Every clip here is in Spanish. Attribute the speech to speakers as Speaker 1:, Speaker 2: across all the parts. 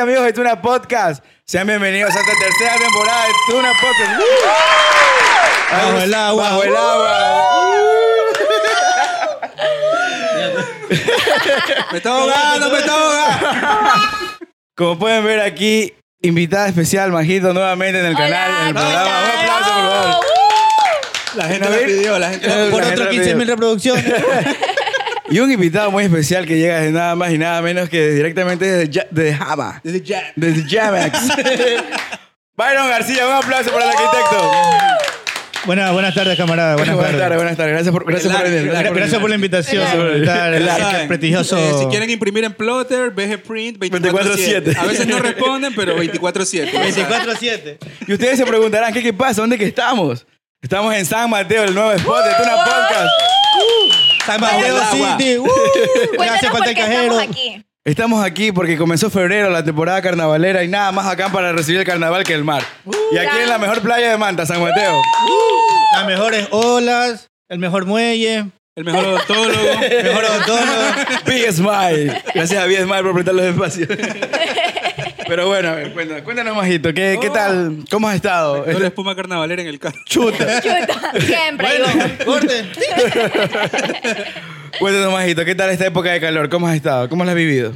Speaker 1: amigos de Tuna Podcast. Sean bienvenidos a esta tercera temporada de Tuna Podcast. Uh.
Speaker 2: Bajo el agua. Uh.
Speaker 1: Bajo el agua.
Speaker 2: Me está ahogando, me está ahogando.
Speaker 1: Como pueden ver aquí, invitada especial, Majito, nuevamente en el canal, en el
Speaker 3: ¿cómo
Speaker 1: programa. Un
Speaker 3: están?
Speaker 1: aplauso, por favor.
Speaker 3: Uh.
Speaker 2: La gente
Speaker 1: ¿No
Speaker 2: la
Speaker 1: vi?
Speaker 2: pidió, la gente la
Speaker 1: Eh,
Speaker 2: pidió.
Speaker 1: la
Speaker 3: Por
Speaker 1: gente
Speaker 3: otro
Speaker 1: la
Speaker 3: 15 mil
Speaker 1: pidió.
Speaker 3: reproducciones.
Speaker 1: Y un invitado muy especial que llega de nada más y nada menos que directamente desde, Ja- desde Java.
Speaker 2: Desde ya.
Speaker 1: Desde Javax. Byron García, un aplauso para el arquitecto.
Speaker 4: Buenas, buenas tardes, camarada. ¡Oh! Buenas,
Speaker 1: Buenas tardes,
Speaker 4: tardes.
Speaker 1: buenas tardes. Gracias por, gracias
Speaker 2: El
Speaker 1: por
Speaker 2: ar-
Speaker 1: venir.
Speaker 2: el ar-
Speaker 4: Gra- Gracias por la invitación.
Speaker 3: Claro.
Speaker 4: por estar en
Speaker 1: El
Speaker 4: este
Speaker 2: Saben,
Speaker 4: prestigioso.
Speaker 2: eh, si quieren imprimir en plotter, BG Print 24-7.
Speaker 1: 24/7.
Speaker 2: A veces no responden, pero 24-7. o sea.
Speaker 4: 24-7.
Speaker 1: Y ustedes se preguntarán, ¿qué, qué pasa? ¿Dónde que estamos? Estamos en San Mateo, el nuevo spot de Tuna Podcast.
Speaker 4: ¡Oh! San
Speaker 2: Bajo el
Speaker 4: Mateo
Speaker 2: agua.
Speaker 4: City. Uh, ya hace
Speaker 3: Cuéntanos por
Speaker 4: falta
Speaker 3: qué
Speaker 4: el cajero.
Speaker 3: estamos aquí.
Speaker 1: Estamos aquí porque comenzó febrero, la temporada carnavalera y nada más acá para recibir el carnaval que el mar.
Speaker 4: Uh,
Speaker 1: y aquí en la mejor playa de Manta, San Mateo.
Speaker 4: Las mejores olas, el mejor muelle,
Speaker 2: El mejor odontólogo.
Speaker 4: el mejor odontólogo.
Speaker 1: Big Smile. Gracias a Big Smile por prestar los espacios. Pero bueno, a ver, cuéntanos, cuéntanos Majito, ¿qué,
Speaker 4: Oh.
Speaker 1: qué tal? ¿Cómo has estado?
Speaker 2: Toda la espuma carnavalera en el carro.
Speaker 1: Chuta.
Speaker 3: Chuta, siempre. digo.
Speaker 4: corte.
Speaker 1: Este, Cuéntanos, Majito, ¿qué tal esta época de calor? ¿Cómo has estado? ¿Cómo la has vivido?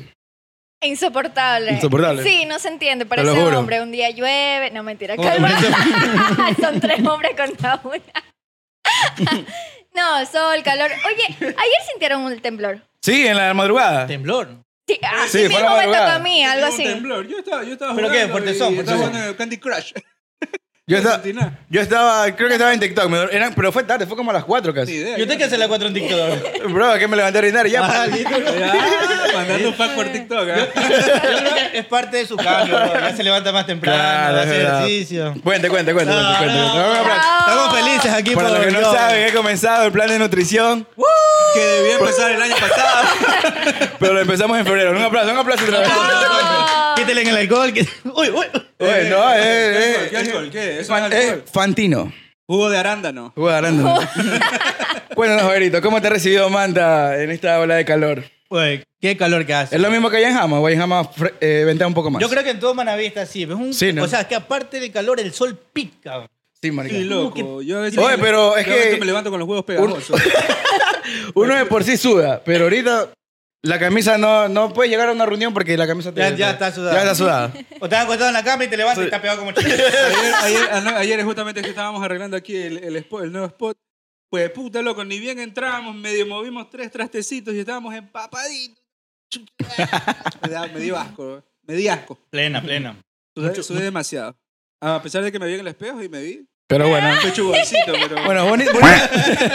Speaker 3: Insoportable.
Speaker 1: Insoportable.
Speaker 3: Sí, no se entiende. Parece
Speaker 1: lo juro.
Speaker 3: hombre. Un día llueve. No, mentira.
Speaker 4: Oh,
Speaker 3: Calma.
Speaker 4: eso-
Speaker 3: Son tres hombres contra una. no, sol, calor. Oye, ayer sintieron un temblor.
Speaker 1: Sí, en la madrugada.
Speaker 4: Temblor.
Speaker 3: Sí, así
Speaker 1: Sí, fue la
Speaker 3: mismo me tocó
Speaker 1: madrugada. Ah,
Speaker 3: a mí, algo
Speaker 2: Tengo un
Speaker 3: así.
Speaker 2: temblor. Yo estaba, yo estaba
Speaker 4: ¿Pero qué?
Speaker 2: jugando
Speaker 4: Fuertezón,
Speaker 2: y Estaba
Speaker 4: fuertezón.
Speaker 2: jugando en Candy Crush.
Speaker 1: Yo estaba,
Speaker 2: sentí nada.
Speaker 1: yo estaba, creo que estaba en TikTok, me dor- eran- pero fue tarde, fue como a las 4
Speaker 2: Ni
Speaker 1: casi.
Speaker 2: idea.
Speaker 4: ¿Y usted qué hace la 4 en TikTok?
Speaker 1: Bro, que me levanté a orinar y ya.
Speaker 4: Ah,
Speaker 1: pa-
Speaker 4: listo. yo
Speaker 2: Ah, mandando un pack por TikTok. ¿ah?
Speaker 4: creo que es parte de su cambio. bro. Ya se levanta más temprano,
Speaker 1: Claro, es
Speaker 4: hace
Speaker 1: verdad.
Speaker 4: ejercicio.
Speaker 1: Cuente, cuente, cuente,
Speaker 4: No,
Speaker 1: cuente, cuente.
Speaker 4: no.
Speaker 1: Un aplauso.
Speaker 4: Ah. Estamos felices aquí
Speaker 1: Para
Speaker 4: por
Speaker 1: los que no
Speaker 4: Dios.
Speaker 1: saben, he comenzado el plan de nutrición,
Speaker 2: Que debía empezar el año pasado.
Speaker 1: pero lo empezamos en febrero. Un aplauso, un aplauso otra vez.
Speaker 4: Ah.
Speaker 3: Oh.
Speaker 4: Quítale en el alcohol. quít- Uy, uy.
Speaker 1: Oye, no, eh, eh,
Speaker 2: ¿Qué alcohol? ¿Qué? ¿Eso es
Speaker 1: Fan- eh,
Speaker 2: alcohol?
Speaker 1: Fantino.
Speaker 2: Jugo de arándano.
Speaker 1: Hugo Arándano. Cuéntanos, Joverito, ¿cómo te ha recibido Manta en esta ola de calor?
Speaker 4: Uy, qué calor que hace.
Speaker 1: ¿Es lo mismo que allá en Jama? ¿O allá en Jama fre- eh, ventea un poco más?
Speaker 4: Yo creo que en todo Manaví está así. Es un-
Speaker 1: Sí, ¿no?
Speaker 4: O sea, es que aparte del calor, el sol pica.
Speaker 1: Sí, marica.
Speaker 2: Sí, loco. Yo a veces
Speaker 1: Oye, pero es
Speaker 2: yo a veces
Speaker 1: que-
Speaker 2: me levanto con los huevos pegajosos.
Speaker 1: Uno de por sí suda, pero ahorita la camisa no, no puede llegar a una reunión porque la camisa te-
Speaker 4: Ya- ya está sudada.
Speaker 1: Ya está sudada.
Speaker 4: O te has acostado en la cama y te levantas y estás pegado como chiquito.
Speaker 2: Ayer, ayer, ah, no, ayer justamente que estábamos arreglando aquí el, el, spot- el nuevo spot. Pues puta loco, ni bien entramos, medio movimos tres trastecitos y estábamos empapaditos. Me, da- me dio asco, me di asco.
Speaker 4: Plena, plena.
Speaker 2: Sudé, sudé demasiado. A pesar de que me vi en el espejo y me vi.
Speaker 1: Pero bueno.
Speaker 2: Pechugoncito, pero.
Speaker 1: Bueno, boni- bonita,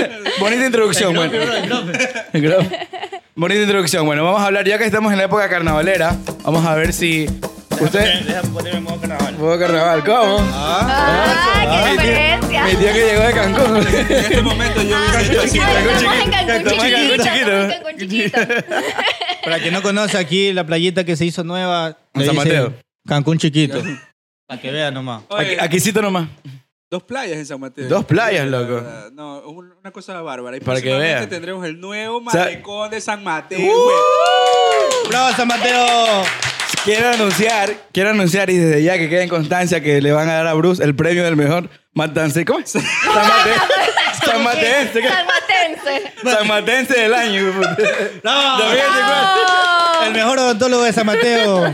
Speaker 1: bonita introducción, bueno. Bonita introducción. Bueno, vamos a hablar, ya que estamos en la época carnavalera, vamos a ver si usted...
Speaker 4: Déjame ponerme en modo carnaval.
Speaker 1: ¿Puedo carnaval? ¿Cómo?
Speaker 3: Ah, qué
Speaker 1: Mi tía-
Speaker 3: diferencia. Ah,
Speaker 1: Mi tía que llegó de Cancún.
Speaker 2: en este momento yo vi esto así.
Speaker 3: Ay, estamos en
Speaker 1: Cancún chiquito.
Speaker 3: Cancún
Speaker 1: Cancún
Speaker 3: chiquito. Estamos en Cancún chiquito.
Speaker 4: Para quien no conoce aquí, la playita que se hizo nueva. le
Speaker 1: San
Speaker 4: dicen
Speaker 1: Mateo.
Speaker 4: Cancún chiquito. Para que vean nomás.
Speaker 1: Aquí,
Speaker 2: Oye,
Speaker 1: aquícito nomás.
Speaker 2: Dos playas en San Mateo.
Speaker 1: Dos playas,
Speaker 2: La-
Speaker 1: loco.
Speaker 2: la- No, un- una cosa bárbara. Y
Speaker 1: Para que
Speaker 2: próximamente
Speaker 1: vean. Uh,
Speaker 2: tendremos el nuevo
Speaker 1: sea-
Speaker 2: malecón de San Mateo.
Speaker 4: ¡Bravo, San Mateo!
Speaker 1: Quiero anunciar, quiero anunciar y desde ya que quede en constancia que le van a dar a Bruce el premio del mejor matanse. ¿Cómo es? San Mate- San Mateense. ¿qué?
Speaker 3: Salmatense.
Speaker 1: San Mateense del año. hijo de puta.
Speaker 4: ¡Bravo!
Speaker 1: 2024.
Speaker 3: Oh.
Speaker 4: El mejor odontólogo de San Mateo.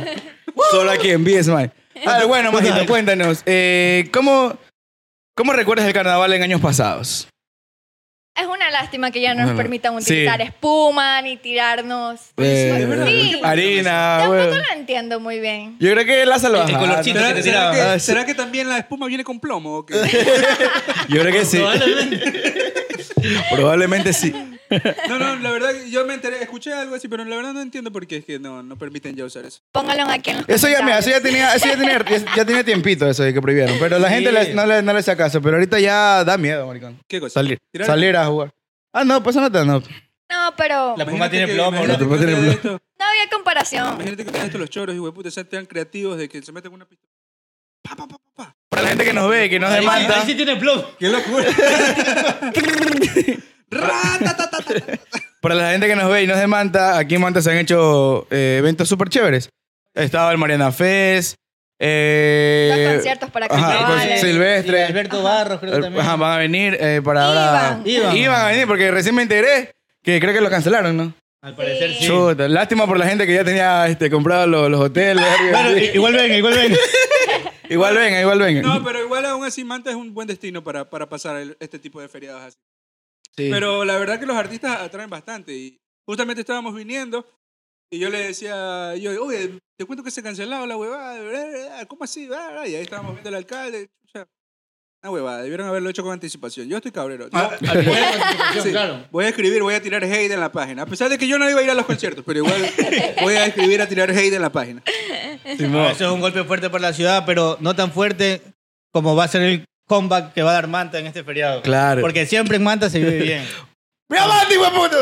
Speaker 1: Solo aquí en BSMI. A ver, bueno, Majito,
Speaker 4: Total.
Speaker 1: cuéntanos. eh, ¿cómo, ¿Cómo recuerdas el carnaval en años pasados?
Speaker 3: Es una lástima que ya no nos
Speaker 1: Bueno,
Speaker 3: permitan
Speaker 1: sí.
Speaker 3: utilizar espuma ni tirarnos.
Speaker 1: Eh,
Speaker 2: verdad.
Speaker 3: Sí.
Speaker 1: harina,
Speaker 3: Tampoco
Speaker 1: huevo.
Speaker 3: lo entiendo muy bien.
Speaker 1: Yo creo que la salvaje.
Speaker 4: El colorcito
Speaker 2: ¿Será,
Speaker 4: que te
Speaker 2: será
Speaker 4: tiraban.
Speaker 2: que,
Speaker 1: sí.
Speaker 2: será que también la espuma viene con plomo? o qué?
Speaker 1: Yo creo que sí. Probablemente sí.
Speaker 2: No, no, la verdad, que yo me enteré, escuché algo así, pero la verdad no entiendo por qué es que no, no permiten ya usar eso.
Speaker 3: Pónganlo aquí en los
Speaker 1: Eso ya, mira,
Speaker 3: comentarios.
Speaker 1: eso ya tenía, eso ya tenía, ya- ya tenía tiempito eso de que prohibieron. Pero la
Speaker 4: Sí.
Speaker 1: gente le- no, le, no le hacía caso. Pero ahorita ya da miedo, maricón.
Speaker 2: ¿Qué cosa?
Speaker 1: Salir.
Speaker 2: Tirar-
Speaker 1: Salir a jugar. Ah, no, pues no no.
Speaker 3: No, pero
Speaker 4: La
Speaker 3: no
Speaker 4: puma
Speaker 2: Imagínate
Speaker 4: tiene
Speaker 2: que-
Speaker 4: plomo.
Speaker 2: imagínate
Speaker 1: La puma
Speaker 2: que
Speaker 1: tiene
Speaker 2: ustedes
Speaker 1: plomo.
Speaker 2: esto-
Speaker 3: había comparación.
Speaker 2: Imagínate que ustedes estos los choros y hueputas sean tan creativos de que se meten una pistola. Pa, pa, pa, pa, pa.
Speaker 1: Para la gente que nos ve, que nos demanda.
Speaker 4: tiene plum.
Speaker 2: ¡Qué locura! Ra, ta, ta, ta, ta, ta.
Speaker 1: Para la gente que nos ve y nos demanda, aquí en Manta se han hecho eh, eventos súper chéveres. Estaba el Mariana Fest. eh,
Speaker 3: Los conciertos para
Speaker 1: ajá,
Speaker 3: carnavales.
Speaker 1: con Ah, pues, Silvestre.
Speaker 4: Y Alberto Barros, creo que
Speaker 1: El-
Speaker 4: también.
Speaker 1: ajá, van a venir eh, para ahora.
Speaker 3: Iban.
Speaker 4: Iban.
Speaker 1: a venir porque recién me enteré que creo que lo cancelaron, ¿no?
Speaker 4: Al parecer sí.
Speaker 1: Chuta, lástima por la gente que ya tenía este, comprado los, los hoteles.
Speaker 4: Bueno, i- igual venga, igual venga.
Speaker 1: igual vengan, igual vengan.
Speaker 2: No, pero igual aún así Manta es un buen destino para, para pasar el- este tipo de feriados así.
Speaker 1: Sí.
Speaker 2: Pero la verdad que los artistas atraen bastante. Y justamente estábamos viniendo y yo le decía, yo, oye, te cuento que se ha cancelado la huevada, bla, bla, bla, ¿cómo así? Bla, bla". Y ahí estábamos viendo al alcalde. O sea, una huevada, debieron haberlo hecho con anticipación. Yo estoy cabrero. Yo- Sí. Voy a escribir, voy a tirar hate en la página. A pesar de que yo no iba a ir a los conciertos, pero igual voy a escribir a tirar hate en la página.
Speaker 1: Simón.
Speaker 4: Eso es un golpe fuerte para la ciudad, pero no tan fuerte como va a ser el comeback que va a dar Manta en este feriado.
Speaker 1: Claro.
Speaker 4: Porque siempre en Manta se vive bien.
Speaker 1: ¡Mira, Mati, hueputo!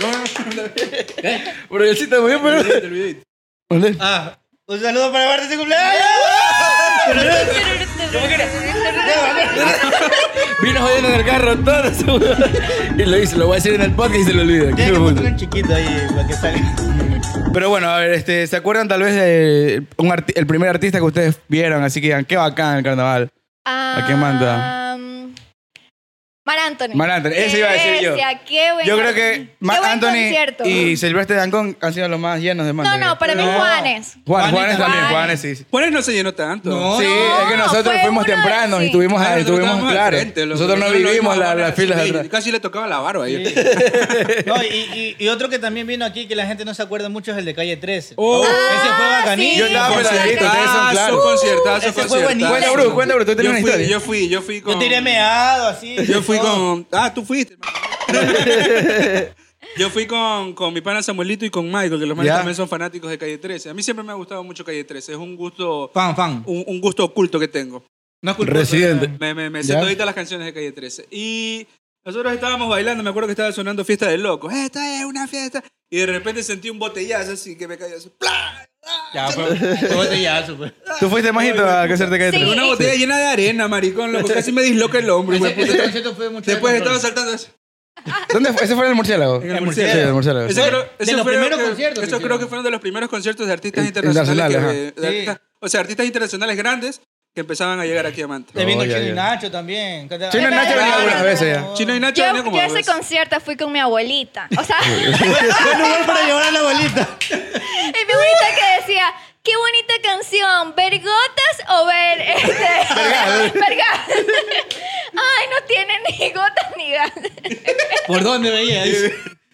Speaker 1: Pero yo sí te voy a poner-
Speaker 2: El videíto.
Speaker 1: ¿Dónde?
Speaker 4: Ah, un saludo para Marte de cumpleaños.
Speaker 1: Vino jodiendo en el carro todo el segundo. Y lo hice, lo voy a decir en el podcast y se lo olvida. Qué
Speaker 4: Tiene que
Speaker 1: hueputo.
Speaker 4: poner un chiquito ahí para que salga. eh.
Speaker 1: Pero bueno, a ver, este, ¿se acuerdan tal vez de un arti- el primer artista que ustedes vieron? Así que digan, qué bacán el carnaval.
Speaker 3: ¿A
Speaker 1: quién manda?
Speaker 3: Mar Anthony.
Speaker 1: Mar Anthony, eso iba a decir yo.
Speaker 3: Bestia, qué buen-
Speaker 1: Yo creo que
Speaker 3: qué
Speaker 1: Marc
Speaker 3: buen
Speaker 1: Anthony
Speaker 3: concierto.
Speaker 1: y Silvestre Dancón han sido los más llenos de
Speaker 3: No,
Speaker 1: manta.
Speaker 3: no, para mí
Speaker 4: No.
Speaker 3: Juanes.
Speaker 1: Juan,
Speaker 4: Juanes
Speaker 1: Juanes también,
Speaker 3: también.
Speaker 1: Juanes sí. sí.
Speaker 2: Juanes no se llenó tanto.
Speaker 4: No.
Speaker 1: Sí,
Speaker 3: no,
Speaker 1: es que nosotros
Speaker 3: fue
Speaker 1: fuimos
Speaker 3: uno,
Speaker 1: temprano
Speaker 3: sí.
Speaker 1: y tuvimos,
Speaker 2: Ah,
Speaker 1: ahí, tuvimos
Speaker 2: estábamos al
Speaker 1: claro.
Speaker 2: frente, loco.
Speaker 1: nosotros no
Speaker 2: lo
Speaker 1: vivimos la-
Speaker 2: afuera,
Speaker 1: las filas
Speaker 2: sí,
Speaker 1: atrás.
Speaker 2: Casi le tocaba la barba. yo.
Speaker 4: No, y, y- y otro que también vino aquí que la gente no se acuerda mucho es el de calle 13.
Speaker 2: Oh.
Speaker 4: Ese fue bacanísimo.
Speaker 1: Ah, Yo estaba peladito, ustedes son
Speaker 2: Conciertazo,
Speaker 1: claros.
Speaker 2: conciertazo,
Speaker 4: Ese fue
Speaker 2: conciertazo.
Speaker 4: buenísimo. Cuenta,
Speaker 1: Bru, cuenta, Bru, tú tienes
Speaker 2: Yo
Speaker 1: una
Speaker 2: fui,
Speaker 1: historia.
Speaker 2: Yo fui, yo fui con...
Speaker 4: Yo tiré meado así.
Speaker 2: Yo fui
Speaker 4: todo.
Speaker 2: con. Ah, tú fuiste. hermano. Yo fui con, con mi pana Samuelito y con Michael, que los manes
Speaker 1: Ya.
Speaker 2: también son fanáticos de Calle 13. A mí siempre me ha gustado mucho Calle 13. Es un gusto,
Speaker 4: Fan, fan.
Speaker 2: un, un gusto oculto que tengo.
Speaker 4: No es culpa-
Speaker 1: Residente.
Speaker 2: Me, me, me
Speaker 1: Ya.
Speaker 2: sé todita las canciones de Calle 13. Y nosotros estábamos bailando, me acuerdo que estaba sonando Fiesta de Locos. Esta es una fiesta. Y de repente sentí un botellazo así que me cayó así. ¡Pla!
Speaker 4: Ya, pues. Todo botellazo, pues.
Speaker 1: Tú fuiste majito a que hacerte caer
Speaker 3: Sí.
Speaker 1: atrás.
Speaker 2: Una botella llena de arena, maricón, loco. Casi me disloca el hombro. hijo de
Speaker 4: Ese,
Speaker 2: puta.
Speaker 4: ese concierto fue mucho.
Speaker 2: Después
Speaker 4: control.
Speaker 2: estaba saltando así.
Speaker 1: ¿Dónde fue? Ese fue en el murciélago.
Speaker 2: En el
Speaker 1: Sí,
Speaker 2: murciélago.
Speaker 1: en el murciélago.
Speaker 2: Ese
Speaker 4: Fue
Speaker 2: creo-
Speaker 4: de
Speaker 2: ese
Speaker 4: los
Speaker 2: fue-
Speaker 4: primeros
Speaker 2: que-
Speaker 4: conciertos que
Speaker 2: Eso creo
Speaker 4: hicieron.
Speaker 2: que fueron de los primeros conciertos de artistas
Speaker 1: Eh,
Speaker 2: internacionales.
Speaker 1: internacionales,
Speaker 2: que-
Speaker 4: ajá.
Speaker 2: de artistas- o sea, artistas internacionales grandes que empezaban a llegar aquí a Manta.
Speaker 4: Te vino
Speaker 1: Oh, ya,
Speaker 4: Chino y
Speaker 1: ya.
Speaker 4: Nacho también.
Speaker 1: Chino y Nacho
Speaker 3: venía
Speaker 1: algunas veces ya.
Speaker 2: Chino y Nacho
Speaker 3: Yo,
Speaker 2: venían como
Speaker 3: yo a
Speaker 2: dos
Speaker 3: ese
Speaker 2: veces.
Speaker 3: concierto fui con mi abuelita. O sea,
Speaker 4: Buen lugar para llevar a la abuelita.
Speaker 3: y mi abuelita que decía, qué bonita canción, ¿ver gotas o ver este? Vergas. Ay, no tiene ni gotas ni ganas.
Speaker 4: ¿Por dónde veía?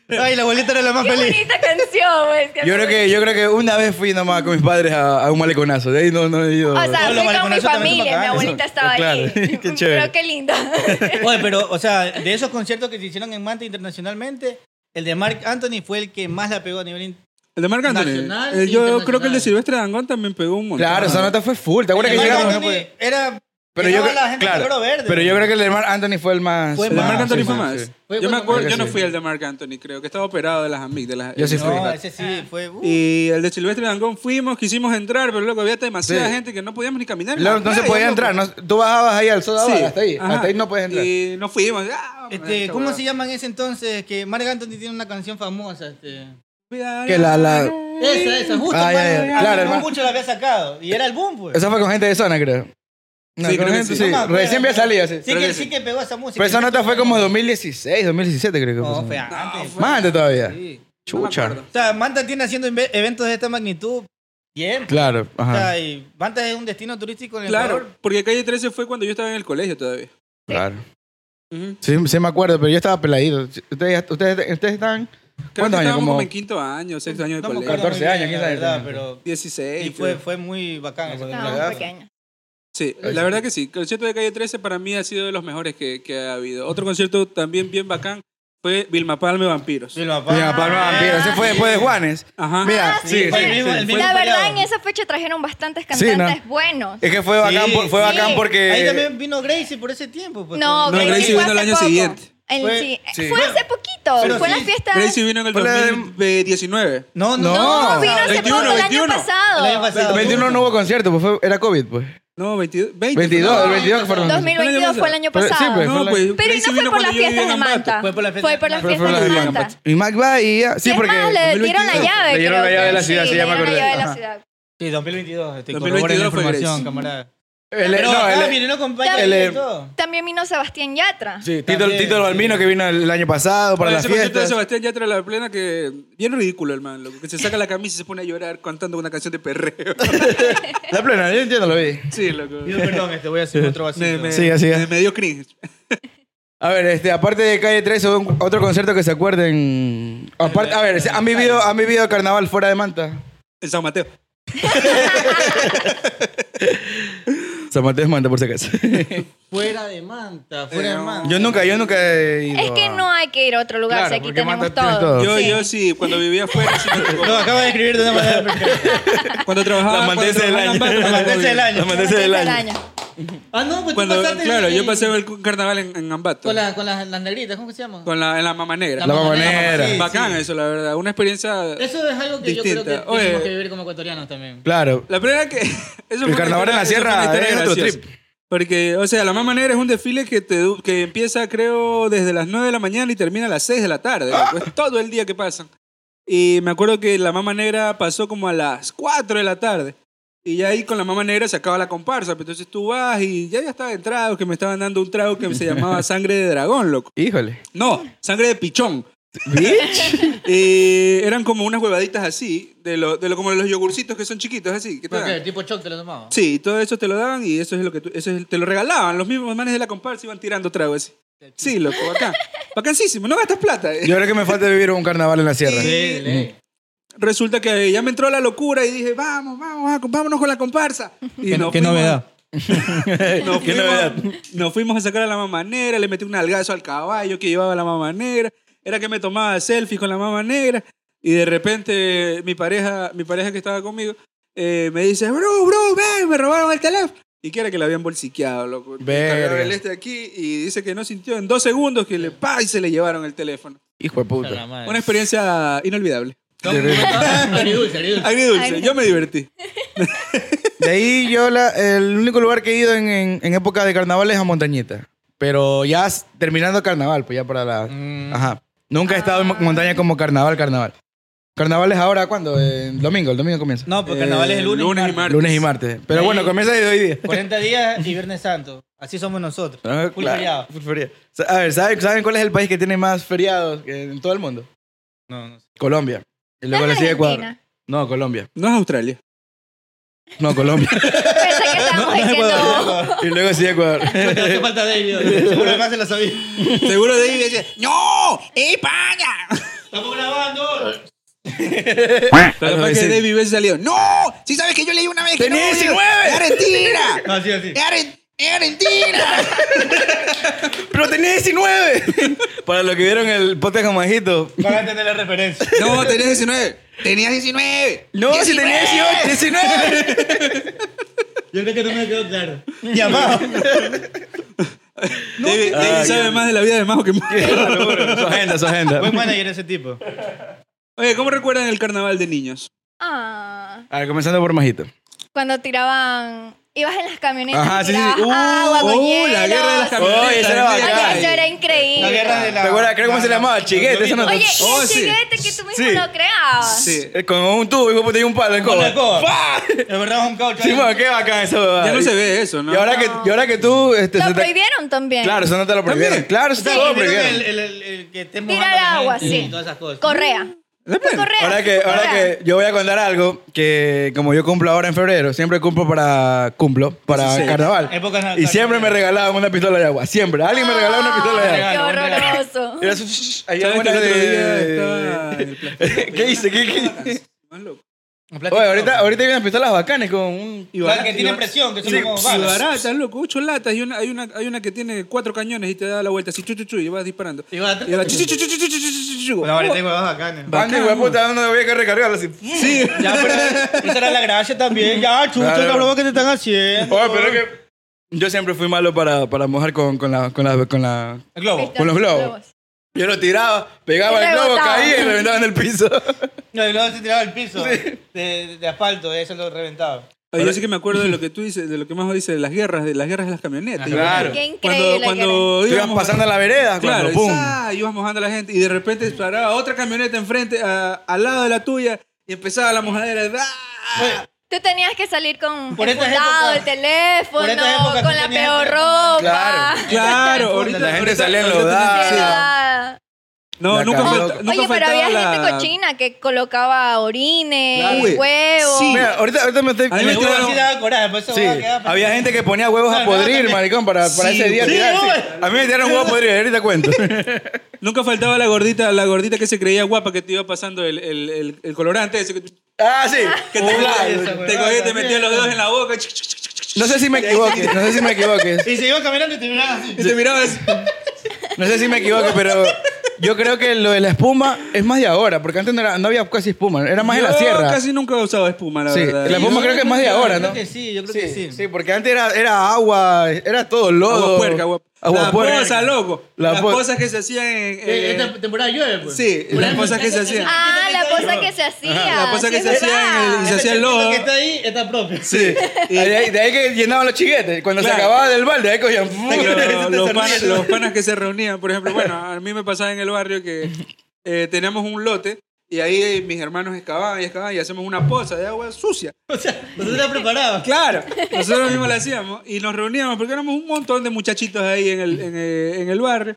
Speaker 4: Ay, la abuelita era la más
Speaker 3: Qué
Speaker 4: feliz.
Speaker 3: bonita canción, pues, güey.
Speaker 1: Yo creo que, yo creo que una vez fui nomás con mis padres a, a un maleconazo. De ahí no, no he ido.
Speaker 3: Ah, O sea,
Speaker 4: Todos los
Speaker 3: fui con mi
Speaker 4: balconazos también son
Speaker 3: familia, mi
Speaker 4: bacanes.
Speaker 3: abuelita estaba
Speaker 1: Claro,
Speaker 3: ahí.
Speaker 1: qué chévere.
Speaker 3: Pero qué lindo.
Speaker 4: Oye, pero, o sea, de esos conciertos que se hicieron en Manta internacionalmente, el de Mark Anthony fue el que más la pegó a nivel. in-
Speaker 2: El de Marc Anthony.
Speaker 4: Nacional
Speaker 2: El-
Speaker 4: e
Speaker 2: yo creo que el de
Speaker 4: internacional.
Speaker 2: Silvestre Dangón también pegó un montón.
Speaker 1: claro, esa nota fue full. ¿Te acuerdas que
Speaker 4: Marc
Speaker 1: llegamos? pues.
Speaker 4: Anthony Era.
Speaker 1: Pero yo,
Speaker 4: pues. llegaba
Speaker 1: creo-
Speaker 4: la gente
Speaker 1: claro,
Speaker 4: de oro verde.
Speaker 1: pero yo creo que el de Mar Anthony fue el más.
Speaker 4: Fue
Speaker 2: El de Marc
Speaker 4: Ah,
Speaker 2: Anthony
Speaker 4: sí,
Speaker 2: fue
Speaker 4: sí,
Speaker 2: más.
Speaker 1: sí.
Speaker 4: Fue
Speaker 2: yo me
Speaker 4: cuando-
Speaker 2: acuerdo,
Speaker 1: creo
Speaker 2: yo
Speaker 1: que
Speaker 2: no
Speaker 1: sí.
Speaker 2: fui al de Marc Anthony, creo que estaba operado de las amigas. De las,
Speaker 1: Yo sí
Speaker 2: de-
Speaker 1: fui.
Speaker 4: No, ese sí, fue. uh,
Speaker 2: Y el de Silvestre Dangón fuimos, quisimos entrar, pero luego había demasiada
Speaker 1: Sí.
Speaker 2: gente que no podíamos ni caminar.
Speaker 1: Luego no se
Speaker 2: Nadie,
Speaker 1: podía
Speaker 2: loco.
Speaker 1: entrar. no- tú bajabas ahí al soda
Speaker 2: Sí,
Speaker 1: Bar, hasta ahí.
Speaker 2: ajá.
Speaker 1: Hasta ahí no puedes entrar.
Speaker 2: Y no fuimos. Ah,
Speaker 4: Este,
Speaker 2: esta
Speaker 4: ¿Cómo
Speaker 2: huevada.
Speaker 4: se llama en ese entonces? Que Mark Anthony tiene una canción famosa. Este.
Speaker 1: Que la- la-
Speaker 4: Esa, esa, justo.
Speaker 1: Ah, ya,
Speaker 4: hermano,
Speaker 1: ya,
Speaker 4: a mí
Speaker 1: claro,
Speaker 4: no
Speaker 1: hermano.
Speaker 4: mucho la había sacado. Y era el boom, pues.
Speaker 1: Esa fue con gente de zona, creo. No,
Speaker 2: Sí,
Speaker 1: con
Speaker 2: creo que
Speaker 1: gente,
Speaker 2: sí.
Speaker 1: sí.
Speaker 4: No me acuerdo.
Speaker 1: Recién había salido, sí.
Speaker 4: Sí
Speaker 2: creo
Speaker 4: que,
Speaker 2: que
Speaker 4: sí
Speaker 2: sí.
Speaker 4: que pegó esa música.
Speaker 1: Pero esa nota fue como 2016, 2017, creo que
Speaker 4: No,
Speaker 1: fue.
Speaker 4: fue antes.
Speaker 2: fue-
Speaker 1: Más antes todavía.
Speaker 4: Sí.
Speaker 1: Chucha.
Speaker 4: O sea, Manta tiene haciendo inve- eventos de esta magnitud. Bien.
Speaker 1: Claro,
Speaker 4: O
Speaker 1: ajá.
Speaker 4: sea, y Manta es un destino turístico en el
Speaker 2: Claro,
Speaker 4: Ecuador.
Speaker 2: porque calle 13 fue cuando yo estaba en el colegio todavía.
Speaker 1: Claro. Sí, sí me acuerdo, pero yo estaba peladito. Ustedes, ustedes, ustedes estaban.
Speaker 2: Creo que
Speaker 1: ¿Cuántos años?
Speaker 2: estábamos
Speaker 1: Como
Speaker 2: como en quinto año, sexto año de
Speaker 4: No me
Speaker 2: colegio.
Speaker 4: acuerdo
Speaker 1: 14
Speaker 4: muy
Speaker 1: años,
Speaker 4: bien,
Speaker 1: 15
Speaker 4: la
Speaker 1: años
Speaker 4: verdad,
Speaker 1: también.
Speaker 4: pero.
Speaker 2: 16.
Speaker 4: Y fue,
Speaker 2: creo.
Speaker 4: fue muy bacán. esa
Speaker 3: Estaba
Speaker 4: temporada.
Speaker 3: muy pequeña.
Speaker 2: Sí, la verdad que sí. El concierto de calle 13 para mí ha sido de los mejores que, que ha habido. Otro concierto también bien bacán fue Vilma Palme Vampiros.
Speaker 4: Vilma Palma.
Speaker 1: Mira, Palma
Speaker 4: Ah,
Speaker 1: Vampiro. Ese fue después de Juanes.
Speaker 2: Ajá.
Speaker 1: Mira,
Speaker 3: Ah, sí, pues.
Speaker 1: sí,
Speaker 4: fue
Speaker 1: sí.
Speaker 4: el mismo- el mismo
Speaker 3: La verdad, en
Speaker 4: feriado.
Speaker 3: esa fecha trajeron bastantes
Speaker 1: Sí, ¿no?
Speaker 3: cantantes buenos.
Speaker 1: Es que fue bacán,
Speaker 4: Sí,
Speaker 1: por- fue
Speaker 4: sí.
Speaker 1: bacán porque.
Speaker 4: Ahí también vino Gracie por ese tiempo. Pues,
Speaker 3: No,
Speaker 2: No,
Speaker 4: con-
Speaker 3: Gracie,
Speaker 2: Gracie
Speaker 3: fue
Speaker 2: vino el
Speaker 3: hace
Speaker 2: año
Speaker 3: poco.
Speaker 2: siguiente.
Speaker 3: El-
Speaker 4: Fue-
Speaker 3: sí,
Speaker 1: sí.
Speaker 3: fue hace poquito.
Speaker 4: Pero
Speaker 3: Fue en
Speaker 4: sí,
Speaker 3: la fiesta.
Speaker 2: Gracie vino en el
Speaker 1: Fue la de-
Speaker 2: 2019.
Speaker 4: No, no.
Speaker 1: No.
Speaker 3: No, vino hace
Speaker 2: 21,
Speaker 3: poco el
Speaker 2: 21.
Speaker 3: año pasado.
Speaker 4: El año pasado.
Speaker 1: 21 no hubo concierto, pues fue- era COVID, pues.
Speaker 2: No, 22. 20,
Speaker 1: 22, el 22 que fueron.
Speaker 3: 2022 fue el año
Speaker 1: Pero- sí,
Speaker 3: pasado.
Speaker 1: pues,
Speaker 2: No, pues,
Speaker 3: Pero y
Speaker 2: Crazy
Speaker 3: no fue
Speaker 2: vino
Speaker 3: por las
Speaker 2: cuando yo vivía
Speaker 3: fiestas
Speaker 2: en
Speaker 3: de
Speaker 2: Ambato.
Speaker 3: Manta.
Speaker 4: Fue por las fiestas-
Speaker 3: Fue por las
Speaker 4: fue
Speaker 1: Fue por la
Speaker 3: fiestas de
Speaker 1: de
Speaker 3: Manta.
Speaker 1: Lampa. Y Mac va y ya. Sí,
Speaker 3: Y es
Speaker 1: porque.
Speaker 3: más, le dieron la
Speaker 2: 2022.
Speaker 3: llave.
Speaker 1: Le dieron la
Speaker 3: creo
Speaker 1: llave
Speaker 3: que.
Speaker 1: de la ciudad,
Speaker 3: Sí,
Speaker 1: sí,
Speaker 3: le
Speaker 1: ya me
Speaker 3: dieron la
Speaker 1: acordé.
Speaker 3: llave de la
Speaker 1: Ajá.
Speaker 3: ciudad.
Speaker 4: Sí, 2022. Te
Speaker 2: 2022
Speaker 4: corroboren la
Speaker 2: fue
Speaker 4: información,
Speaker 2: Grecia.
Speaker 4: camarada.
Speaker 1: El,
Speaker 4: Pero
Speaker 1: no,
Speaker 4: acá,
Speaker 1: el-
Speaker 4: mire, no acompaña
Speaker 1: el-
Speaker 4: de todo.
Speaker 3: También vino Sebastián Yatra.
Speaker 1: sí, Tito,
Speaker 4: también,
Speaker 1: Tito
Speaker 4: sí.
Speaker 1: Balbino que vino el año pasado para
Speaker 2: Para
Speaker 1: las
Speaker 2: ese concierto de
Speaker 1: fiestas.
Speaker 2: Sebastián Yatra la plena que bien ridículo el man, loco, que se saca la camisa y se pone a llorar cantando una canción de perreo.
Speaker 1: La plena, yo entiendo, lo vi.
Speaker 2: sí, loco.
Speaker 4: Pido perdón, este voy a hacer otro vacío.
Speaker 2: Me, me,
Speaker 1: Siga, siga.
Speaker 2: me- me dio cringe.
Speaker 1: A ver, este, aparte de Calle 13, ¿hubo un- otro concierto que se acuerden. Aparte, a ver, ¿han vivido, ¿han vivido carnaval fuera de Manta?
Speaker 2: En San Mateo.
Speaker 1: San Mateo es Manta, por si acaso.
Speaker 4: Fuera de manta, fuera de
Speaker 2: no.
Speaker 4: manta.
Speaker 1: yo nunca, yo nunca he ido.
Speaker 3: Es que
Speaker 1: a-
Speaker 3: no hay que ir a otro lugar,
Speaker 1: Claro,
Speaker 3: si aquí
Speaker 1: porque
Speaker 3: tenemos
Speaker 1: Manta tiene
Speaker 3: todo.
Speaker 1: todo.
Speaker 2: Yo,
Speaker 3: Sí.
Speaker 2: yo sí, cuando vivía afuera, sí me tocó.
Speaker 4: No, acaba de escribir de una manera perfecta.
Speaker 2: Cuando trabajaba.
Speaker 3: Ah,
Speaker 1: La mandé
Speaker 2: cuando
Speaker 1: ese del
Speaker 2: trabajaba en
Speaker 1: año.
Speaker 2: Ambato,
Speaker 4: La mandé ese del año.
Speaker 1: Los manteces del
Speaker 3: Del
Speaker 1: año.
Speaker 3: año.
Speaker 4: Ah, no, pues
Speaker 2: Cuando,
Speaker 4: tú pasaste.
Speaker 2: claro,
Speaker 4: eh,
Speaker 2: yo pasé el carnaval en, en Ambato.
Speaker 4: Con, la- con las, las negritas, ¿cómo se llama?
Speaker 2: Con la, en la mama
Speaker 1: La
Speaker 2: negra.
Speaker 4: mamá
Speaker 1: mamonera.
Speaker 4: negra, sí,
Speaker 2: Bacán
Speaker 4: sí.
Speaker 2: eso, la verdad. Una experiencia.
Speaker 4: Eso es algo que yo creo
Speaker 2: Distinta.
Speaker 4: que tenemos
Speaker 2: Oye.
Speaker 4: que vivir como ecuatorianos también.
Speaker 1: Claro.
Speaker 2: La primera que. eso fue una
Speaker 1: carnaval en la
Speaker 2: historia- eso fue
Speaker 1: sierra
Speaker 2: una historia
Speaker 1: es otro
Speaker 2: graciosa. Porque, o sea, la Mama Negra es un desfile que, te, du- que empieza, creo, desde las 9 de la mañana y termina a las 6 de la tarde.
Speaker 1: Ah.
Speaker 2: loco. Es todo el día que pasan. Y me acuerdo que la Mama Negra pasó como a las 4 de la tarde. Y ya ahí con la Mama Negra se acaba la comparsa. Pero Entonces tú vas y ya ya estaba en tragos, que me estaban dando un trago que se llamaba Sangre de Dragón, loco.
Speaker 1: Híjole.
Speaker 2: No, Sangre de Pichón.
Speaker 1: Bitch.
Speaker 2: Eh, eran como unas huevaditas así, de lo, de lo, como los yogurcitos que son chiquitos, así. Que te
Speaker 4: ¿Por
Speaker 2: dan.
Speaker 4: qué? Tipo choc te lo tomaba.
Speaker 2: Sí, todo eso te lo daban y eso es lo que tú- eso es- te lo regalaban. Los mismos manes de la comparsa iban tirando tragos así. Sí, loco, bacán. Bacanísimo, no gastas plata. eh.
Speaker 1: Yo creo que me falta vivir un carnaval en la sierra.
Speaker 4: Sí, ley.
Speaker 2: Mm, Resulta que ya me entró la locura y dije, vamos, vamos, ah, vámonos con la comparsa. Y
Speaker 4: Qué-
Speaker 2: nos
Speaker 4: qué
Speaker 2: fuimos-
Speaker 4: novedad.
Speaker 2: Nos
Speaker 1: Qué
Speaker 2: fuimos,
Speaker 1: novedad.
Speaker 2: eh, nos fuimos a sacar a la mamanera, le metí un algazo al caballo que llevaba la mamanera. Era que me tomaba selfies con la mamanera. Y de repente mi pareja, mi pareja que estaba conmigo, eh, me dice, bro, bro, ven, me robaron el teléfono. Y que era que le habían bolsiqueado, loco.
Speaker 1: Verga.
Speaker 2: Cargaba El este aquí y dice que no sintió en dos segundos que le pa y se le llevaron el teléfono.
Speaker 1: Hijo de
Speaker 4: Puta
Speaker 1: puta.
Speaker 4: madre.
Speaker 2: Una experiencia inolvidable.
Speaker 4: Agridulce, agridulce.
Speaker 2: Agridulce, yo me divertí.
Speaker 1: De ahí yo la- el único lugar que he ido en, en- en época de carnaval es a Montañita. Pero ya s- terminando carnaval, pues ya para la...
Speaker 4: Mm.
Speaker 1: Ajá. Nunca he estado en mo- montaña como carnaval, carnaval. ¿Carnaval es ahora cuándo? Eh, El domingo, el domingo comienza.
Speaker 4: No, porque carnaval es el
Speaker 2: Eh,
Speaker 4: lunes.
Speaker 2: lunes y
Speaker 4: martes.
Speaker 2: martes.
Speaker 1: Lunes y martes. Pero bueno,
Speaker 4: Ahí-
Speaker 1: comienza desde hoy día.
Speaker 4: 40 días y Viernes Santo. Así somos nosotros.
Speaker 1: Ah,
Speaker 4: Full
Speaker 1: claro,
Speaker 4: feriado.
Speaker 1: full feriado. Sa- A ver, ¿saben, ¿saben cuál es el país que tiene más feriados en todo el mundo?
Speaker 4: No, no sé.
Speaker 1: Colombia. Y luego
Speaker 3: No
Speaker 1: le
Speaker 3: es
Speaker 1: sigue Ecuador.
Speaker 3: Argentina.
Speaker 1: No, Colombia.
Speaker 2: No es Australia.
Speaker 1: No, Colombia.
Speaker 3: Pensé que estábamos diciendo.
Speaker 1: y luego sigue Ecuador.
Speaker 4: Te hace falta David. Seguro además se la sabía.
Speaker 2: Seguro de ahí decía, ¡No! ¡España!
Speaker 4: Estamos grabando.
Speaker 2: Pero
Speaker 1: Algo
Speaker 2: capaz que
Speaker 1: así.
Speaker 2: David hubiese salido. ¡No! Si sabes que yo leí una vez que
Speaker 1: ¡Tenía
Speaker 2: no,
Speaker 1: 19!
Speaker 2: ¡Es Argentina!
Speaker 4: No, así, así.
Speaker 2: ¡Es Argen- es Argentina!
Speaker 1: Pero tenía 19. Para los que vieron el podcast con Majito.
Speaker 4: Van a tener la referencia.
Speaker 2: No, tenías 19. Tenías 19.
Speaker 1: No, si tenía 18, 19.
Speaker 4: Yo creo que no me quedó claro.
Speaker 1: Llamado.
Speaker 2: David, David
Speaker 1: Ay,
Speaker 2: sabe
Speaker 1: Dios.
Speaker 2: más de la vida de Majo que más.
Speaker 1: su agenda, su agenda.
Speaker 4: Buen manager ese tipo.
Speaker 2: Oye, ¿cómo recuerdan el carnaval de niños?
Speaker 3: Ah,
Speaker 1: A ver, comenzando por Majito.
Speaker 3: cuando tiraban. Ibas en las camionetas.
Speaker 1: Ajá,
Speaker 3: y
Speaker 1: sí, sí.
Speaker 3: tirabas
Speaker 1: Uh,
Speaker 3: agua con
Speaker 2: uh, la
Speaker 3: hielo.
Speaker 2: guerra de las camionetas.
Speaker 1: Oye, esa era
Speaker 2: Ay,
Speaker 1: bacán.
Speaker 3: Ay, Eso era
Speaker 4: La
Speaker 3: increíble.
Speaker 4: guerra de la.
Speaker 1: ¿Te acuerdas? Creo que cómo se llamaba, Chiguete, eso no-
Speaker 3: Oye, y
Speaker 2: Oh,
Speaker 3: el
Speaker 2: sí.
Speaker 3: chiquete que tú mismo
Speaker 1: Sí.
Speaker 3: lo creabas.
Speaker 2: Sí.
Speaker 1: Eh, Con un tubo, hijo puta, y un palo en
Speaker 4: Con
Speaker 1: coba.
Speaker 4: la coba.
Speaker 1: ¡Pah!
Speaker 4: La verdad es un caucho.
Speaker 1: Sí, bueno, qué bacán eso.
Speaker 2: Ya no se ve eso, ¿no?
Speaker 1: Y ahora que, y ahora que tú... Este, se
Speaker 3: Lo
Speaker 1: te-
Speaker 3: prohibieron también.
Speaker 1: Claro, eso no te lo prohibieron.
Speaker 2: También.
Speaker 1: Claro, eso te
Speaker 4: Sí,
Speaker 1: lo
Speaker 4: creo que
Speaker 1: prohibieron.
Speaker 4: el, el, el, el que esté mojando
Speaker 3: Tirar
Speaker 4: a la
Speaker 3: agua,
Speaker 4: gente y
Speaker 3: sí.
Speaker 4: Todas esas cosas.
Speaker 3: Correa.
Speaker 2: ¿La
Speaker 3: Fue
Speaker 2: plena?
Speaker 3: Correa.
Speaker 1: Mm, Ahora que,
Speaker 3: fue
Speaker 1: ahora
Speaker 3: Correa.
Speaker 1: que yo voy a contar algo que como yo cumplo ahora en febrero, siempre cumplo para cumplo para
Speaker 2: 16.
Speaker 1: carnaval.
Speaker 4: Época natal.
Speaker 1: y siempre me regalaban una pistola de agua, siempre. Alguien me regalaba una pistola de agua.
Speaker 3: Ay, Qué
Speaker 4: Regalo, regalo.
Speaker 3: horroroso.
Speaker 1: Era su- ahí
Speaker 2: ¿Sabes que
Speaker 1: alguna
Speaker 2: el otro día estaba
Speaker 1: de-
Speaker 2: el plástico?
Speaker 1: ¿Qué hice? ¿Qué, qué?
Speaker 2: Más loco.
Speaker 4: Un plato
Speaker 1: Oye,
Speaker 4: de
Speaker 1: ahorita,
Speaker 4: coca.
Speaker 1: ahorita hay unas pistolas bacanes con un
Speaker 2: Y
Speaker 4: Claro,
Speaker 2: barata-
Speaker 4: que
Speaker 2: y
Speaker 4: tiene
Speaker 2: barata-
Speaker 4: presión, que son
Speaker 2: Sí,
Speaker 4: como
Speaker 2: y
Speaker 4: balas.
Speaker 2: baratas, loco, ocho latas y una, hay, una, hay una que tiene cuatro cañones y te da la vuelta así, chu, chu, chu, y vas disparando.
Speaker 4: Y vas atrás.
Speaker 2: Y vas, chu, chu, chu, chu, chu, chu, chu, chu, chu, chu.
Speaker 4: Una vareta de huevos bacanas.
Speaker 1: Andy, güey, puta, no había que recargarlo así.
Speaker 2: Sí.
Speaker 4: Ya, pero esa era la gracia también. Ya, chucho,
Speaker 1: Claro.
Speaker 4: la broma que te están haciendo.
Speaker 1: Oye, pero es que yo siempre fui malo para, para mojar con, con la- con la- con la
Speaker 4: El globo.
Speaker 3: Pistola,
Speaker 1: con los globos. Yo lo tiraba, pegaba
Speaker 3: Y
Speaker 1: el globo,
Speaker 3: rebotaba.
Speaker 1: caía y reventaba en el piso.
Speaker 4: No, el globo se tiraba al piso de, de asfalto, eso lo reventaba.
Speaker 2: Oye, yo sí que me acuerdo de lo que tú dices, de lo que más dice, de las guerras, de las guerras de las camionetas.
Speaker 1: Claro.
Speaker 3: Qué
Speaker 2: Cuando,
Speaker 3: increíble.
Speaker 2: cuando
Speaker 1: Tú ibas
Speaker 2: íbamos-
Speaker 1: pasando a la vereda cuando
Speaker 2: Claro, y
Speaker 1: pum.
Speaker 2: ¡za! ibas mojando a la gente y de repente paraba otra camioneta enfrente, a- al lado de la tuya, y empezaba la mojadera. ¡ah!
Speaker 3: Tú tenías que salir con
Speaker 4: Por
Speaker 3: el
Speaker 4: estas
Speaker 3: fundado,
Speaker 4: épocas-
Speaker 3: el teléfono,
Speaker 4: por estas épocas
Speaker 3: con
Speaker 4: tú
Speaker 3: la
Speaker 4: tenías
Speaker 3: peor
Speaker 4: que-
Speaker 3: ropa.
Speaker 1: Claro.
Speaker 2: Claro, ahorita
Speaker 1: La gente
Speaker 2: ahorita-
Speaker 1: salía
Speaker 2: ahorita
Speaker 1: enlodada.
Speaker 2: tenés- sí.
Speaker 3: Enlodada.
Speaker 2: No,
Speaker 1: La
Speaker 2: nunca,
Speaker 1: cambió.
Speaker 2: falta- nunca
Speaker 3: Oye, pero
Speaker 2: faltaba
Speaker 3: había gente
Speaker 2: la-
Speaker 3: cochina que colocaba orines,
Speaker 2: Claro. Uy,
Speaker 3: huevos.
Speaker 2: sí.
Speaker 1: Mira, ahorita, ahorita me estoy.
Speaker 2: A mí
Speaker 1: me
Speaker 2: me
Speaker 4: El
Speaker 1: estoy-
Speaker 4: huevo
Speaker 2: tiraron-
Speaker 4: sí daba coraje, por eso
Speaker 1: Sí,
Speaker 4: voy a quedar-
Speaker 1: había gente que ponía huevos a
Speaker 4: No, no,
Speaker 1: podrir,
Speaker 4: también.
Speaker 1: maricón, para, para
Speaker 2: Sí,
Speaker 1: ese día
Speaker 2: sí,
Speaker 1: tirar, sí.
Speaker 4: güey.
Speaker 1: A mí me tiraron huevos a podrir, ahorita cuento.
Speaker 2: Nunca faltaba la gordita, la gordita que se creía guapa que te iba pasando el, el, el, el colorante ese que, que
Speaker 1: ah, sí.
Speaker 2: te, te cogía y te metía los dedos en la boca. chuc, chuc, chuc, chuc, chuc,
Speaker 1: No sé si me equivoque, no sé si me equivoque.
Speaker 4: Y se iba caminando y te miraba así.
Speaker 2: Y te mirabas.
Speaker 1: No sé si me equivoco, pero yo creo que lo de la espuma es más de ahora, porque antes no, era- no había casi espuma, era más en la
Speaker 2: Yo
Speaker 1: sierra.
Speaker 2: casi nunca he usado espuma, la
Speaker 1: Sí,
Speaker 2: verdad.
Speaker 1: la
Speaker 2: Y
Speaker 1: espuma
Speaker 2: yo-
Speaker 1: creo que es más de
Speaker 4: Yo
Speaker 1: ahora,
Speaker 4: creo
Speaker 1: ¿no?
Speaker 4: que sí, yo creo que sí.
Speaker 1: sí, porque antes era, era agua, era todo lodo.
Speaker 2: Agua puerca, agua, Las
Speaker 1: puerca.
Speaker 2: cosas, loco.
Speaker 1: La
Speaker 2: las
Speaker 1: po-
Speaker 2: cosas que se hacían en.
Speaker 4: Eh,
Speaker 2: en-
Speaker 4: Esta temporada llueve, pues.
Speaker 2: sí,
Speaker 4: Por
Speaker 2: las
Speaker 4: ejemplo,
Speaker 2: cosas que se hacían.
Speaker 3: Ah, la cosa que se hacía.
Speaker 2: La cosa que
Speaker 3: sí,
Speaker 2: se
Speaker 3: es
Speaker 2: hacía en
Speaker 3: verdad.
Speaker 2: el- y se
Speaker 4: Ese
Speaker 2: hacía el
Speaker 4: charquito
Speaker 2: lodo.
Speaker 4: que está ahí está propio.
Speaker 1: Sí. Y de ahí, de ahí que llenaban los chiquetes. Cuando se
Speaker 2: Claro.
Speaker 1: acababa del balde, ahí cogían.
Speaker 2: Pero los, panas,
Speaker 1: Sardinas.
Speaker 2: los panas que se reunían, por ejemplo, bueno, a mí me pasaba en el barrio que eh, teníamos un lote y ahí mis hermanos excavaban y excavaban y hacemos una poza de agua sucia.
Speaker 4: O sea, nosotros la preparabas.
Speaker 2: Claro, nosotros mismos la hacíamos y nos reuníamos porque éramos un montón de muchachitos ahí en el, en el, en el barrio.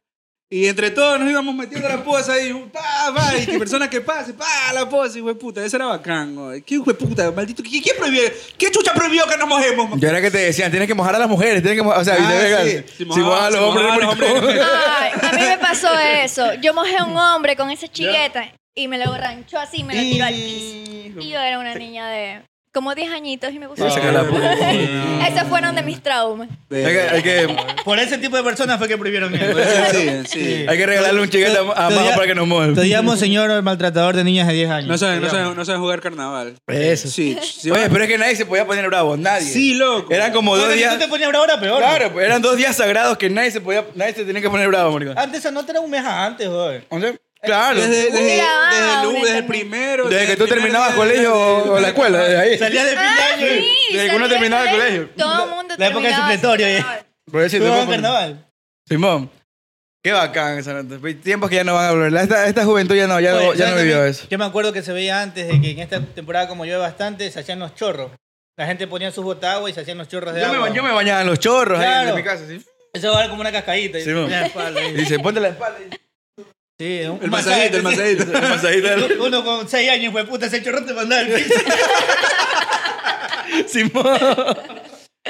Speaker 2: Y entre todos nos íbamos metiendo la poza y pa, pa, y que personas que pase, pa, la poza, y fue puta, eso era bacán, güey. ¿Qué fue puta, maldito? ¿Quién quién prohibió? ¿Qué chucha prohibió que nos mojemos? ma-
Speaker 1: Y ahora que te decían, tienes que mojar a las mujeres, tienes que mojar, o sea,
Speaker 2: Ah,
Speaker 1: viceversa.
Speaker 2: sí.
Speaker 1: Si
Speaker 2: Si
Speaker 1: mojas a los
Speaker 2: mojabas-
Speaker 1: hombres,
Speaker 2: si mojabas a los
Speaker 1: ¿cómo?
Speaker 2: hombres.
Speaker 3: Ay, a mí me pasó eso. Yo mojé a un hombre con esa chiqueta y me lo ranchó así y me lo tiró al piso. Y yo era una niña de como 10 añitos y me puse
Speaker 1: Ah,
Speaker 3: así.
Speaker 1: saca la puta.
Speaker 3: Esos fueron de mis traumas.
Speaker 1: hay, que, hay, que,
Speaker 4: Por ese tipo de personas fue que prohibieron eso.
Speaker 2: Sí, sí, sí.
Speaker 1: hay que regalarle un chiquete a, a Majo para que nos moje.
Speaker 4: Te llamo señor maltratador de niñas de 10 años.
Speaker 2: No saben, no saben, no saben jugar carnaval.
Speaker 1: Eso.
Speaker 2: Sí, sí,
Speaker 1: Oye, pero es que nadie se podía poner bravo, nadie.
Speaker 2: Sí, loco.
Speaker 1: Eran como
Speaker 4: Ahora,
Speaker 1: dos
Speaker 4: si
Speaker 1: días.
Speaker 4: tú te ponías bravo, era peor.
Speaker 1: Claro, pues, eran dos días sagrados que nadie se podía, nadie se tenía que poner bravo, maricón.
Speaker 4: Antes esa nota era un mes antes, joder.
Speaker 1: O sea, Claro.
Speaker 2: Ah, Desde, desde, desde,
Speaker 3: Mira,
Speaker 2: el,
Speaker 3: una
Speaker 2: desde el
Speaker 3: también.
Speaker 2: primero.
Speaker 1: Desde que tú
Speaker 2: el primer
Speaker 1: terminabas
Speaker 2: día,
Speaker 1: colegio
Speaker 2: desde-
Speaker 1: o la escuela, desde ahí.
Speaker 4: Salías de fin de
Speaker 3: Ah,
Speaker 4: año. y-
Speaker 3: sí.
Speaker 1: Desde que uno
Speaker 3: salí
Speaker 1: terminaba el colegio.
Speaker 3: Todo el mundo
Speaker 4: La época del
Speaker 3: terminaba
Speaker 4: supletorio,
Speaker 3: así,
Speaker 4: ¿eh?
Speaker 3: carnaval.
Speaker 1: Por eso
Speaker 4: Jugaba
Speaker 1: Simón,
Speaker 4: carnaval.
Speaker 1: Simón, qué bacán esa nota. Tiempos que ya no van a volver. Esta, esta juventud ya no, ya, no-
Speaker 4: Oye,
Speaker 1: ya no
Speaker 4: ¿sabes
Speaker 1: vivió
Speaker 4: también?
Speaker 1: eso.
Speaker 4: Yo me acuerdo que se veía antes de que en esta temporada, como llueve bastante, se hacían los chorros. La gente ponía sus botagua y se hacían los chorros de
Speaker 1: Yo
Speaker 4: agua.
Speaker 1: me, yo me bañaba en los chorros ahí
Speaker 4: Claro.
Speaker 1: en mi casa. ¿sí?
Speaker 4: Eso va a dar como una cascadita. y-
Speaker 1: Sí, mo.
Speaker 4: la espalda,
Speaker 1: Y
Speaker 4: y-
Speaker 1: dice, ponte la espalda.
Speaker 4: sí, un
Speaker 2: El
Speaker 4: masaje,
Speaker 2: masajito, el
Speaker 4: sí.
Speaker 2: masajito.
Speaker 1: El masajito del-
Speaker 4: Uno con 6 años, fue puta, ese chorro te mandaba al piso.
Speaker 1: Simón.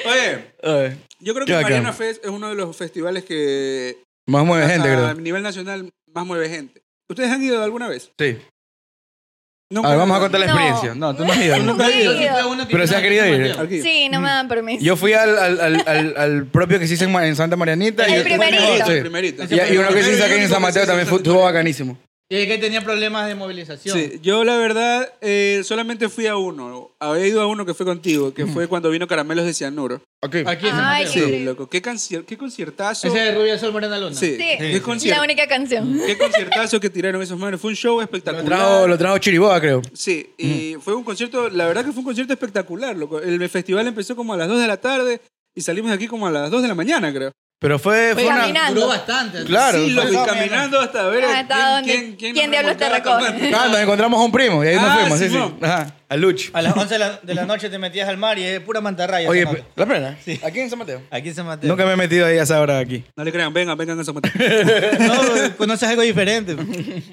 Speaker 2: Oye,
Speaker 1: Ay,
Speaker 2: yo creo
Speaker 1: Qué
Speaker 2: que
Speaker 1: bacán.
Speaker 2: Mariana Fest es uno de los festivales que
Speaker 1: Más mueve gente,
Speaker 2: a
Speaker 1: creo.
Speaker 2: nivel nacional más mueve gente. ¿Ustedes han ido alguna vez?
Speaker 1: Sí.
Speaker 2: No,
Speaker 1: A ver, vamos a contar la
Speaker 3: No.
Speaker 1: experiencia. No, tú no has ido. ¿no?
Speaker 2: Nunca he ido.
Speaker 3: Sí.
Speaker 1: Pero se ha querido ir.
Speaker 3: Sí, no me dan permiso.
Speaker 1: Yo fui al, al, al, al, al propio que se hizo en, Ma- en Santa Marianita.
Speaker 3: El
Speaker 1: y
Speaker 3: primerito.
Speaker 1: Sí.
Speaker 2: El primerito.
Speaker 1: Y, y uno que se hizo aquí en San Mateo también fue- estuvo bacanísimo.
Speaker 4: Y es que tenía problemas de movilización.
Speaker 2: Sí, yo la verdad eh, solamente fui a uno. Había ido a uno que fue contigo, que fue cuando vino Caramelos de Cianuro.
Speaker 1: Aquí.
Speaker 4: Aquí en San Mateo.
Speaker 3: Ay, qué
Speaker 2: Sí,
Speaker 3: increíble.
Speaker 2: loco. Qué, canci- qué conciertazo.
Speaker 4: Ese de Rubia Sol Morena Luna.
Speaker 2: Sí, qué, concierto.
Speaker 3: La única canción.
Speaker 2: Qué conciertazo que tiraron esos manos. Fue un show
Speaker 1: Lo
Speaker 2: espectacular.
Speaker 1: trajo, lo trajo Chiriboga, creo.
Speaker 2: Sí, y fue un concierto, la verdad que fue un concierto espectacular, loco. El festival empezó como a las 2 de la tarde y salimos de aquí como a las 2 de la mañana, creo.
Speaker 1: Pero fue, fue una...
Speaker 3: Caminando.
Speaker 4: Duró bastante.
Speaker 1: Claro.
Speaker 2: sí, loco, y
Speaker 4: fue-
Speaker 2: caminando hasta ver
Speaker 3: Ah, hasta
Speaker 2: quién,
Speaker 3: donde-
Speaker 2: quién, quién,
Speaker 3: quién
Speaker 2: nos
Speaker 3: diablos te
Speaker 2: remontaba
Speaker 3: recoge.
Speaker 2: tanto.
Speaker 1: Ah, nos encontramos a un primo y ahí nos
Speaker 2: Ah,
Speaker 1: fuimos. Sí, sí.
Speaker 2: Simón.
Speaker 1: Ajá, a Luch.
Speaker 4: A las 11 de la, de la noche te metías al mar y es pura mantarraya.
Speaker 1: Oye,
Speaker 4: esa nota.
Speaker 1: la plena. Aquí en San Mateo.
Speaker 4: aquí se mató.
Speaker 1: Nunca me he metido ahí a esa hora aquí.
Speaker 2: No le crean, vengan, vengan a San Mateo.
Speaker 4: No, conoces algo diferente.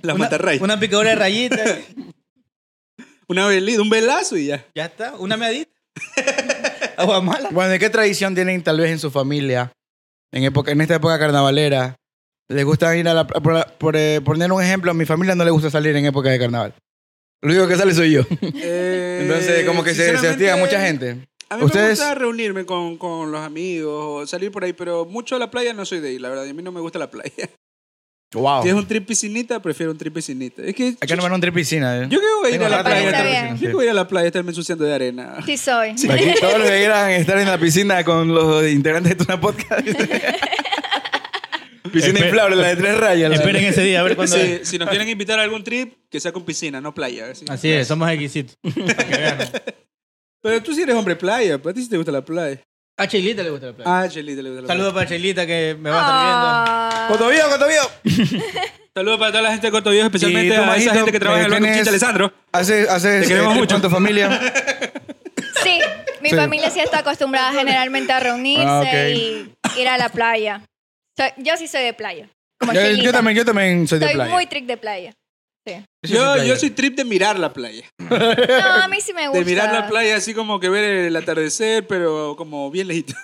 Speaker 2: La
Speaker 4: una,
Speaker 2: Monterrey. Una,
Speaker 4: Una picadora de rayitas.
Speaker 2: velita, un velazo y ya.
Speaker 4: Ya está. Una meadita. Agua mala.
Speaker 1: Bueno, ¿de qué tradición tienen tal vez en su familia? En, época, en esta época carnavalera. ¿Les gusta ir a la... Por, por, eh, poner un ejemplo, a mi familia no le gusta salir en época de carnaval. Lo único que sale soy yo.
Speaker 2: Eh,
Speaker 1: Entonces, como que se, se hostiga a
Speaker 2: sinceramente,
Speaker 1: mucha gente.
Speaker 2: A mí me
Speaker 1: Ustedes-
Speaker 2: gusta reunirme con, con los amigos o salir por ahí, pero mucho a la playa no soy de ir, la verdad. y A mí no me gusta la playa.
Speaker 1: Wow.
Speaker 2: Si es un trip piscinita, prefiero un trip piscinita. Es que
Speaker 1: Acá no me dan un trip piscina. ¿eh?
Speaker 2: Yo que voy a ir
Speaker 1: Tengo
Speaker 2: a la
Speaker 1: rato que
Speaker 2: playa
Speaker 1: no
Speaker 3: Está
Speaker 2: también.
Speaker 1: bien.
Speaker 2: Yo que voy a la playa estarme ensuciando de arena.
Speaker 3: Sí soy. Ah.
Speaker 1: Aquí todos los que quieran estar en la piscina con los integrantes de Tuna Podcast. piscina
Speaker 4: Espe-
Speaker 1: inflable, la de tres rayas. la-
Speaker 4: Esperen ese día a ver cuándo
Speaker 2: Sí,
Speaker 4: es.
Speaker 2: si nos quieren
Speaker 1: Ah,
Speaker 2: invitar a algún trip, que sea con piscina, no playa. ¿sí?
Speaker 4: Así es, somos exquisitos. Para que vean.
Speaker 2: Pero tú sí eres hombre playa, pues a ti sí te gusta la playa.
Speaker 4: A Chelita le gusta la playa.
Speaker 2: Ah, Chelita le gusta la
Speaker 4: Saludos
Speaker 2: playa.
Speaker 4: para Chelita que me va a estar viendo.
Speaker 1: Cotovío,
Speaker 3: Ah.
Speaker 1: Cotovío.
Speaker 2: Saludos para toda la gente de Corto Viejo, especialmente
Speaker 1: Y tú,
Speaker 2: a
Speaker 1: Majito,
Speaker 2: esa gente que trabaja en el banco
Speaker 1: tienes-
Speaker 2: Chincha Alessandro.
Speaker 1: Haces, haces.
Speaker 2: Te queremos
Speaker 1: eh,
Speaker 2: mucho.
Speaker 1: Con tu familia.
Speaker 3: Sí, mi
Speaker 1: Sí.
Speaker 3: familia sí está acostumbrada generalmente a reunirse
Speaker 1: Ah, ok.
Speaker 3: y ir a la playa. O sea, yo sí soy de playa. Como
Speaker 1: Yo,
Speaker 3: Chelita.
Speaker 1: yo también, yo también soy de
Speaker 3: soy
Speaker 1: playa.
Speaker 3: muy trick de playa.
Speaker 2: Yo,
Speaker 4: playa.
Speaker 2: yo soy trip de mirar la playa.
Speaker 3: No, a mí sí me gusta.
Speaker 2: De mirar la playa así como que ver el atardecer, pero como bien lejito.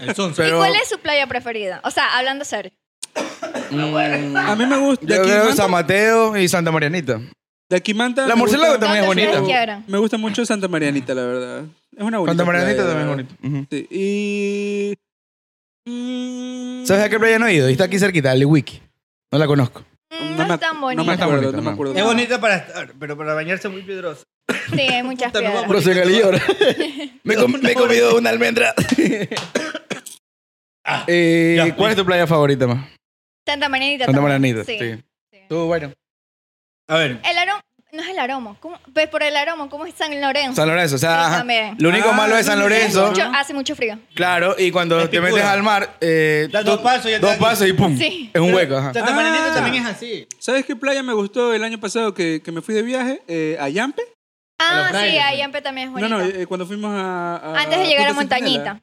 Speaker 4: El Sunset.
Speaker 3: ¿Y
Speaker 1: Pero
Speaker 3: cuál es su playa preferida? O sea, hablando serio.
Speaker 2: A mí me gusta. De
Speaker 1: Mm, yo
Speaker 2: aquí,
Speaker 1: creo
Speaker 2: Manta,
Speaker 1: San Mateo y Santa Marianita.
Speaker 2: de aquí Manta
Speaker 1: La
Speaker 2: me
Speaker 1: Murciélago
Speaker 2: gusta-
Speaker 1: También es
Speaker 3: ¿Dónde ustedes
Speaker 1: bonita.
Speaker 3: quieran?
Speaker 2: Me gusta mucho Santa Marianita, la verdad. Es una bonita.
Speaker 1: Santa Marianita
Speaker 2: playa,
Speaker 1: también es
Speaker 2: la
Speaker 1: bonito. Ujú.
Speaker 2: verdad. Sí, Y. mm,
Speaker 1: ¿Sabes a qué playa no he ido? Y está aquí cerquita, Liwiki. No la conozco.
Speaker 3: Mm,
Speaker 2: No
Speaker 3: No,
Speaker 2: me-
Speaker 3: es tan
Speaker 2: No
Speaker 3: bonito.
Speaker 2: me
Speaker 1: No está
Speaker 2: acuerdo,
Speaker 1: bonita,
Speaker 2: no me
Speaker 1: no.
Speaker 2: acuerdo.
Speaker 4: Es bonita para estar, pero para bañarse es muy piedroso.
Speaker 3: Sí, hay muchas
Speaker 4: Puta, me voy a
Speaker 3: piedras.
Speaker 1: Pero soy gallillor. me, com- me he comido una almendra. Eh,
Speaker 4: Ah. ya.
Speaker 1: ¿Cuál es tu playa favorita, ma?
Speaker 3: Santa Marianita.
Speaker 1: Santa
Speaker 3: también.
Speaker 1: Marianita.
Speaker 3: Sí.
Speaker 1: Sí.
Speaker 3: Sí.
Speaker 1: Tú, bueno.
Speaker 4: A ver,
Speaker 3: El aroma, no es el aroma. ¿Cómo? ¿Ves por el aroma? ¿Cómo es San Lorenzo?
Speaker 1: San Lorenzo, o sea,
Speaker 3: Sí,
Speaker 1: ajá.
Speaker 3: también.
Speaker 1: lo único
Speaker 2: Ah,
Speaker 1: malo de San
Speaker 2: sí,
Speaker 3: Hace
Speaker 1: Lorenzo,
Speaker 3: mucho,
Speaker 2: ¿no?
Speaker 3: hace mucho frío.
Speaker 1: claro, y cuando
Speaker 4: Es
Speaker 1: te metes
Speaker 4: picura.
Speaker 1: al mar, eh,
Speaker 4: Das
Speaker 1: tú-
Speaker 4: dos pasos y ya
Speaker 1: dos
Speaker 4: estás aquí.
Speaker 1: pasos y pum,
Speaker 3: Sí.
Speaker 1: es un hueco, ajá.
Speaker 4: Santa
Speaker 2: Ah.
Speaker 4: Marinita también es así.
Speaker 2: ¿Sabes qué playa me gustó el año pasado que, que me fui de viaje? Eh, ¿A Yampe?
Speaker 4: A
Speaker 3: Ah,
Speaker 4: los
Speaker 3: sí,
Speaker 4: frailes,
Speaker 3: ahí Yampe también es
Speaker 2: No,
Speaker 3: bonito.
Speaker 2: no, eh, cuando fuimos a. a-
Speaker 3: Antes de llegar a
Speaker 2: Punta
Speaker 3: Montañita.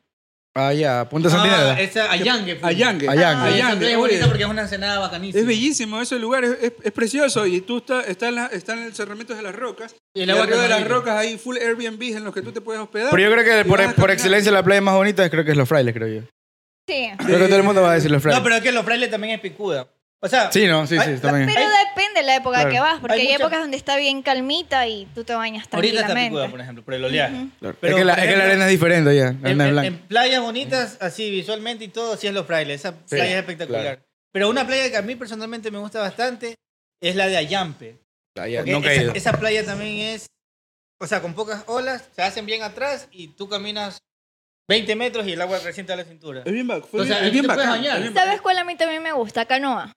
Speaker 1: Ah, ya, Punta Santinela.
Speaker 4: Ah, esa Ayangue.
Speaker 2: Centinela.
Speaker 4: fue.
Speaker 2: A Yangue.
Speaker 1: A Yangue.
Speaker 4: Ah,
Speaker 2: A
Speaker 4: esa
Speaker 2: Yangue,
Speaker 4: playa
Speaker 2: oye.
Speaker 4: es bonita porque es una cenada bacanísima.
Speaker 2: Es bellísimo ese lugar, es, es- es precioso. Y tú estás está en, la- está en el cerramiento de las rocas.
Speaker 4: Y
Speaker 2: Y
Speaker 4: el agua
Speaker 2: arriba de
Speaker 4: que nos
Speaker 2: las
Speaker 4: viene.
Speaker 2: rocas hay full Airbnb en los que tú te puedes hospedar.
Speaker 1: Pero yo creo que
Speaker 2: Y
Speaker 4: Ah,
Speaker 2: vas a
Speaker 1: por, por
Speaker 2: caminar.
Speaker 1: excelencia la playa más bonita creo que es Los Frailes, creo yo.
Speaker 3: Sí.
Speaker 1: Creo que todo el mundo va a decir Los Frailes.
Speaker 4: No, pero es que los frailes también es picuda. O sea,
Speaker 1: Sí, no, sí, sí,
Speaker 4: Ay,
Speaker 1: también.
Speaker 3: Pero
Speaker 4: Hay-
Speaker 3: depende de la época
Speaker 1: Claro.
Speaker 3: que vas, porque
Speaker 4: Hay
Speaker 3: hay,
Speaker 4: mucha-
Speaker 3: épocas donde está bien calmita y tú te bañas
Speaker 4: ahorita está
Speaker 3: tranquilamente.
Speaker 4: picuda, por ejemplo, por el oleaje.
Speaker 1: es, que la,
Speaker 4: por
Speaker 1: es que la
Speaker 4: ejemplo,
Speaker 1: arena es diferente ya, la
Speaker 4: En,
Speaker 1: arena es
Speaker 4: en-
Speaker 1: blanca.
Speaker 4: en playas bonitas, así visualmente y todo, sí es los frailes. Esa playa es espectacular.
Speaker 1: claro.
Speaker 4: Pero una playa que a mí personalmente me gusta bastante es la de Ayampe.
Speaker 1: Ah, ya,
Speaker 4: Porque
Speaker 1: nunca he
Speaker 4: esa,
Speaker 1: ido.
Speaker 4: esa playa también es, o sea, con pocas olas, se hacen bien atrás y tú caminas 20 metros y el agua recién te da la cintura.
Speaker 1: Eh,
Speaker 2: Es bien, bac- fue
Speaker 4: O sea,
Speaker 2: bien-
Speaker 4: ahí
Speaker 2: es bien
Speaker 4: te puedes
Speaker 2: bacán,
Speaker 4: bañar.
Speaker 2: es bien bacán.
Speaker 3: ¿Sabes cuál a mí también me gusta? Canoa.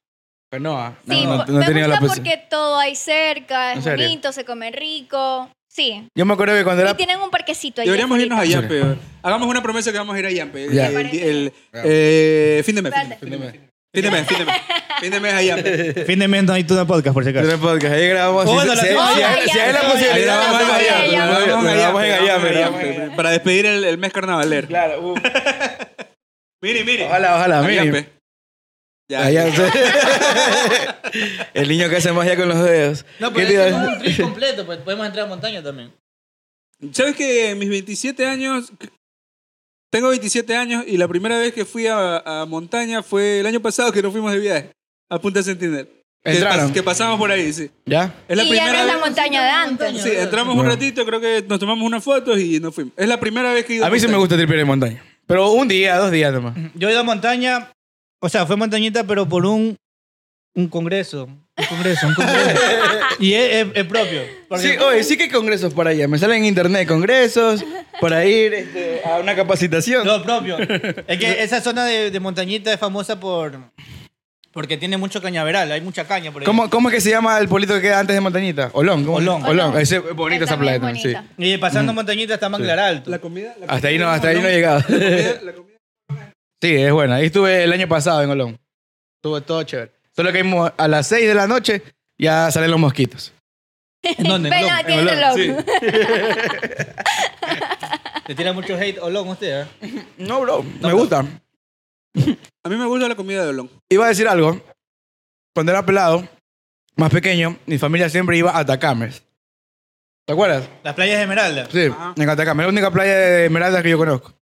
Speaker 1: Canoa. No, ah.
Speaker 3: Sí,
Speaker 1: no,
Speaker 3: po-
Speaker 1: no he
Speaker 3: me
Speaker 1: tenido la
Speaker 3: gusta
Speaker 1: posibilidad.
Speaker 3: porque todo hay cerca,
Speaker 1: ¿En
Speaker 3: es
Speaker 1: serio?
Speaker 3: bonito, se come rico. Sí.
Speaker 1: Yo me acuerdo que cuando
Speaker 3: Y
Speaker 1: era...
Speaker 3: tienen un parquecito ahí.
Speaker 2: Deberíamos irnos a
Speaker 3: afuera.
Speaker 1: ahorita.
Speaker 2: Yampe. eh. Hagamos una promesa que vamos a ir a Yampe.
Speaker 1: Ya.
Speaker 2: El,
Speaker 3: Me
Speaker 2: el-
Speaker 3: parece.
Speaker 2: el- eh, fin de mes.
Speaker 3: Espérate.
Speaker 2: Fin de mes, fin de mes. Fin de mes, fin de mes a Yampe.
Speaker 4: Fin de mes no hay una podcast, por si
Speaker 1: Yo en el podcast, ahí grabamos.
Speaker 4: Oh,
Speaker 1: si-
Speaker 4: no,
Speaker 1: si-
Speaker 4: la-
Speaker 1: si-
Speaker 4: oh,
Speaker 1: si-
Speaker 3: ya,
Speaker 1: si
Speaker 3: ya.
Speaker 1: hay la
Speaker 3: Ahí
Speaker 2: Ahí
Speaker 1: posibilidad,
Speaker 2: grabamos
Speaker 1: vamos
Speaker 2: algo
Speaker 1: a
Speaker 2: a
Speaker 3: allá,
Speaker 2: Yampe,
Speaker 1: Yampe,
Speaker 3: allá.
Speaker 1: nos
Speaker 2: grabamos
Speaker 1: vamos
Speaker 2: a
Speaker 1: a Yampe,
Speaker 2: Yampe, grabamos a
Speaker 1: grabamos a
Speaker 2: Yampe,
Speaker 1: Yampe.
Speaker 2: Para despedir el, el mes carnavalero.
Speaker 1: Claro, uh,
Speaker 2: Mire, mire.
Speaker 1: ojalá, ojalá,
Speaker 2: A
Speaker 1: mire.
Speaker 2: Yampe. Ya.
Speaker 1: Allá, El niño que hace magia con los dedos.
Speaker 4: No,
Speaker 1: ¿Qué
Speaker 4: pero
Speaker 1: te iba a
Speaker 4: eso es
Speaker 1: decir?
Speaker 4: un trip completo, pues podemos entrar a montaña también.
Speaker 2: ¿Sabes que en mis 27 años... Tengo 27 años y la primera vez que fui a, a montaña fue el año pasado que nos fuimos de viaje a Punta Sentinel. Que,
Speaker 1: Entraron.
Speaker 2: pas- que pasamos por ahí, sí.
Speaker 1: ¿Ya?
Speaker 2: Es la
Speaker 3: y ya
Speaker 2: primera
Speaker 3: no es la
Speaker 2: vez-
Speaker 3: montaña de antes.
Speaker 2: Sí, entramos un
Speaker 1: Bueno.
Speaker 2: ratito, creo que nos tomamos unas fotos y nos fuimos. Es la primera vez que he ido
Speaker 1: A mí sí
Speaker 2: montaña.
Speaker 1: me gusta tripear en montaña. Pero un día, dos días nomás.
Speaker 4: Yo he ido a montaña, o sea, fue montañita, pero por un, un congreso. Un congreso, un congreso. y es, es- es propio.
Speaker 1: Sí, oye, sí que hay congresos para allá. Me salen en internet congresos para ir este, a una capacitación.
Speaker 4: No, propio. Es que esa zona de, de montañita es famosa por. Porque tiene mucho cañaveral, hay mucha caña por ahí.
Speaker 1: ¿Cómo, ¿Cómo es que se llama el pueblito que queda antes de Montañita? Olón. ¿cómo?
Speaker 4: Olón.
Speaker 1: Olón. Ese, es bonito esa playa
Speaker 3: también
Speaker 1: también,
Speaker 3: es
Speaker 1: sí.
Speaker 3: bonita.
Speaker 4: Y
Speaker 1: Mm.
Speaker 4: pasando montañita está Manglar Alto.
Speaker 2: La comida... la
Speaker 1: Hasta ahí no,
Speaker 2: comida,
Speaker 1: hasta ahí no he llegado.
Speaker 2: La comida, la comida.
Speaker 1: Sí, es buena. Ahí estuve el año pasado en Olón. Estuvo todo chévere. Solo que íbamos a las 6 de la noche ya salen los mosquitos.
Speaker 4: ¿En dónde? En
Speaker 3: Venga,
Speaker 4: Olón.
Speaker 3: tiene reloj.
Speaker 4: Te tira mucho hate Olón usted, ¿eh?
Speaker 1: No, bro. me gusta.
Speaker 2: A mí me gusta la comida de Olón.
Speaker 1: Iba a decir algo. Cuando era pelado, más pequeño, mi familia siempre iba a Atacames. ¿Te acuerdas?
Speaker 4: Las playas de Esmeralda.
Speaker 1: Sí,
Speaker 2: Ajá.
Speaker 1: en Atacama. Es la única playa de esmeraldas que yo conozco.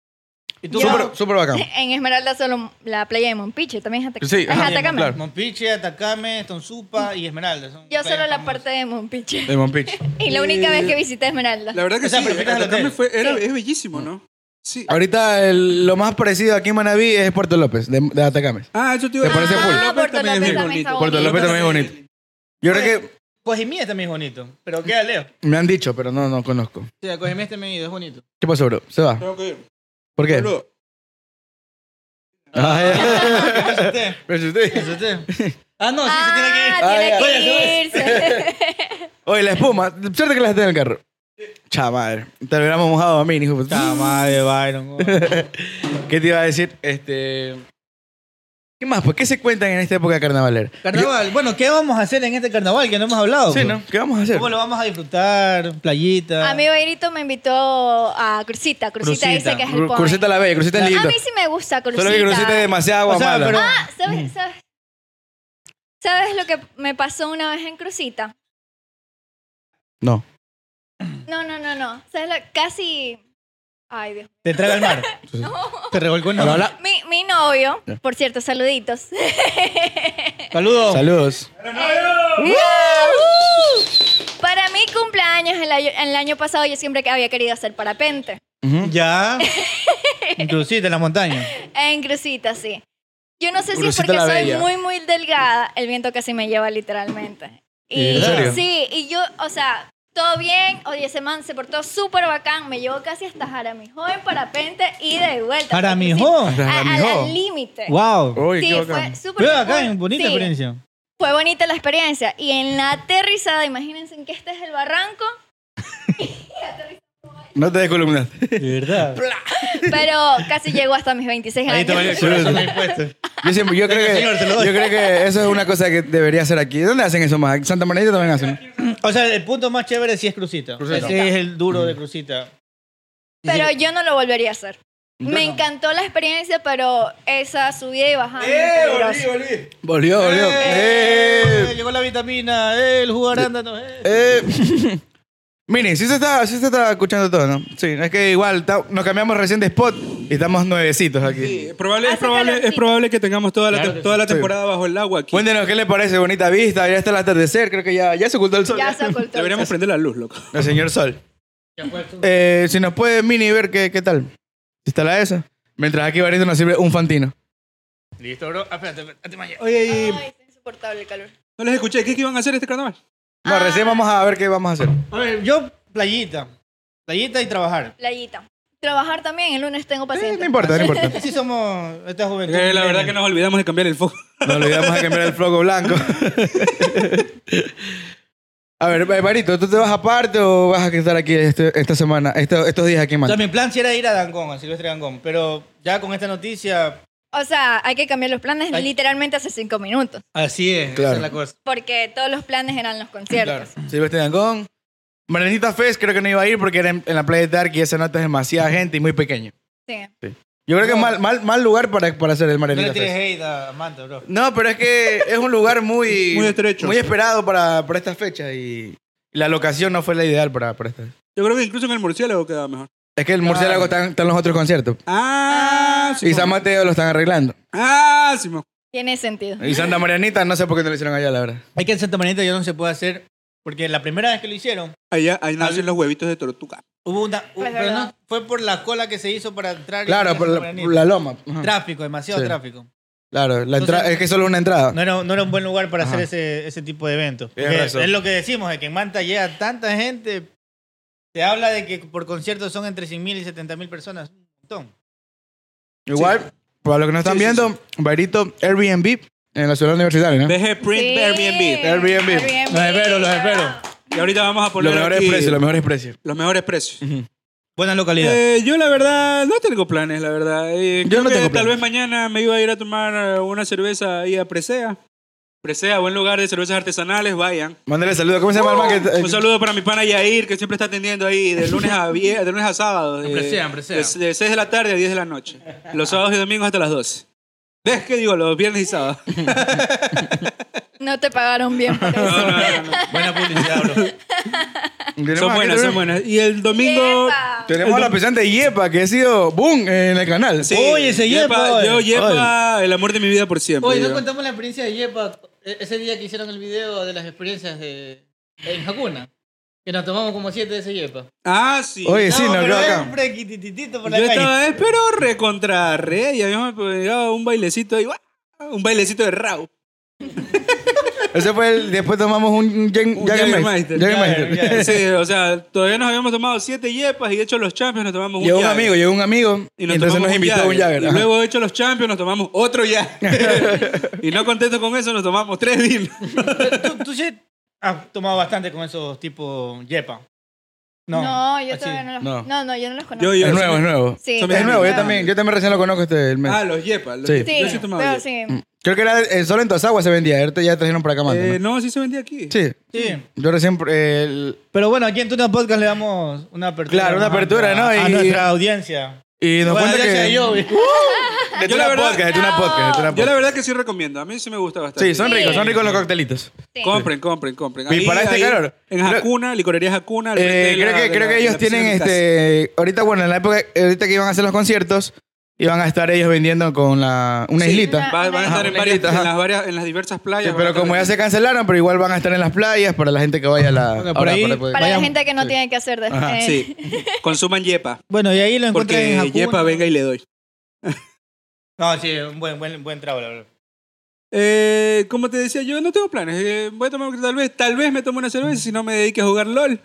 Speaker 4: ¿Y tú?
Speaker 1: Súper, súper bacán.
Speaker 3: En Esmeralda solo la playa de Monpiche, también es Atacama.
Speaker 1: Sí,
Speaker 3: es
Speaker 1: ajá,
Speaker 3: Atacama.
Speaker 1: claro.
Speaker 4: Monpiche, Atacame, Tonsupa y Esmeralda. son
Speaker 3: Yo
Speaker 4: playas
Speaker 3: solo la
Speaker 4: famosas.
Speaker 3: parte de Monpiche.
Speaker 1: De Monpich.
Speaker 3: Y la única vez que visité Esmeralda.
Speaker 2: La verdad que
Speaker 4: O sea,
Speaker 2: sí,
Speaker 4: prefieres el
Speaker 2: Atacama
Speaker 4: hotel.
Speaker 2: fue, era,
Speaker 3: Sí.
Speaker 2: es bellísimo, ¿no? Sí.
Speaker 1: Ahorita el- lo más parecido aquí en Manaví es Puerto López, de, de Atacames.
Speaker 2: Ah, eso te
Speaker 1: ¿Te parece full?
Speaker 3: Ah, Puerto
Speaker 2: también
Speaker 3: López
Speaker 2: es
Speaker 3: también está
Speaker 2: bonito.
Speaker 1: Puerto López también es bonito. Yo creo que
Speaker 4: Cojimía también es bonito, pero queda lejos.
Speaker 1: me han dicho, pero no, no conozco.
Speaker 4: Sí, a Cojimía también es bonito.
Speaker 1: ¿Qué pasó, bro? Se va.
Speaker 2: Tengo que ir.
Speaker 1: ¿Por qué?
Speaker 2: Saludos.
Speaker 1: Ah, ya.
Speaker 4: ¿Es usted?
Speaker 1: Pero si usted-
Speaker 4: ¿Es usted? Ah, no, sí, se tiene que ir.
Speaker 3: Ah,
Speaker 1: Ah,
Speaker 3: tiene
Speaker 1: ya.
Speaker 4: Oye, se
Speaker 3: que irse.
Speaker 1: Oye, la espuma. Suerte que la dejé en el carro. Chamadre. Te lo hubiéramos mojado a mí, hijo. de puta.
Speaker 4: Puta madre, Byron. güey.
Speaker 1: ¿Qué te iba a decir? Este. ¿Qué más? ¿Por qué se cuentan en esta época carnavalera?
Speaker 4: Carnaval. Bueno, ¿qué vamos a hacer en este carnaval que no hemos hablado?
Speaker 1: Sí,
Speaker 4: pues?
Speaker 1: ¿no? ¿Qué vamos a hacer?
Speaker 4: ¿Cómo lo vamos a disfrutar? Playita.
Speaker 1: Ah.
Speaker 3: A mí Bairito me invitó a Cruzita. Cruzita,
Speaker 4: Cruzita.
Speaker 3: dice que es el
Speaker 1: Cru-
Speaker 3: point.
Speaker 1: Cruceta la bella, cruceta
Speaker 3: A
Speaker 1: linda.
Speaker 3: mí sí me gusta Cruzita.
Speaker 1: Solo que cruceta es Mm. demasiado agua
Speaker 4: O sea,
Speaker 1: mala.
Speaker 4: pero-
Speaker 3: Ah, ¿sabes, sabes, ¿sabes lo que me pasó una vez en Cruzita?
Speaker 1: No.
Speaker 3: No, no, no, no. ¿Sabes lo- Casi... Ay, Dios.
Speaker 4: Te traga al mar. Te revolcó en el
Speaker 1: Hola,
Speaker 4: mar.
Speaker 1: hola.
Speaker 3: Mi, mi novio,
Speaker 1: Ya.
Speaker 3: por cierto, saluditos.
Speaker 4: Saludos.
Speaker 1: Saludos.
Speaker 3: Para mi cumpleaños, el año, el año pasado, yo siempre que había querido hacer parapente.
Speaker 1: Ujú.
Speaker 4: Ya. Inclusive en la montaña.
Speaker 3: En Cruzita, sí. Yo no sé si es
Speaker 1: Cruzita
Speaker 3: porque
Speaker 1: la
Speaker 3: soy
Speaker 1: Bella.
Speaker 3: muy, muy delgada. El viento casi me lleva literalmente. Y,
Speaker 1: ¿En serio?
Speaker 3: Sí, y yo, o sea, todo bien. Oye, ese man se portó súper bacán. Me llevó casi hasta Jaramijó en parapente y de vuelta.
Speaker 4: Para mi
Speaker 3: Cruzita.
Speaker 4: hijo.
Speaker 1: Hasta
Speaker 3: A- a-
Speaker 1: Jaramijó.
Speaker 3: Al límite.
Speaker 4: Wow.
Speaker 1: Uy,
Speaker 3: Sí,
Speaker 1: qué
Speaker 3: fue
Speaker 1: bacán.
Speaker 3: súper
Speaker 4: Veo acá,
Speaker 3: bacán.
Speaker 4: bonita
Speaker 3: Sí.
Speaker 4: experiencia.
Speaker 3: Fue bonita la experiencia. Y en la aterrizada, imagínense que este es el barranco,
Speaker 1: No te descolumnas.
Speaker 4: De verdad.
Speaker 3: pero casi llegó hasta mis 26
Speaker 4: Ahí te va el
Speaker 3: años.
Speaker 4: corazón ahí puesto.
Speaker 1: Yo, siempre, yo, creo que,
Speaker 4: Señor, se lo doy.
Speaker 1: yo creo que eso es una cosa que debería hacer aquí. ¿Dónde hacen eso más? Santa Margarita también hacen.
Speaker 4: O sea, el punto más chévere sí es Crucita.
Speaker 1: Crucita.
Speaker 4: Ese es el duro de Crucita.
Speaker 3: Pero yo no lo volvería a hacer. Me encantó la experiencia, pero esa subida y bajada. es
Speaker 1: ¡Eh,
Speaker 3: peligrosa.
Speaker 1: Volvió, volvió.
Speaker 4: Eh,
Speaker 1: Eh,
Speaker 4: Llegó la vitamina, eh, el jugo de arándano. eh.
Speaker 1: eh. Miren, sí se, está, sí se está escuchando todo, ¿no? Sí, es que igual ta- nos cambiamos recién de spot y estamos nuevecitos aquí.
Speaker 2: Sí, probable, es,
Speaker 3: Hace
Speaker 2: probable,
Speaker 3: calorcito.
Speaker 2: es probable que tengamos toda la,
Speaker 4: Claro
Speaker 2: te-
Speaker 4: que
Speaker 2: toda la
Speaker 1: sí.
Speaker 2: temporada bajo el agua aquí.
Speaker 1: Cuéntenos qué le parece, bonita vista, ya está el atardecer, creo que ya, ya se ocultó el sol.
Speaker 3: Ya se ocultó.
Speaker 2: Deberíamos prender la luz, loco.
Speaker 1: El señor sol. Eh, si nos puede mini ver qué, qué tal. Si está la esa. Mientras aquí Barito nos sirve un fantino.
Speaker 4: Listo, bro. Ah, Espérate, espérate, Maya.
Speaker 2: Oye, y-
Speaker 3: Ay, está insoportable el calor.
Speaker 2: no les escuché. ¿Qué, qué iban a hacer este carnaval?
Speaker 1: No,
Speaker 3: Ah.
Speaker 1: recién vamos a ver qué vamos a hacer.
Speaker 4: A ver, yo playita. Playita y trabajar.
Speaker 3: Playita. Trabajar también, el lunes tengo
Speaker 1: Eh,
Speaker 3: paciente.
Speaker 1: no importa, no importa.
Speaker 4: Así Este somos esta juventud.
Speaker 2: Eh, la verdad que nos olvidamos de cambiar el foco.
Speaker 1: Nos olvidamos de cambiar el floco blanco. a ver, eh, Barito, ¿tú te vas aparte o vas a estar aquí este- esta semana, esto- estos días aquí en
Speaker 4: O sea,
Speaker 1: Manta?
Speaker 4: mi plan sí era ir a Dangón, a Silvestre Dangón. Pero ya con esta noticia,
Speaker 3: O sea, hay que cambiar los planes
Speaker 4: Ay.
Speaker 3: literalmente hace cinco minutos.
Speaker 4: así es.
Speaker 1: Claro.
Speaker 4: Esa es la cosa.
Speaker 3: Porque todos los planes eran los conciertos.
Speaker 1: Silvestre Dangón. Maranita Fest creo que no iba a ir porque era en, en la Playa de Dark y esa nota es demasiada gente y muy pequeño.
Speaker 3: Sí.
Speaker 1: Yo creo que es mal, mal, mal lugar para, para hacer el
Speaker 4: No
Speaker 1: Maranita
Speaker 4: le tires
Speaker 1: Fest.
Speaker 4: hate a Manta, bro.
Speaker 1: No, pero es que es un lugar muy...
Speaker 2: Muy estrecho.
Speaker 1: Muy esperado para, para estas fechas y la locación no fue la ideal para, para esta.
Speaker 2: Yo creo que incluso en el murciélago queda mejor.
Speaker 1: Es que el murciélago están, están los otros conciertos.
Speaker 2: Ah, sí.
Speaker 1: Y San Mateo lo están arreglando.
Speaker 2: Ah, sí. mo-
Speaker 3: Tiene sentido.
Speaker 1: Y Santa Marianita, no sé por qué no lo hicieron allá, la verdad.
Speaker 4: Es que en Santa María ya no se puede hacer. Porque la primera vez que lo hicieron,
Speaker 2: Allá,
Speaker 1: Ah,
Speaker 2: ahí nacen los huevitos de tortuga.
Speaker 4: hubo una. hubo-
Speaker 3: Es
Speaker 4: pero
Speaker 3: verdad.
Speaker 4: no, fue por la cola que se hizo para entrar. y
Speaker 1: Claro,
Speaker 4: salir
Speaker 1: por
Speaker 4: de
Speaker 1: la,
Speaker 4: Santa
Speaker 1: por
Speaker 4: María.
Speaker 1: la loma. Ajá.
Speaker 4: Tráfico, demasiado
Speaker 1: Sí.
Speaker 4: tráfico.
Speaker 1: Claro, la entra-
Speaker 4: Entonces-
Speaker 1: es que solo una entrada.
Speaker 4: No era, no era un buen lugar para
Speaker 1: Ajá.
Speaker 4: hacer ese, ese tipo de eventos.
Speaker 1: Tienes
Speaker 4: Porque
Speaker 1: razón.
Speaker 4: Es lo que decimos, de que en Manta llega tanta gente. Se habla de que por conciertos son entre 100.000 y 70.000 personas. Un montón.
Speaker 1: Igual, para los que no están
Speaker 2: Sí, sí,
Speaker 1: viendo, Bairito Airbnb en la ciudad universitaria, ¿no?
Speaker 2: Deje print
Speaker 3: Sí.
Speaker 2: Airbnb.
Speaker 1: Airbnb.
Speaker 4: Los espero, los espero.
Speaker 2: Y ahorita vamos a poner
Speaker 1: Los mejores
Speaker 2: aquí
Speaker 1: precios, los mejores precios.
Speaker 2: los mejores precios.
Speaker 4: Buena localidad.
Speaker 2: Eh, yo la verdad no tengo planes, la verdad. Eh,
Speaker 1: Yo
Speaker 2: creo
Speaker 1: no
Speaker 2: que
Speaker 1: tengo
Speaker 2: Tal
Speaker 1: planes.
Speaker 2: vez mañana me iba a ir a tomar eh, una cerveza ahí a Presea. Presea, buen lugar de cervezas artesanales, vayan.
Speaker 1: Mándale saludos. ¿Cómo se llama el man que-
Speaker 2: Un saludo para mi pana Yair, que siempre está atendiendo ahí de lunes a, vie- de lunes a sábado. De,
Speaker 4: Presea, Presea.
Speaker 2: De, 6 de la tarde a 10 de la noche. Los sábados y domingos hasta las 12. ¿Ves qué digo? Los viernes y sábados.
Speaker 3: No te pagaron bien por eso.
Speaker 4: Buena publicidad, bro.
Speaker 1: eh, Tenemos
Speaker 2: Son
Speaker 1: aquí
Speaker 2: buenas, son
Speaker 1: también-
Speaker 2: buenas. Y el domingo...
Speaker 3: Yepa.
Speaker 1: Tenemos a la pisante Yepa, que ha sido boom en el canal.
Speaker 2: Sí,
Speaker 4: Oye, ese Yepa,
Speaker 2: Yo,
Speaker 4: oye.
Speaker 2: Yepa, el amor de mi vida por siempre.
Speaker 5: Hoy no
Speaker 2: yo.
Speaker 5: contamos la experiencia de Yepa e- ese día que hicieron el video de las experiencias de en Hakuna. Que nos tomamos como siete de ese Yepa.
Speaker 2: Ah, sí.
Speaker 1: Oye, sí,
Speaker 4: No,
Speaker 1: no,
Speaker 4: pero
Speaker 1: creo acá.
Speaker 4: siempre quitititito por
Speaker 2: Yo
Speaker 4: la calle.
Speaker 2: estaba, eh, pero recontra re, y habíamos pegado un bailecito ahí, ¡guau! un bailecito de rau.
Speaker 1: Ese fue el. Después tomamos un
Speaker 2: Un
Speaker 1: Jagermeister.
Speaker 2: Jägermeister.
Speaker 1: Jägermeister.
Speaker 4: Ya,
Speaker 2: Sí, o sea, todavía nos habíamos tomado siete yepas y hecho los champions nos tomamos un
Speaker 1: Llegó un
Speaker 2: Jäger.
Speaker 1: amigo, llegó un amigo.
Speaker 2: Y
Speaker 1: Y
Speaker 2: nos
Speaker 1: entonces
Speaker 2: tomamos
Speaker 1: nos invitó a un Jagger.
Speaker 2: Y luego hecho los champions nos tomamos otro Jagger. y no contento con eso, nos tomamos tres vinos.
Speaker 4: Eh, Tú, tú Ah, sí has tomado bastante con esos tipos yepa. No.
Speaker 3: yo
Speaker 4: así.
Speaker 3: todavía no los
Speaker 1: No.
Speaker 3: No, no, yo no los conozco.
Speaker 2: Yo, yo,
Speaker 1: Es
Speaker 2: sí
Speaker 1: nuevo,
Speaker 2: me-
Speaker 1: es nuevo.
Speaker 3: Sí,
Speaker 2: Son
Speaker 1: Es nuevo, yo
Speaker 2: Ah.
Speaker 1: también, yo también recién lo conozco este el mes.
Speaker 2: Ah, los yepas. los
Speaker 1: Sí.
Speaker 2: yepas.
Speaker 3: Sí,
Speaker 2: Yo sí tomaba
Speaker 3: pero
Speaker 2: yepas.
Speaker 3: sí.
Speaker 1: Mm. Creo que era eh, solo en Tosagua se vendía, ahorita ya trajeron para acá más.
Speaker 2: Eh,
Speaker 1: ¿no?
Speaker 2: no, sí se vendía aquí.
Speaker 1: Sí,
Speaker 4: Sí.
Speaker 1: yo recién... eh, el-
Speaker 4: Pero bueno, aquí en Tuna Podcast le damos una apertura.
Speaker 1: Claro, una
Speaker 4: más
Speaker 1: apertura,
Speaker 4: a-
Speaker 1: ¿no?
Speaker 4: A
Speaker 1: Y-
Speaker 4: nuestra audiencia.
Speaker 1: y nos
Speaker 4: Bueno,
Speaker 1: cuenta
Speaker 4: audiencia
Speaker 1: que...
Speaker 4: de Jovi.
Speaker 1: De
Speaker 2: Yo
Speaker 1: Tuna
Speaker 2: la verdad-
Speaker 1: podcast, de Tuna
Speaker 3: No.
Speaker 1: podcast, de Tuna
Speaker 2: Yo la
Speaker 1: podcast.
Speaker 2: verdad que sí recomiendo. A mí sí me gusta bastante.
Speaker 1: Sí, son
Speaker 3: Sí.
Speaker 1: ricos, son ricos los coctelitos.
Speaker 3: Sí.
Speaker 2: Compren, compren, compren.
Speaker 1: Y para este calor,
Speaker 2: En
Speaker 1: creo-
Speaker 2: Hakuna, licorería Hakuna. al frente
Speaker 1: Eh,
Speaker 2: de
Speaker 1: creo
Speaker 2: la-
Speaker 1: que,
Speaker 2: de
Speaker 1: creo
Speaker 2: la-
Speaker 1: que
Speaker 2: de
Speaker 1: ellos
Speaker 2: la piscina
Speaker 1: tienen
Speaker 2: de mi casa.
Speaker 1: este. Ahorita, bueno, en la época, ahorita que iban a hacer los conciertos, iban a estar ellos vendiendo con la, una
Speaker 2: Sí,
Speaker 1: islita.
Speaker 3: una-
Speaker 2: va- van a
Speaker 3: Ajá,
Speaker 2: estar en,
Speaker 1: una
Speaker 2: varias,
Speaker 1: islita, ajá.
Speaker 2: en, las varias, en las diversas playas.
Speaker 1: Sí, pero como ya se cancelaron, pero igual van a estar en las playas para la gente que vaya a la.
Speaker 4: Bueno, por
Speaker 1: ahora,
Speaker 4: ahí-
Speaker 1: para poder-
Speaker 3: Para
Speaker 4: Vayan-
Speaker 3: la gente que no tiene que hacer de
Speaker 1: Ajá,
Speaker 3: eh,
Speaker 2: Sí, consuman yepa.
Speaker 4: Bueno, y ahí lo encuentran en
Speaker 2: Porque
Speaker 4: Hakuna.
Speaker 2: yepa venga y le doy.
Speaker 4: No, sí, un buen, buen, buen trago, la verdad.
Speaker 2: Eh, como te decía, yo no tengo planes. Eh, voy a tomar tal vez, tal vez me tomo una cerveza si no me dedique a jugar LOL.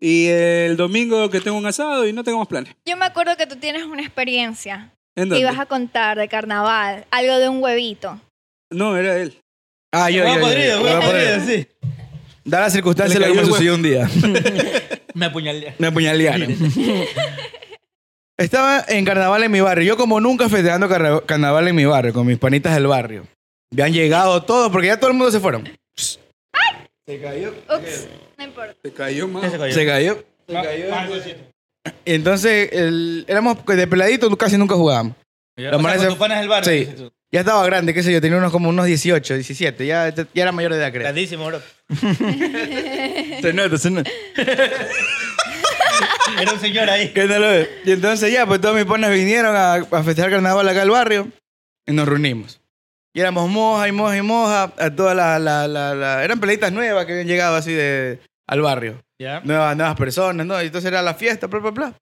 Speaker 2: Y el domingo que tengo un asado y no tengo más planes.
Speaker 3: Yo me acuerdo que tú tienes una experiencia
Speaker 2: ¿En
Speaker 3: y
Speaker 2: dónde?
Speaker 3: vas a contar de carnaval, algo de un huevito.
Speaker 2: No, era él.
Speaker 1: Ah, yo, yo,
Speaker 4: Huevo
Speaker 1: yo,
Speaker 4: podrido,
Speaker 1: yo,
Speaker 4: huevo
Speaker 1: yo,
Speaker 4: podrido,
Speaker 1: yo.
Speaker 4: sí.
Speaker 1: Da la circunstancia
Speaker 2: Le
Speaker 1: lo que me
Speaker 2: cayó el
Speaker 1: sucedió un día.
Speaker 4: Me apuñalé.
Speaker 1: Me apuñalearon. Estaba en carnaval en mi barrio. Yo como nunca festejando carna- carnaval en mi barrio, con mis panitas del barrio. Ya han llegado todos, porque ya todo el mundo se fueron.
Speaker 2: Se cayó.
Speaker 3: Ups, no importa.
Speaker 2: Se cayó, más.
Speaker 4: ¿Qué se cayó? Ah,
Speaker 1: Se cayó.
Speaker 2: Se cayó.
Speaker 1: Y entonces, el- éramos de peladitos, casi nunca jugábamos.
Speaker 4: Los
Speaker 1: manes se-
Speaker 4: con tus panas del barrio.
Speaker 1: Sí.
Speaker 4: dices tú.
Speaker 1: Ya estaba grande, qué sé yo, tenía unos como unos 18, 17, ya, ya era mayor de edad, creo.
Speaker 4: Grandísimo, bro.
Speaker 1: Se nota, se nota.
Speaker 4: Era un señor ahí.
Speaker 1: Que no lo ve. Y entonces ya, pues todos mis panas vinieron a, a festejar carnaval acá al barrio y nos reunimos. Y éramos moja y moja y moja, a todas las, la, la, la- eran peladitas nuevas que habían llegado así de, al barrio.
Speaker 4: Ya.
Speaker 1: nuevas, nuevas personas, ¿no? Y entonces era la fiesta, bla, bla, bla.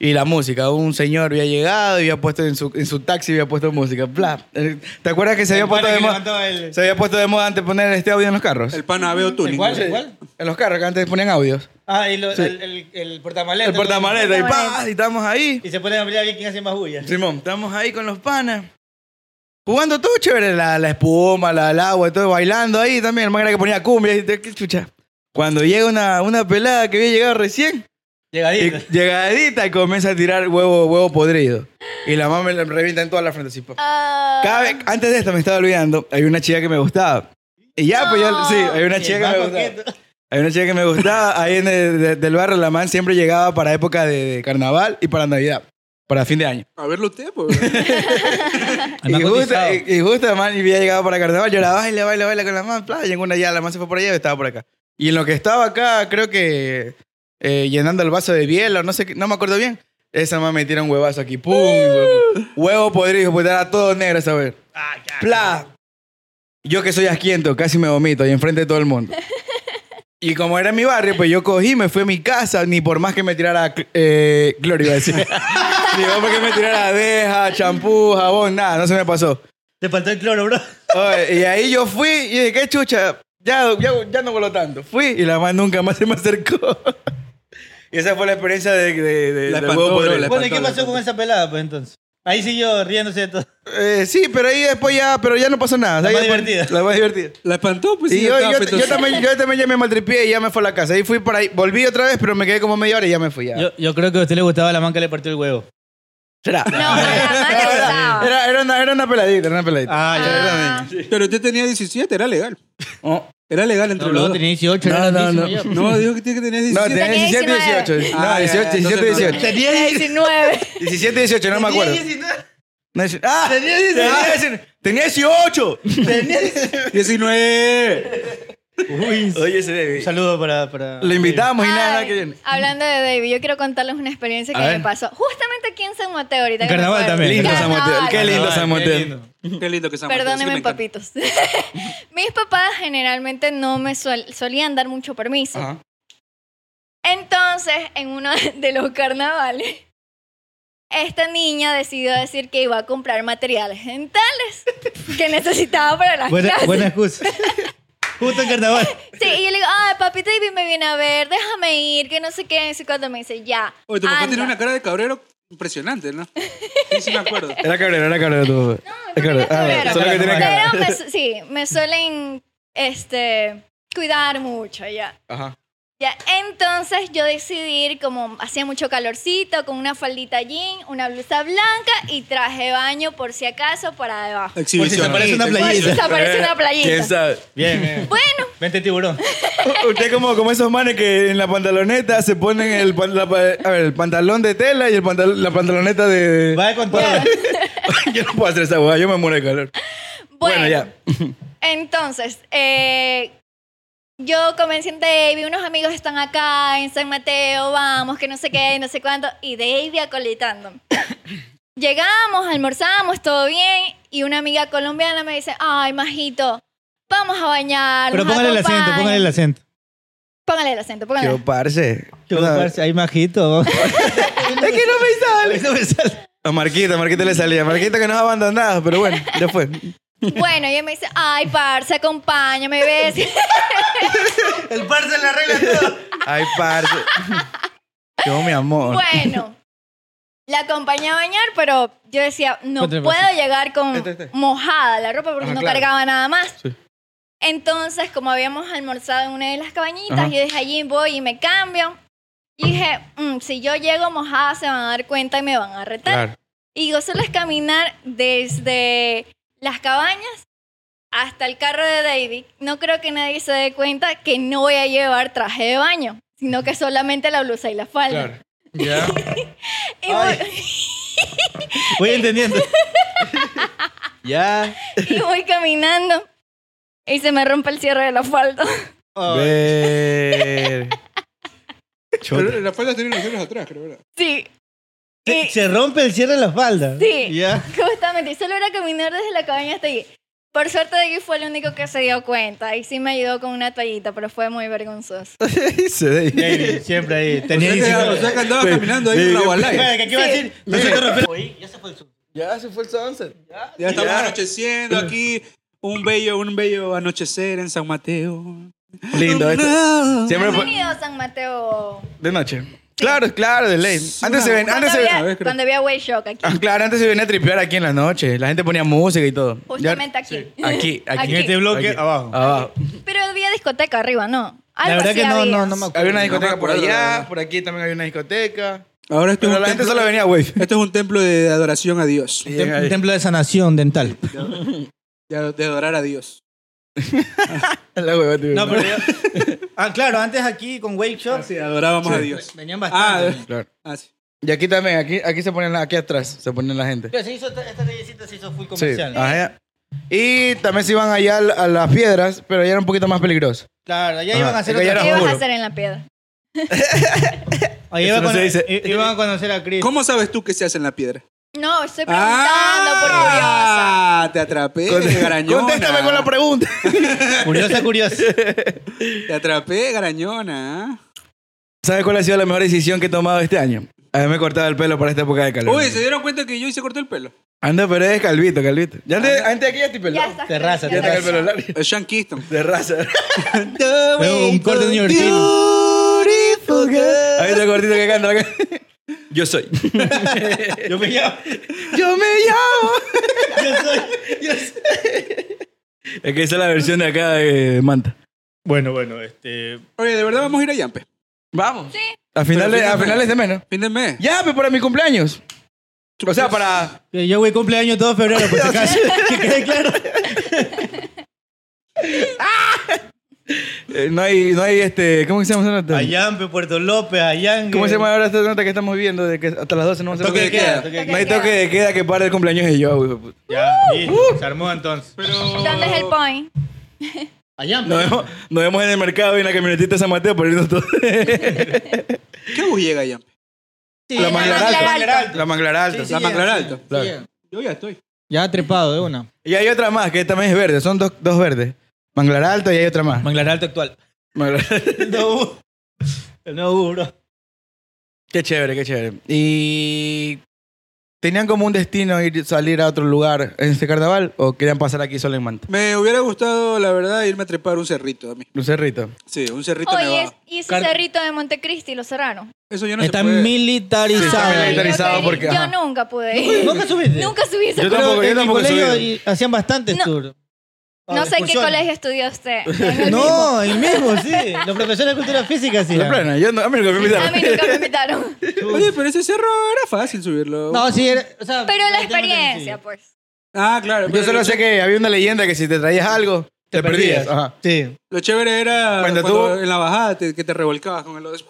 Speaker 1: Y la música, un señor había llegado y había puesto en su, en su taxi, había puesto música, bla. Eh, ¿Te acuerdas que se había,
Speaker 4: El pana
Speaker 1: puesto
Speaker 4: que
Speaker 1: de moda,
Speaker 4: levantó el-
Speaker 1: se había puesto de moda antes de poner este audio en los carros?
Speaker 2: El pana veo tú.
Speaker 4: ¿El cuál? ¿El cuál?
Speaker 1: En los carros, que antes ponían audios.
Speaker 4: Ah, y lo-
Speaker 1: Sí.
Speaker 4: el, el, el portamaleta.
Speaker 1: El portamaleta y pa,
Speaker 3: Portamaleta.
Speaker 1: y estamos ahí.
Speaker 4: Y se ponen a pelear a ver quién hace más bulla.
Speaker 1: Simón, estamos ahí con los panas. Jugando todo chévere, la, la espuma, la, el agua, y todo, bailando ahí también. El man era que ponía cumbia y qué chucha. Cuando llega una, una pelada que había llegado recién, Y
Speaker 4: Llegadito.
Speaker 1: llegadita y comienza a tirar huevo, huevo podrido. Y la mamá me lo revienta en toda la frente así. pa.
Speaker 3: Ah,
Speaker 1: Cada vez- antes de esto me estaba olvidando, hay una chica que me gustaba. Y ya, pues ya,
Speaker 3: No.
Speaker 1: sí, hay una
Speaker 4: Y
Speaker 1: chica
Speaker 4: el más
Speaker 1: que me gustaba.
Speaker 4: coqueto.
Speaker 1: Hay una chica que me gustaba, ahí en el- de- del barrio la man siempre llegaba para época de, de carnaval y para Navidad, para fin de año.
Speaker 2: A verlo usted, pues.
Speaker 1: Y justo, y, y justo la man había llegado para carnaval, yo la baila, baila, baila con la man, playa, en una ya, la man se fue por allá y yo estaba por acá. Y en lo que estaba acá, creo que eh, llenando el vaso de biela, o no sé, qué, no me acuerdo bien, esa man me tira un huevazo aquí, pum, huevo, huevo podrido, pues era todo negro esa vez. Pla. Yo que soy asquiento, casi me vomito ahí enfrente de todo el mundo. Y como era mi barrio, pues yo cogí, me fui a mi casa, ni por más que me tirara eh, Gloria, iba a decir. ni por más que me tirara deja, champú, jabón, nada, no se me pasó.
Speaker 4: Te faltó el cloro, bro.
Speaker 1: Oye, y ahí yo fui y dije, qué chucha, ya, ya, ya no vuelo tanto. Fui y la más nunca más se me acercó. y esa fue la experiencia de, de, de-
Speaker 2: La
Speaker 1: del
Speaker 2: espantó,
Speaker 1: huevo
Speaker 2: bro,
Speaker 1: podrido.
Speaker 2: la
Speaker 4: Bueno, ¿y qué
Speaker 2: espantó,
Speaker 4: pasó con esa pelada, pues, entonces? Ahí siguió riéndose de todo.
Speaker 1: Eh, sí, pero ahí después ya, pero ya no pasó nada.
Speaker 4: La
Speaker 1: Ahí
Speaker 4: más
Speaker 1: después-
Speaker 4: divertida.
Speaker 1: La más divertida.
Speaker 2: La espantó, pues.
Speaker 1: Y
Speaker 2: sí,
Speaker 1: yo,
Speaker 2: estaba
Speaker 1: yo- yo
Speaker 2: apetoso.
Speaker 1: también, yo también ya me maltripié y ya me fue a la casa. Ahí fui para ahí, volví otra vez, pero me quedé como media hora y ya me fui. Ya.
Speaker 4: creo que a usted le gustaba la man que le partió el huevo.
Speaker 1: ¿Será?
Speaker 3: No, a la man le gustaba.
Speaker 1: Era, era una, era una peladita, era una peladita.
Speaker 4: Ah, ya.
Speaker 3: ah,
Speaker 2: Pero usted tenía 17, era legal.
Speaker 1: Oh.
Speaker 2: Era legal entre los dos.
Speaker 4: 18,
Speaker 1: No, no, no.
Speaker 2: No, dijo que tiene que tener
Speaker 1: No,
Speaker 2: 17.
Speaker 1: tenía 17
Speaker 3: Tenía
Speaker 1: y 18.
Speaker 3: 19.
Speaker 1: No,
Speaker 2: Ah,
Speaker 1: 18,
Speaker 2: ya, ya,
Speaker 1: 17
Speaker 2: entonces no.
Speaker 1: 18.
Speaker 4: Tenía
Speaker 3: 19.
Speaker 1: 17 18, no me acuerdo.
Speaker 4: Tenía 19.
Speaker 1: No, dieci- ¡Ah!
Speaker 4: Tenía 19.
Speaker 1: Tenía 18.
Speaker 4: Tenía 19.
Speaker 2: 19.
Speaker 4: Uy,
Speaker 1: Ah. Oye, ese
Speaker 4: un
Speaker 1: David.
Speaker 4: saludo para... para...
Speaker 1: Lo invitamos y nada, nada
Speaker 3: Ay,
Speaker 1: que viene.
Speaker 3: Hablando de David, yo quiero contarles una experiencia que
Speaker 1: A
Speaker 3: me
Speaker 1: ver.
Speaker 3: pasó justamente aquí en San Mateo ahorita.
Speaker 4: En
Speaker 3: que me
Speaker 4: carnaval
Speaker 3: acuerdo.
Speaker 4: también.
Speaker 1: Lindo San
Speaker 3: Carnaval.
Speaker 1: Mateo. Qué lindo
Speaker 4: Ay,
Speaker 1: San
Speaker 4: qué
Speaker 1: Mateo.
Speaker 4: lindo.
Speaker 2: Qué lindo que se
Speaker 3: Perdónenme, papitos. Mis papás generalmente no me suel- solían dar mucho permiso.
Speaker 1: Ajá.
Speaker 3: Entonces, en uno de los carnavales, esta niña decidió decir que iba a comprar materiales dentales que necesitaba para las
Speaker 4: Buena,
Speaker 3: clases.
Speaker 4: buena excusa. Justo en carnaval.
Speaker 3: Sí, y yo le digo, ay, papito David me viene a ver, déjame ir, que no sé qué, no sé cuándo. Me dice, ya,
Speaker 2: Oye, tu papá
Speaker 3: anda".
Speaker 2: tiene una cara de cabrero impresionante, ¿no? Sí, sí me acuerdo.
Speaker 1: Era cabrero, era cabrero tu papá. Era cabrero. Ah,
Speaker 3: Pero-
Speaker 1: Solo que tiene cara.
Speaker 3: pero me su- sí, me suelen este, cuidar mucho ya.
Speaker 1: Ajá.
Speaker 3: Ya, entonces yo decidí ir como hacía mucho calorcito, con una faldita jean, una blusa blanca y traje de baño por si acaso para debajo.
Speaker 2: Exhibición.
Speaker 4: Por si te aparece una
Speaker 3: Por si
Speaker 4: playita.
Speaker 3: se aparece una
Speaker 1: ¿Quién
Speaker 3: playita.
Speaker 1: sabe?
Speaker 4: Bien, bien.
Speaker 3: Bueno,
Speaker 4: Vente, tiburón.
Speaker 1: Usted como, como esos manes que en la pantaloneta se ponen el, pan- la pa- a ver, el pantalón de tela y el pantal- la pantaloneta de...
Speaker 4: Va a contar.
Speaker 1: yo no puedo hacer esa hueá, yo me muero de calor.
Speaker 3: bueno.
Speaker 1: Bueno, ya.
Speaker 3: Entonces, eh, yo comencé en Davy, unos amigos están acá en San Mateo, vamos, que no sé qué, no sé cuánto, y Davy acolitando. Llegamos, almorzamos, todo bien, y una amiga colombiana me dice, ay, majito, vamos a bañarnos.
Speaker 4: Pero póngale el acento,
Speaker 3: acompaña".
Speaker 4: póngale el acento.
Speaker 3: Póngale el acento, póngale.
Speaker 1: Yo, parce.
Speaker 4: Yo,
Speaker 1: No,
Speaker 4: parce, Ahí majito.
Speaker 1: Es que no me sale. No me sale. A Marquita, Marquita le salía. Marquita que nos ha abandonado, pero bueno, ya fue.
Speaker 3: Bueno, ella me dice, ay, parce, acompáñame, ves.
Speaker 5: El par se la arregla todo.
Speaker 1: Ay, parce. Yo, mi amor.
Speaker 3: Bueno, la acompañé a bañar, pero yo decía, no
Speaker 4: Ponte,
Speaker 3: puedo llegar con
Speaker 1: Este, este.
Speaker 3: mojada la ropa porque
Speaker 1: Ajá,
Speaker 3: no
Speaker 1: claro.
Speaker 3: cargaba nada más.
Speaker 1: Sí.
Speaker 3: Entonces, como habíamos almorzado en una de las cabañitas,
Speaker 1: Ajá.
Speaker 3: yo dije, allí voy y me cambio. Y dije, "Mm, si yo llego mojada se van a dar cuenta y me van a retar.
Speaker 1: Claro.
Speaker 3: Y yo solo es caminar desde las cabañas hasta el carro de David. No creo que nadie se dé cuenta que no voy a llevar traje de baño, sino que solamente la blusa y la falda.
Speaker 1: Ya.
Speaker 3: Y voy-
Speaker 4: Voy entendiendo.
Speaker 1: Ya.
Speaker 3: y voy caminando y se me rompe el cierre de la falda.
Speaker 1: Ver.
Speaker 2: Pero la falda tenía unos cierres atrás, creo, ¿verdad?
Speaker 3: Sí,
Speaker 4: Se, se rompe el cierre de la falda.
Speaker 3: Sí.
Speaker 4: Ya.
Speaker 3: justamente. Y solo era caminar desde la cabaña hasta allí. Por suerte David fue el único que se dio cuenta y sí me ayudó con una toallita, pero fue muy vergonzoso.
Speaker 1: Se de ahí.
Speaker 4: David, Siempre
Speaker 5: Pues
Speaker 4: ahí. Tenía
Speaker 2: O sea que-
Speaker 4: 19.
Speaker 2: O sea que andaba
Speaker 1: Pero-
Speaker 2: caminando ahí en
Speaker 1: Sí,
Speaker 2: la
Speaker 1: yo-
Speaker 2: Gualay.
Speaker 4: Espera, que aquí iba a decir. No se te rompe.
Speaker 5: Oí, ya se fue el sur.
Speaker 1: Ya se fue el sunset. Ya.
Speaker 2: Ya estamos anocheciendo aquí. Un bello, un bello anochecer en San Mateo.
Speaker 1: Lindo esto. Siempre fue-
Speaker 3: Bienvenido a San Mateo.
Speaker 1: de noche. Claro, claro, de ley. Antes se ven,
Speaker 3: Cuando
Speaker 1: antes se
Speaker 3: había,
Speaker 2: A ver, creo.
Speaker 3: cuando había Way Shock aquí,
Speaker 1: Ah, Claro, antes se venía a tripear aquí en la noche. La gente ponía música y todo. Ya-
Speaker 3: justamente aquí.
Speaker 1: Aquí, aquí.
Speaker 3: Aquí.
Speaker 4: En este bloque,
Speaker 1: Aquí.
Speaker 4: abajo.
Speaker 1: Abajo.
Speaker 3: Pero había discoteca arriba, ¿no? Algo
Speaker 4: La verdad
Speaker 3: así
Speaker 4: que no,
Speaker 3: había.
Speaker 4: no, no me acuerdo.
Speaker 1: Había una discoteca
Speaker 2: No me
Speaker 1: por
Speaker 2: acuerdo, la
Speaker 1: allá,
Speaker 2: verdad.
Speaker 1: por aquí también había una discoteca.
Speaker 2: Ahora esto es
Speaker 1: Pero
Speaker 2: un
Speaker 1: la gente
Speaker 2: templo-
Speaker 1: solo venía a wave.
Speaker 2: Esto es un templo de adoración a Dios.
Speaker 1: Y
Speaker 4: Tem-
Speaker 1: ahí.
Speaker 4: templo de sanación dental.
Speaker 2: De de adorar a Dios.
Speaker 1: La hueva, tío.
Speaker 4: No, pero yo- Ah, claro, antes aquí con Wake Shop
Speaker 2: Así, adorábamos a Dios.
Speaker 5: Venían
Speaker 2: Ah,
Speaker 5: bastante.
Speaker 1: Claro.
Speaker 2: ah, sí.
Speaker 1: Y aquí también, aquí, aquí se ponen, la- aquí atrás se ponen la gente.
Speaker 5: Pero se hizo, esta esta callecita se hizo full
Speaker 1: Sí.
Speaker 5: comercial.
Speaker 1: Ajá. Y también se iban allá al- a las piedras, pero allá era un poquito más peligroso.
Speaker 4: Claro, allá
Speaker 1: Ajá.
Speaker 4: iban a hacer
Speaker 1: Acá ya era
Speaker 4: otra
Speaker 3: ¿Qué ibas a
Speaker 1: juro.
Speaker 3: hacer en la piedra?
Speaker 4: Ahí
Speaker 1: Eso
Speaker 4: iba a
Speaker 1: no se
Speaker 4: cono-
Speaker 1: dice.
Speaker 4: i- iban a conocer a Chris.
Speaker 2: ¿Cómo sabes tú que se hace en la piedra?
Speaker 3: No, estoy
Speaker 1: Ah.
Speaker 3: preguntando por curiosa.
Speaker 2: Ah, te atrapé, garañona.
Speaker 1: Contéstame con la pregunta.
Speaker 4: Curiosa, curiosa.
Speaker 2: Te atrapé, garañona.
Speaker 1: ¿Sabes cuál ha sido la mejor decisión que he tomado este año? A mí me cortaba el pelo para esta época de calor.
Speaker 2: Uy, ¿se dieron cuenta que yo se cortó el pelo?
Speaker 1: Anda, pero es calvito, calvito. Ya antes, antes aquí ya estoy pelado.
Speaker 3: Ya estás.
Speaker 1: Ya
Speaker 4: Terraza,
Speaker 1: tengo el
Speaker 4: terraza.
Speaker 1: pelo largo.
Speaker 2: Es Sean Kingston.
Speaker 1: De raza.
Speaker 4: Luego un corte neoyorquino.
Speaker 1: Beautiful girl. Ahí está el gordito que canta. acá. Yo soy.
Speaker 4: Yo me llamo.
Speaker 1: Yo me llamo.
Speaker 4: Yo soy. Yo soy.
Speaker 1: Es que esa es la versión de acá de Manta.
Speaker 4: Bueno, bueno, este.
Speaker 2: Oye, de verdad vamos a ir a Yampe.
Speaker 1: Vamos. A finales,
Speaker 2: Pero
Speaker 1: a finales de menos.
Speaker 2: Fin de mes.
Speaker 1: Ya, pero para mi cumpleaños. O sea, para.
Speaker 4: que Yo, güey, cumpleaños todo febrero, por si acaso. que quede claro.
Speaker 1: eh, no hay, no hay este. ¿Cómo que se llama esa nota?
Speaker 4: Ayampe, Puerto López, Ayán.
Speaker 1: ¿Cómo se llama ahora esta nota que estamos viendo? De que hasta las 12 no vamos a
Speaker 4: Toque
Speaker 1: hacer
Speaker 4: de queda.
Speaker 1: nada?
Speaker 4: toque de
Speaker 1: No
Speaker 4: queda.
Speaker 1: hay toque de queda que para el cumpleaños de yo, hijo de puta.
Speaker 4: Ya, listo. Se armó entonces.
Speaker 2: Pero...
Speaker 3: ¿Dónde es el point?
Speaker 5: Allá,
Speaker 1: Nos vemos, nos vemos en el mercado y en la camionetita de San Mateo por irnos todos.
Speaker 2: ¿Qué bus llega a Yampe?
Speaker 1: la manglar
Speaker 3: Manglar
Speaker 1: alta.
Speaker 3: Alto.
Speaker 1: La manglar alta.
Speaker 5: Sí, sí,
Speaker 2: La Manglar
Speaker 5: ya,
Speaker 2: Alto.
Speaker 5: sí,
Speaker 1: Claro.
Speaker 5: ya.
Speaker 2: Yo ya estoy.
Speaker 5: Ya trepado de una.
Speaker 1: Y hay otra más que también es verde. Son dos, dos verdes. Manglar alto y hay otra más.
Speaker 4: Manglar Alto actual.
Speaker 1: Manglar-
Speaker 4: El nuevo bus. El nuevo bus, bro.
Speaker 1: Qué chévere, qué chévere. Y tenían como un destino ir salir a otro lugar en este carnaval o querían pasar aquí solo en Manta.
Speaker 2: Me hubiera gustado, la verdad, irme a trepar un cerrito a mí.
Speaker 1: Lucerrito.
Speaker 2: Sí, un cerrito
Speaker 3: Oye,
Speaker 2: nevado.
Speaker 3: y ese
Speaker 4: Car-
Speaker 3: cerrito de Montecristi lo cerraron.
Speaker 2: Eso yo no
Speaker 4: Está
Speaker 2: se puede.
Speaker 1: Está
Speaker 3: Ay,
Speaker 4: militarizado.
Speaker 3: yo
Speaker 1: militarizado
Speaker 3: quería-
Speaker 1: porque,
Speaker 3: Yo
Speaker 1: ajá.
Speaker 3: nunca pude ir.
Speaker 4: ¿Nunca subiste?
Speaker 3: Nunca subí ese
Speaker 1: Yo
Speaker 4: Pero
Speaker 1: tampoco-
Speaker 4: en mi
Speaker 1: tampoco
Speaker 4: colegio
Speaker 1: subí.
Speaker 4: y- hacían bastantes
Speaker 3: No.
Speaker 4: tours.
Speaker 3: No sé en qué
Speaker 4: excursiones.
Speaker 3: colegio estudió usted. En el mismo.
Speaker 4: No, el mismo, sí. Los profesores de cultura física, sí.
Speaker 1: No, plano, yo no, a mí nunca me
Speaker 3: A
Speaker 1: invitaron.
Speaker 3: mí nunca me invitaron.
Speaker 2: Oye, pero ese cerro era fácil subirlo.
Speaker 4: No, sí, era-
Speaker 5: O sea,
Speaker 3: Pero la
Speaker 5: el tema de-
Speaker 3: experiencia,
Speaker 5: sí.
Speaker 3: pues.
Speaker 2: Ah, claro.
Speaker 1: Yo
Speaker 2: pero
Speaker 1: solo
Speaker 2: lo
Speaker 1: sé
Speaker 2: ch-
Speaker 1: que había una leyenda que si te traías algo, te, perdías. Ajá.
Speaker 4: Sí.
Speaker 2: Lo chévere era
Speaker 1: Cuando
Speaker 2: cuando
Speaker 1: tú-
Speaker 2: en la bajada te- que te revolcabas con el otro.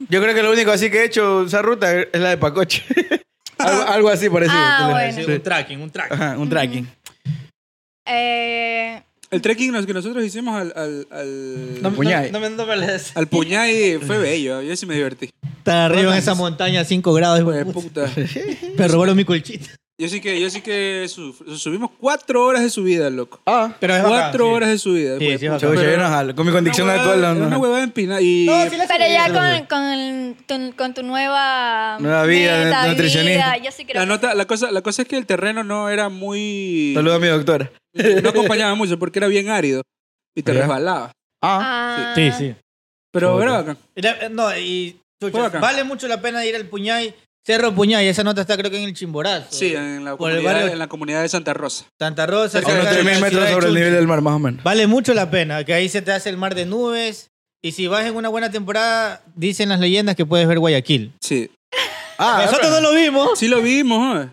Speaker 1: Yo creo que lo único así que he hecho esa ruta es la de Pacoche. algo, algo así parecido.
Speaker 3: Ah,
Speaker 5: Sí,
Speaker 3: bueno.
Speaker 5: Un tracking, un tracking.
Speaker 1: Ajá, un tracking.
Speaker 3: Eh,
Speaker 2: El trekking nos- que nosotros hicimos al, al, al,
Speaker 1: No, Puñal.
Speaker 5: No, me- no me les...
Speaker 2: al Puñay fue bello. Yo sí me divertí.
Speaker 4: Estar arriba en esa montaña a 5 grados.
Speaker 2: Fue de
Speaker 4: hijo de puta.
Speaker 2: puta.
Speaker 4: Me robaron mi colchita.
Speaker 2: Yo sí que, yo sí que su- subimos cuatro horas de subida, loco.
Speaker 1: Ah,
Speaker 4: Pero
Speaker 2: cuatro horas de subida.
Speaker 4: Sí,
Speaker 2: hijo de
Speaker 4: sí,
Speaker 2: puta.
Speaker 4: es
Speaker 1: chucha,
Speaker 2: Pero
Speaker 1: yo no jalo. Con mi condición
Speaker 2: una
Speaker 1: actual
Speaker 2: huevada-
Speaker 1: no.
Speaker 2: Una huevada empinada. Y
Speaker 3: pero ya con, con, tu, con tu nueva...
Speaker 1: Nueva vida,
Speaker 3: meta,
Speaker 1: nutricionista.
Speaker 3: vida, Yo sí creo
Speaker 2: la,
Speaker 3: que
Speaker 2: nota, la, cosa, la cosa es que el terreno no era muy...
Speaker 1: Saludos a mi doctora.
Speaker 2: No acompañaba mucho porque era bien árido y te
Speaker 1: Ya.
Speaker 2: resbalaba.
Speaker 1: Ah,
Speaker 3: Ah,
Speaker 4: Sí, sí.
Speaker 2: Pero
Speaker 1: Chuta.
Speaker 2: era bacán.
Speaker 4: Era- eh, No, y chucha,
Speaker 2: Fue bacán.
Speaker 4: vale mucho la pena ir al Puñay, Cerro Puñay. Esa nota está creo que en el Chimborazo.
Speaker 2: Sí, eh. en la,
Speaker 4: Por el
Speaker 2: comunidad,
Speaker 4: barrio-
Speaker 2: en la comunidad de Santa Rosa.
Speaker 4: Santa Rosa.
Speaker 1: a
Speaker 4: cerca
Speaker 1: unos
Speaker 4: de la
Speaker 1: 3.000 metros
Speaker 4: ciudad de
Speaker 1: sobre el
Speaker 4: Chuchi.
Speaker 1: nivel del mar, más o menos.
Speaker 4: Vale mucho la pena, que ahí se te hace el mar de nubes. Y si vas en una buena temporada, dicen las leyendas que puedes ver Guayaquil.
Speaker 2: Sí.
Speaker 1: Ah,
Speaker 4: Nosotros no lo vimos.
Speaker 2: Sí lo vimos, ¿eh?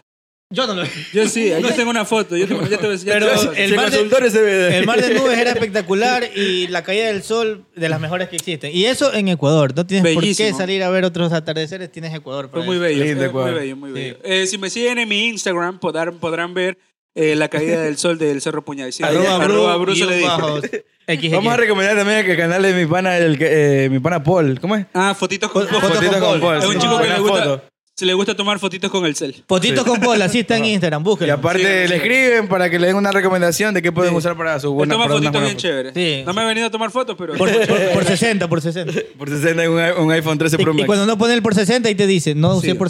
Speaker 5: Yo no lo vi.
Speaker 2: Yo sí, yo tengo una foto. Yo tengo, ya te voy a enseñar.
Speaker 4: Pero
Speaker 2: Yo-
Speaker 4: el
Speaker 1: el
Speaker 4: mar de-
Speaker 1: consultor ese video.
Speaker 4: El mar de nubes era espectacular y la caída del sol de las mejores que existen. Y eso en Ecuador. No tienes por qué
Speaker 2: Bellísimo.
Speaker 4: salir a ver otros atardeceres, tienes Ecuador. para
Speaker 2: Fue muy
Speaker 4: eso.
Speaker 2: bello.
Speaker 1: Lindo
Speaker 2: fue
Speaker 1: cuadro.
Speaker 2: muy bello, muy
Speaker 4: Sí.
Speaker 2: bello. Eh, si me siguen en mi Instagram, podrán, podrán ver eh, la caída del sol del Cerro Puñal. Sí,
Speaker 4: Arroba,
Speaker 2: arroba
Speaker 4: Bru,
Speaker 2: Bruce
Speaker 4: guión
Speaker 2: le dije.
Speaker 4: bajo, XXX.
Speaker 1: Vamos a recomendar también el canal de mi pana, el que- eh, mi pana Paul. ¿Cómo es?
Speaker 2: Ah, fotitos con
Speaker 4: Fotos
Speaker 2: Fotos-
Speaker 1: Fotito
Speaker 4: con Paul.
Speaker 2: Es un
Speaker 1: sí.
Speaker 2: chico que
Speaker 1: Buena
Speaker 2: le gusta-
Speaker 1: foto.
Speaker 2: Si le gusta tomar fotitos con el cel.
Speaker 4: Fotitos con bola, así está en Instagram,
Speaker 1: Y
Speaker 4: búsquenlo.
Speaker 1: aparte
Speaker 2: Sí, sí.
Speaker 1: le escriben para que le den una recomendación de qué pueden
Speaker 2: Sí.
Speaker 1: usar para su
Speaker 2: Él
Speaker 1: buena
Speaker 2: toma
Speaker 1: para una
Speaker 2: fotitos
Speaker 1: buena
Speaker 2: bien
Speaker 1: foto.
Speaker 2: chéveres.
Speaker 4: Sí.
Speaker 2: No me he venido a tomar fotos, pero.
Speaker 4: Por, por- por 60, por 60.
Speaker 1: Por 60 en un, i- un iPhone 13 Pro
Speaker 4: Y,
Speaker 1: Max.
Speaker 4: cuando no pone el por 60 y te dice, no usé
Speaker 2: Sí.
Speaker 4: por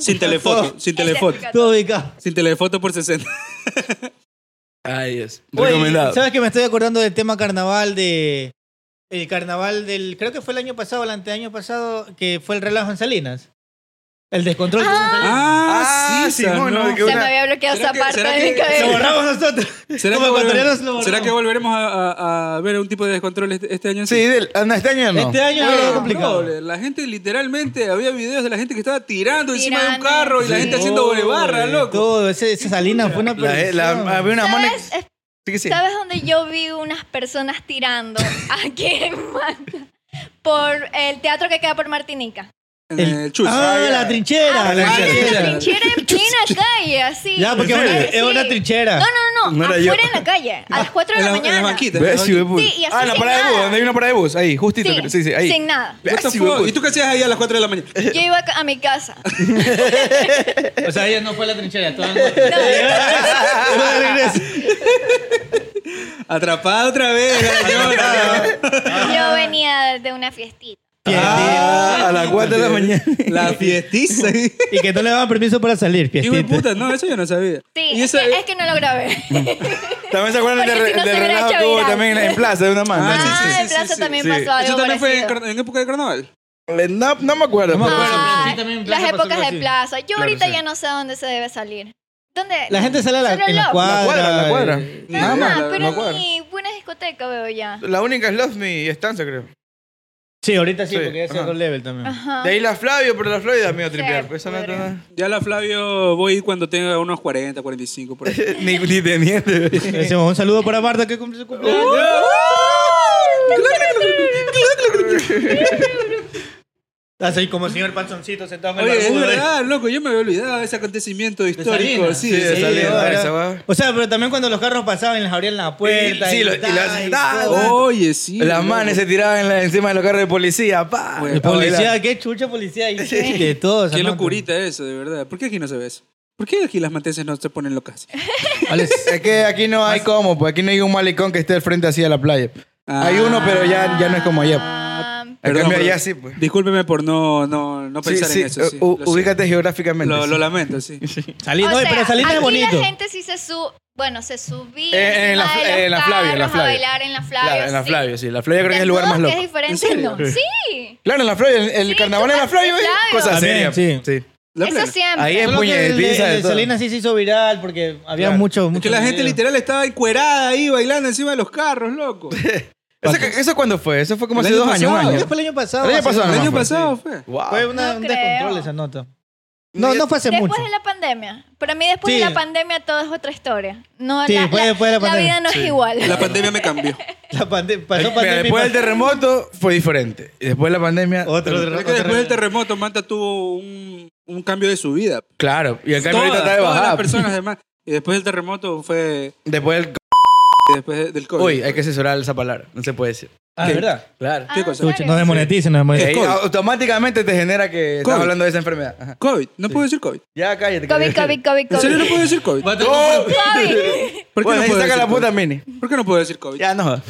Speaker 2: Sin telefoto, sin
Speaker 3: Ahí se
Speaker 2: telefoto.
Speaker 3: explica todo.
Speaker 4: Todo ubicado.
Speaker 2: Sin telefoto por 60.
Speaker 1: Ay, es
Speaker 4: Oye,
Speaker 1: recomendado.
Speaker 4: ¿Sabes que me estoy acordando del tema carnaval de. El carnaval del. Creo que fue el año pasado, el anteaño pasado, que fue el relajo en Salinas. El descontrol. que hubo en Salinas.
Speaker 1: Ah, sí,
Speaker 2: esa,
Speaker 1: bueno, de que
Speaker 3: Se
Speaker 1: una-
Speaker 3: me había bloqueado
Speaker 2: ¿Será
Speaker 3: esa
Speaker 2: que-
Speaker 3: parte
Speaker 2: será
Speaker 3: de mi
Speaker 2: que-
Speaker 4: Lo
Speaker 3: cabeza.
Speaker 4: borramos nosotros.
Speaker 2: ¿Será,
Speaker 4: Como
Speaker 2: que
Speaker 4: ecuatorianos lo
Speaker 2: volveremos,
Speaker 4: borramos.
Speaker 2: ¿Será que volveremos a, a- a ver un tipo de descontrol este, este año?
Speaker 1: Sí, del- ah, no, este año no.
Speaker 4: Este año
Speaker 2: Ah,
Speaker 4: no
Speaker 2: bro,
Speaker 4: lo complicado.
Speaker 2: la gente literalmente había videos de la gente que estaba tirando encima de un
Speaker 3: Tirando.
Speaker 2: carro y la
Speaker 4: Sí.
Speaker 2: gente haciendo
Speaker 1: Oh.
Speaker 2: bolebarra,
Speaker 4: Oye,
Speaker 2: loco.
Speaker 4: Todo, ese, ese Salinas fue una
Speaker 1: La- ah,
Speaker 4: perdición.
Speaker 1: la- había una mona.
Speaker 3: ¿Sabes? Es-
Speaker 1: Sí, que sí.
Speaker 3: ¿Sabes dónde yo vi unas personas tirando aquí en Manta? Por el teatro que queda por Martinica.
Speaker 2: En el, chus.
Speaker 4: Ah, la trinchera.
Speaker 1: Ah, la
Speaker 4: la
Speaker 3: Ay,
Speaker 1: trinchera.
Speaker 3: en la
Speaker 4: trinchera.
Speaker 3: trinchera en plena calle, así.
Speaker 4: Ya, porque es
Speaker 1: ¿En
Speaker 4: una,
Speaker 1: serio?
Speaker 4: es una
Speaker 3: Sí.
Speaker 4: trinchera.
Speaker 3: No, no, no,
Speaker 1: No era yo.
Speaker 3: afuera en la calle, a las 4 de
Speaker 2: en
Speaker 3: la,
Speaker 2: la, en la
Speaker 3: mañana.
Speaker 2: banquita. en la
Speaker 1: Ves, sí,
Speaker 2: banquita.
Speaker 1: de bus.
Speaker 3: Sí, y así
Speaker 1: ah, en la
Speaker 3: sin
Speaker 1: parada de bus,
Speaker 3: nada.
Speaker 1: donde hay una parada de bus. Ahí, justito.
Speaker 3: Sí,
Speaker 1: creo- Sí, sí, ahí.
Speaker 3: sin nada.
Speaker 1: Ves,
Speaker 2: What the
Speaker 1: Ah, sí, de
Speaker 2: fuck?
Speaker 1: bus.
Speaker 2: ¿Y tú qué hacías ahí a las 4 de la mañana?
Speaker 3: Yo iba a mi casa.
Speaker 5: O sea, ella no fue a la trinchera. Todo el mundo.
Speaker 4: Iba de regreso.
Speaker 2: Atrapada otra vez. la señora.
Speaker 3: Yo venía de una fiestita.
Speaker 1: Ah, a las 4 de la mañana.
Speaker 2: la fiestiza. Hijo
Speaker 4: Y que no le daban permiso para salir,
Speaker 2: de
Speaker 4: fiestita.
Speaker 2: puta, no, eso yo no sabía.
Speaker 3: Sí,
Speaker 2: Y
Speaker 3: es,
Speaker 2: esa-
Speaker 3: que, es que no lo grabé.
Speaker 1: También se acuerdan
Speaker 3: Porque
Speaker 1: del,
Speaker 3: si no
Speaker 1: re-
Speaker 3: se
Speaker 1: del
Speaker 3: hubiera
Speaker 1: relajo
Speaker 3: hecho
Speaker 1: que hubo
Speaker 3: viral.
Speaker 1: también en, en plaza de una mano.
Speaker 2: Ah, sí, sí,
Speaker 3: Ah, en
Speaker 2: sí,
Speaker 3: Plaza
Speaker 2: sí.
Speaker 3: también
Speaker 1: Sí.
Speaker 3: pasó algo
Speaker 2: ¿Eso también fue en,
Speaker 3: parecido.
Speaker 2: car- en época de carnaval?
Speaker 1: No, no me acuerdo. Ah,
Speaker 4: No me acuerdo.
Speaker 3: Ay,
Speaker 5: Sí, también en Plaza
Speaker 3: Ah, las
Speaker 5: pasó
Speaker 3: épocas
Speaker 5: algo
Speaker 3: de
Speaker 5: así.
Speaker 3: plaza. Yo
Speaker 1: Claro,
Speaker 3: ahorita
Speaker 1: sí.
Speaker 3: ya no sé a dónde se debe salir. ¿Dónde?
Speaker 4: La gente sale a la,
Speaker 3: Solo
Speaker 4: en la
Speaker 3: loco.
Speaker 4: cuadra. eh.
Speaker 1: La cuadra, la cuadra.
Speaker 3: Ah,
Speaker 1: Nada más, la-
Speaker 3: pero
Speaker 1: la cuadra.
Speaker 3: ni buena discoteca veo ya.
Speaker 1: La única es Love Me y Stanza, creo.
Speaker 4: Sí, ahorita sí,
Speaker 1: Sí,
Speaker 4: porque ya es
Speaker 1: ajá.
Speaker 4: otro level también.
Speaker 3: Ajá.
Speaker 1: De ahí la Flavio, pero la Flavio da miedo
Speaker 3: Ah. Sí,
Speaker 1: tripear. pues, esa no
Speaker 3: podría.
Speaker 1: está-
Speaker 2: Ya la Flavio voy cuando tenga unos 40, 45 por ahí.
Speaker 1: ni, ni teniente.
Speaker 4: Le Decimos un saludo para Marta que cumple su cumpleaños.
Speaker 1: Uh.
Speaker 4: Así como el señor Panzoncito sentado en el
Speaker 2: Oye, es
Speaker 4: barbudo, ¿eh?
Speaker 2: verdad, loco, yo me había olvidado de ese acontecimiento histórico.
Speaker 5: Salinas.
Speaker 2: Sí,
Speaker 1: Sí, de
Speaker 2: de
Speaker 1: Salinas.
Speaker 2: Salinas.
Speaker 1: esa
Speaker 4: ahora-
Speaker 1: va.
Speaker 4: O sea, pero también cuando los carros pasaban, les abrían la puerta.
Speaker 1: Sí, lo- y lo-
Speaker 4: tal,
Speaker 1: da,
Speaker 4: todo.
Speaker 1: da.
Speaker 2: Oye, sí.
Speaker 1: Las
Speaker 2: loco.
Speaker 1: manes se tiraban en la- encima de los carros de policía. pa.
Speaker 2: Bueno,
Speaker 4: El
Speaker 1: A bailar.
Speaker 4: policía, qué chucha policía. Y de todo. esa
Speaker 2: Qué
Speaker 4: nota.
Speaker 2: locurita eso, de verdad. ¿Por qué aquí no se ve eso? ¿Por qué aquí las manteses no se ponen locas?
Speaker 1: Es que aquí no hay como, pues aquí no hay un malecón que esté al frente así a la playa.
Speaker 2: Ah.
Speaker 1: Hay uno, pero ya, ya no es como allá.
Speaker 3: Ah,
Speaker 1: En
Speaker 2: Perdón,
Speaker 1: cambio,
Speaker 2: pero-
Speaker 1: allá sí, pues.
Speaker 2: Discúlpeme por no, no, no
Speaker 1: Sí,
Speaker 2: pensar
Speaker 1: sí, eh,
Speaker 2: en eso. Sí,
Speaker 1: u-
Speaker 2: lo siento.
Speaker 1: ubícate geográficamente.
Speaker 2: Lo,
Speaker 1: sí.
Speaker 2: lo lamento, sí.
Speaker 4: Salí-
Speaker 3: o
Speaker 4: no,
Speaker 3: sea,
Speaker 4: pero Salinas
Speaker 3: aquí
Speaker 4: es bonito.
Speaker 3: la gente sí se su... Bueno, se subía
Speaker 1: Eh, en la
Speaker 3: encima
Speaker 1: Fla-
Speaker 3: de los
Speaker 1: en la Flavia, en la
Speaker 3: carros
Speaker 1: Flavia.
Speaker 3: a bailar en la Flavia.
Speaker 1: Claro, en la
Speaker 3: sí.
Speaker 1: Flavio, sí. La Flavio creo que es el
Speaker 3: Desnudos,
Speaker 1: lugar más
Speaker 3: que
Speaker 1: loco.
Speaker 3: es diferente.
Speaker 2: ¿En serio?
Speaker 3: ¿no? Sí.
Speaker 1: Claro, en la Flavio, el, el
Speaker 3: Sí,
Speaker 1: carnaval
Speaker 3: tú
Speaker 1: en la
Speaker 3: vas a
Speaker 1: Flavio es
Speaker 3: Flavio.
Speaker 1: cosa seria.
Speaker 4: También, sí.
Speaker 1: Sí.
Speaker 2: La plena.
Speaker 3: Eso siempre.
Speaker 1: Ahí es
Speaker 4: Solo que el de-
Speaker 1: puñetiza
Speaker 4: el
Speaker 1: de
Speaker 4: de
Speaker 1: todo.
Speaker 4: Salinas sí se hizo viral porque había
Speaker 1: Claro.
Speaker 4: mucho,
Speaker 2: Es
Speaker 4: mucho
Speaker 2: que la gente
Speaker 4: video.
Speaker 2: literal estaba encuerada ahí bailando encima de los carros, loco.
Speaker 1: ¿Eso, ¿Eso cuándo fue? Eso fue como
Speaker 2: El
Speaker 1: hace
Speaker 2: año
Speaker 1: dos años, un
Speaker 2: pasado.
Speaker 1: año.
Speaker 4: Eso fue el año pasado.
Speaker 1: El año
Speaker 4: hace-
Speaker 1: pasado,
Speaker 2: El
Speaker 1: no,
Speaker 2: año
Speaker 1: fue.
Speaker 2: pasado fue.
Speaker 1: Wow.
Speaker 4: Fue una-
Speaker 3: No
Speaker 4: un
Speaker 3: creo.
Speaker 4: descontrol esa nota. No, no fue hace
Speaker 3: Después
Speaker 4: mucho.
Speaker 3: de la pandemia. Para mí, después de
Speaker 4: Sí.
Speaker 3: la pandemia, todo es otra historia. No,
Speaker 4: Sí,
Speaker 3: la,
Speaker 4: después-
Speaker 3: la-
Speaker 4: después de la
Speaker 3: la
Speaker 4: pandemia.
Speaker 3: vida no
Speaker 1: Sí.
Speaker 3: es igual.
Speaker 2: La pandemia me cambió.
Speaker 4: La pande-
Speaker 1: Eh,
Speaker 4: pasó
Speaker 1: mira,
Speaker 4: pandemia y
Speaker 1: después del
Speaker 4: pasó-
Speaker 1: terremoto fue diferente. Y después de la pandemia.
Speaker 4: Otro,
Speaker 1: también.
Speaker 4: otro,
Speaker 2: Es que
Speaker 4: otro-
Speaker 2: después del terremoto, Manta tuvo un, un cambio de su vida.
Speaker 1: Claro. Y el cambio ahorita
Speaker 2: Todas,
Speaker 1: está de
Speaker 2: todas las
Speaker 1: bajada.
Speaker 2: personas, además. Y después del terremoto fue.
Speaker 1: Después del.
Speaker 2: y después de- del COVID.
Speaker 1: Uy, hay que asesorar esa palabra. No se puede decir.
Speaker 4: Ah,
Speaker 2: ¿Qué?
Speaker 4: ¿verdad?
Speaker 1: Claro.
Speaker 3: Ah,
Speaker 2: ¿Qué cosa?
Speaker 3: claro.
Speaker 4: Escucha, no desmoneticen, no
Speaker 1: Ahí
Speaker 4: desmoneticen.
Speaker 2: COVID.
Speaker 1: automáticamente te genera que estás
Speaker 2: COVID.
Speaker 1: hablando de esa enfermedad. Ajá.
Speaker 2: COVID. No puedo decir COVID.
Speaker 1: Ya cállate. que-
Speaker 3: COVID, COVID, COVID,
Speaker 2: ¿En serio no
Speaker 3: COVID.
Speaker 2: puedo decir COVID?
Speaker 5: Va a
Speaker 2: ¿Por
Speaker 5: tener
Speaker 1: ¡Oh!
Speaker 5: que-
Speaker 3: COVID.
Speaker 2: qué
Speaker 1: Bueno,
Speaker 2: no
Speaker 1: ahí
Speaker 2: puedo
Speaker 1: saca
Speaker 2: decir
Speaker 1: la
Speaker 2: COVID?
Speaker 1: puta mini.
Speaker 2: ¿Por qué no puedo decir COVID?
Speaker 1: Ya no.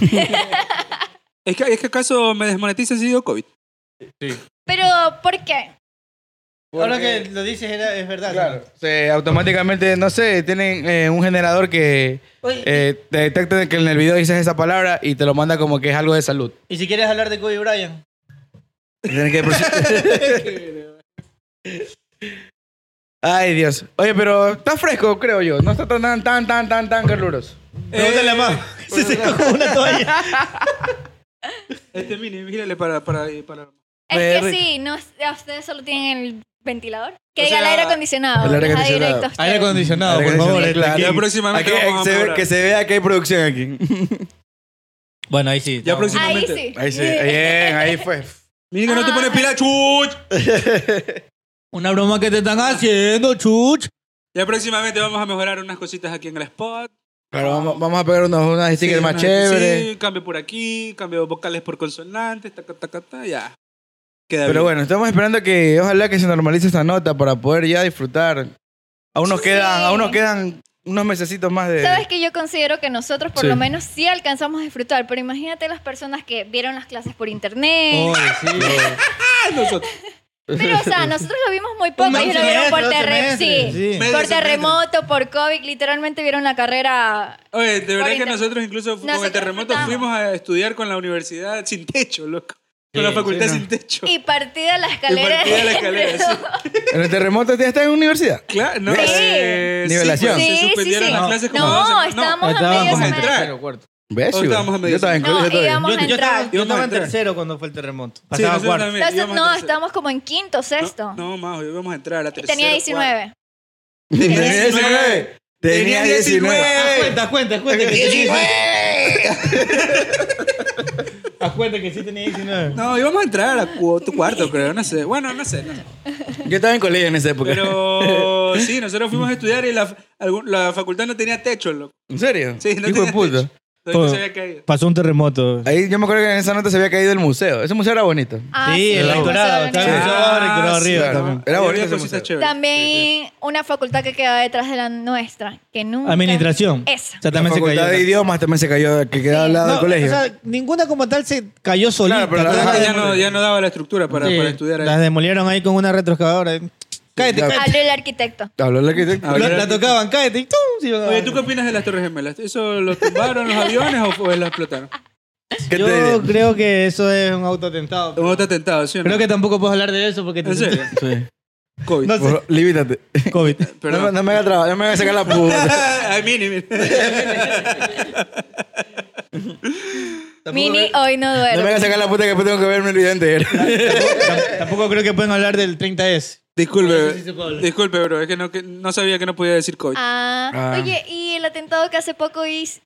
Speaker 2: Es que, es que acaso me desmonetizan si digo COVID.
Speaker 3: Pero, ¿por qué?
Speaker 4: Ahora que lo dices era- es verdad.
Speaker 1: Claro. Se, automáticamente, no sé, tienen eh, un generador que
Speaker 4: Oye,
Speaker 1: eh, te detecta que en el video dices esa palabra y te lo manda como que es algo de salud.
Speaker 4: Y si quieres hablar de Kobe Bryant.
Speaker 1: Tienen que Ay, Dios. Oye, pero está fresco, creo yo. No está tan, tan, tan, tan, tan, tan caluroso.
Speaker 4: Pregúntale a mamá. Se secó con una toalla.
Speaker 2: Este mini, mírale para... para, para...
Speaker 3: Es
Speaker 1: Ver-
Speaker 3: que sí, no, es- a ustedes solo tienen el ventilador. Que
Speaker 2: O
Speaker 3: diga el
Speaker 2: sea,
Speaker 3: aire acondicionado.
Speaker 1: el aire
Speaker 3: les da
Speaker 1: acondicionado.
Speaker 3: directo a ustedes.
Speaker 4: Aire acondicionado, por favor. eh,
Speaker 1: Acondicionado, claro.
Speaker 4: aquí.
Speaker 2: este, Ya próximamente
Speaker 1: Aquí,
Speaker 2: vamos a
Speaker 1: se ve-
Speaker 2: mejorar.
Speaker 1: que se vea que hay producción aquí.
Speaker 4: Bueno, ahí sí.
Speaker 2: Ya
Speaker 4: no.
Speaker 2: próximo-
Speaker 3: Ahí
Speaker 2: acondicionadamente.
Speaker 3: sí.
Speaker 1: Ahí sí. Bien, ahí fue.
Speaker 2: Miren que no te
Speaker 3: Ah.
Speaker 2: pones pila, chuch.
Speaker 4: Una broma que te están haciendo, chuch.
Speaker 2: Ya próximamente vamos a mejorar unas cositas aquí en el spot.
Speaker 1: Pero vamos, vamos a pegar unos, unas stickers más
Speaker 2: unas-
Speaker 1: chéveres.
Speaker 2: Sí, cambio por aquí, cambio vocales por consonantes, taca, taca, ta, ya. Queda
Speaker 1: Pero
Speaker 2: bien.
Speaker 1: bueno, estamos esperando que ojalá que se normalice esta nota para poder ya disfrutar. Aún nos
Speaker 3: Sí.
Speaker 1: quedan, aún nos quedan unos mesecitos más de.
Speaker 3: Sabes que yo considero que nosotros por
Speaker 1: Sí.
Speaker 3: lo menos sí alcanzamos a disfrutar, pero imagínate las personas que vieron las clases por internet.
Speaker 4: Oye, sí.
Speaker 2: Ay, nosotros.
Speaker 3: Pero, o sea, nosotros lo vimos muy poco.
Speaker 4: Un
Speaker 3: Ellos lo
Speaker 4: semestre,
Speaker 3: vieron por,
Speaker 4: dos
Speaker 3: terre-
Speaker 4: semestres,
Speaker 3: sí,
Speaker 4: sí.
Speaker 2: Medio
Speaker 3: por
Speaker 2: semestre.
Speaker 3: terremoto, por COVID. Literalmente vieron la carrera.
Speaker 2: Oye, de verdad que
Speaker 3: Ahorita.
Speaker 2: nosotros incluso con el
Speaker 3: Nosotros
Speaker 2: terremoto
Speaker 3: estamos.
Speaker 2: fuimos a estudiar con la universidad sin techo, loco. Con la
Speaker 4: Sí,
Speaker 2: facultad
Speaker 4: sí, no.
Speaker 2: sin techo.
Speaker 3: Y partida la escalera.
Speaker 2: partida la escalera, sí.
Speaker 1: En el terremoto ya está en universidad.
Speaker 2: Claro, no.
Speaker 1: Sí.
Speaker 2: eh,
Speaker 1: Nivelación.
Speaker 2: pues,
Speaker 3: Sí,
Speaker 2: se
Speaker 3: sí,
Speaker 2: suspendieron
Speaker 3: sí.
Speaker 2: las clases como
Speaker 3: No,
Speaker 2: dos semanas.
Speaker 3: estábamos a
Speaker 4: estábamos
Speaker 3: medio
Speaker 4: en
Speaker 2: semestre.
Speaker 3: semana.
Speaker 5: Pero cuarto.
Speaker 1: ¿Ves?
Speaker 2: Ahorita
Speaker 1: güey?
Speaker 2: vamos a medio
Speaker 1: Yo estaba en
Speaker 3: No,
Speaker 1: colegio todavía.
Speaker 3: íbamos- Vamos
Speaker 4: Yo,
Speaker 3: a
Speaker 4: yo estaba,
Speaker 3: entrar.
Speaker 4: yo estaba
Speaker 2: Íbamos a
Speaker 4: en
Speaker 2: entrar.
Speaker 4: tercero cuando fue el terremoto.
Speaker 2: Sí,
Speaker 4: Pasaba
Speaker 2: nosotros
Speaker 4: cuarto.
Speaker 2: también,
Speaker 3: Entonces,
Speaker 2: íbamos a
Speaker 3: no,
Speaker 2: tercero.
Speaker 3: estábamos como en quinto, sexto.
Speaker 2: No, más, íbamos a entrar a la tercera.
Speaker 3: Tenía 19.
Speaker 1: Tenía 19. Tenía
Speaker 2: Tenía
Speaker 1: 19.
Speaker 2: 19.
Speaker 4: Haz cuenta, haz cuenta, haz cuenta. que sí, sí, sí. Haz cuenta que sí tenía 19.
Speaker 2: No, íbamos a entrar a cu- tu cuarto, creo, no sé. Bueno, no sé. no sé.
Speaker 1: Yo estaba en colegio en esa época.
Speaker 2: Pero sí, nosotros fuimos a estudiar y la, algún- la facultad no tenía techo, loco.
Speaker 1: ¿En serio?
Speaker 2: Sí, no
Speaker 1: Hijo de
Speaker 2: tenía
Speaker 1: puta.
Speaker 2: techo. Entonces no se
Speaker 4: Oh.
Speaker 2: había caído.
Speaker 4: Pasó un terremoto.
Speaker 1: Ahí yo me acuerdo que en esa nota se había caído el museo. Ese museo era bonito.
Speaker 3: Ah,
Speaker 4: sí, el
Speaker 3: no,
Speaker 4: rectorado.
Speaker 3: no,
Speaker 4: Estaba
Speaker 3: no,
Speaker 4: el
Speaker 3: no.
Speaker 4: rectorado, el rectorado
Speaker 2: Ah, sí,
Speaker 4: arriba
Speaker 2: claro.
Speaker 4: también.
Speaker 1: Era
Speaker 2: Había
Speaker 1: bonito ese museo.
Speaker 2: cositas chéveres.
Speaker 3: También una facultad que queda detrás de la nuestra, que nunca...
Speaker 4: Administración.
Speaker 3: Esa.
Speaker 4: O sea, también
Speaker 1: la
Speaker 4: se
Speaker 1: facultad
Speaker 4: cayó.
Speaker 1: de idiomas también se cayó, que quedaba al lado
Speaker 4: No,
Speaker 1: del colegio.
Speaker 4: O sea, ninguna como tal se cayó solita.
Speaker 1: Claro, pero la-
Speaker 4: todas
Speaker 2: Ah,
Speaker 4: las
Speaker 2: ya, no, ya no daba la estructura para,
Speaker 4: Sí,
Speaker 2: para estudiar ahí.
Speaker 4: Las demolieron ahí con una retroexcavadora. Cállate,
Speaker 1: Ya.
Speaker 4: cállate.
Speaker 3: Habló el arquitecto.
Speaker 1: Habló el arquitecto.
Speaker 2: Ah,
Speaker 4: La,
Speaker 2: ya.
Speaker 4: la tocaban, cállate. y ¡tum! se iban
Speaker 2: Oye, ¿tú qué
Speaker 4: abajo.
Speaker 2: opinas de las Torres Gemelas? ¿Eso los tumbaron los aviones o fue- las explotaron?
Speaker 1: ¿Qué te diré?
Speaker 4: Yo creo que eso es un autoatentado.
Speaker 2: Hubo otro atentado, ¿sí o no?
Speaker 4: Creo que tampoco puedes hablar de eso porque te
Speaker 2: ¿En serio?
Speaker 1: Sí.
Speaker 2: COVID.
Speaker 4: No
Speaker 1: Por
Speaker 4: sé.
Speaker 1: favor, Limítate.
Speaker 4: COVID.
Speaker 1: No,
Speaker 2: Perdón.
Speaker 1: no me hagas trabajar, no me hagas sacar la puta.
Speaker 2: Ay, mini, mini.
Speaker 3: Mini hoy no
Speaker 1: No me
Speaker 3: duerme.
Speaker 1: hagas sacar la puta que después tengo que verme el video entero.
Speaker 4: Tam- tampoco creo que pueden hablar del 30S.
Speaker 2: Disculpe,
Speaker 5: sí se puede hablar.
Speaker 2: disculpe, bro. Es que no, que no sabía que no podía decir COVID.
Speaker 3: Ah,
Speaker 1: Ah.
Speaker 3: oye, y el atentado que hace poco hiz-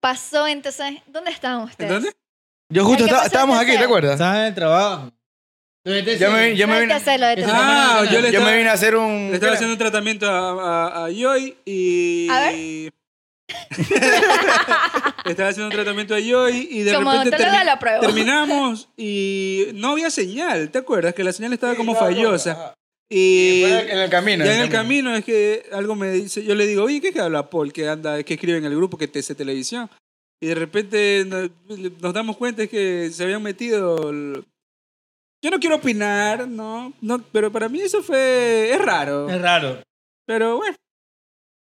Speaker 3: pasó, entonces, ¿dónde estaban
Speaker 2: ¿En
Speaker 3: ustedes?
Speaker 2: dónde?
Speaker 1: Yo justo
Speaker 3: Ay, ¿qué
Speaker 1: estaba-
Speaker 3: pasó
Speaker 1: estábamos
Speaker 3: este
Speaker 1: aquí, ¿te
Speaker 3: cero?
Speaker 2: Ah.
Speaker 1: acuerdas?
Speaker 4: Estás en el trabajo.
Speaker 1: Yo me, yo
Speaker 3: No
Speaker 1: me
Speaker 3: hay que
Speaker 1: vine,
Speaker 3: hacerlo de
Speaker 5: Esa-
Speaker 3: teléfono.
Speaker 2: Ah, yo le
Speaker 1: yo me
Speaker 2: estaba,
Speaker 1: vine a hacer
Speaker 3: Mm,
Speaker 1: un...
Speaker 2: le estaba haciendo un tratamiento a, a, a Joy y...
Speaker 3: A
Speaker 2: Le estaba haciendo un tratamiento a Joy y de
Speaker 3: Como
Speaker 2: repente
Speaker 3: odontóloga
Speaker 2: termi-
Speaker 3: lo apruebo.
Speaker 2: terminamos y no había señal, ¿te acuerdas? Que la señal estaba como fallosa. Y,
Speaker 1: Fue en el camino.
Speaker 2: Ya en el camino es que algo me dice, yo le digo, oye, ¿qué es que habla Paul? Que anda, que escribe en el grupo que TC Televisión. Y de repente no- nos, damos cuenta es que se habían metido... el- Yo no quiero opinar, no, no, pero para mí eso fue... es raro.
Speaker 4: Es raro.
Speaker 2: Pero bueno,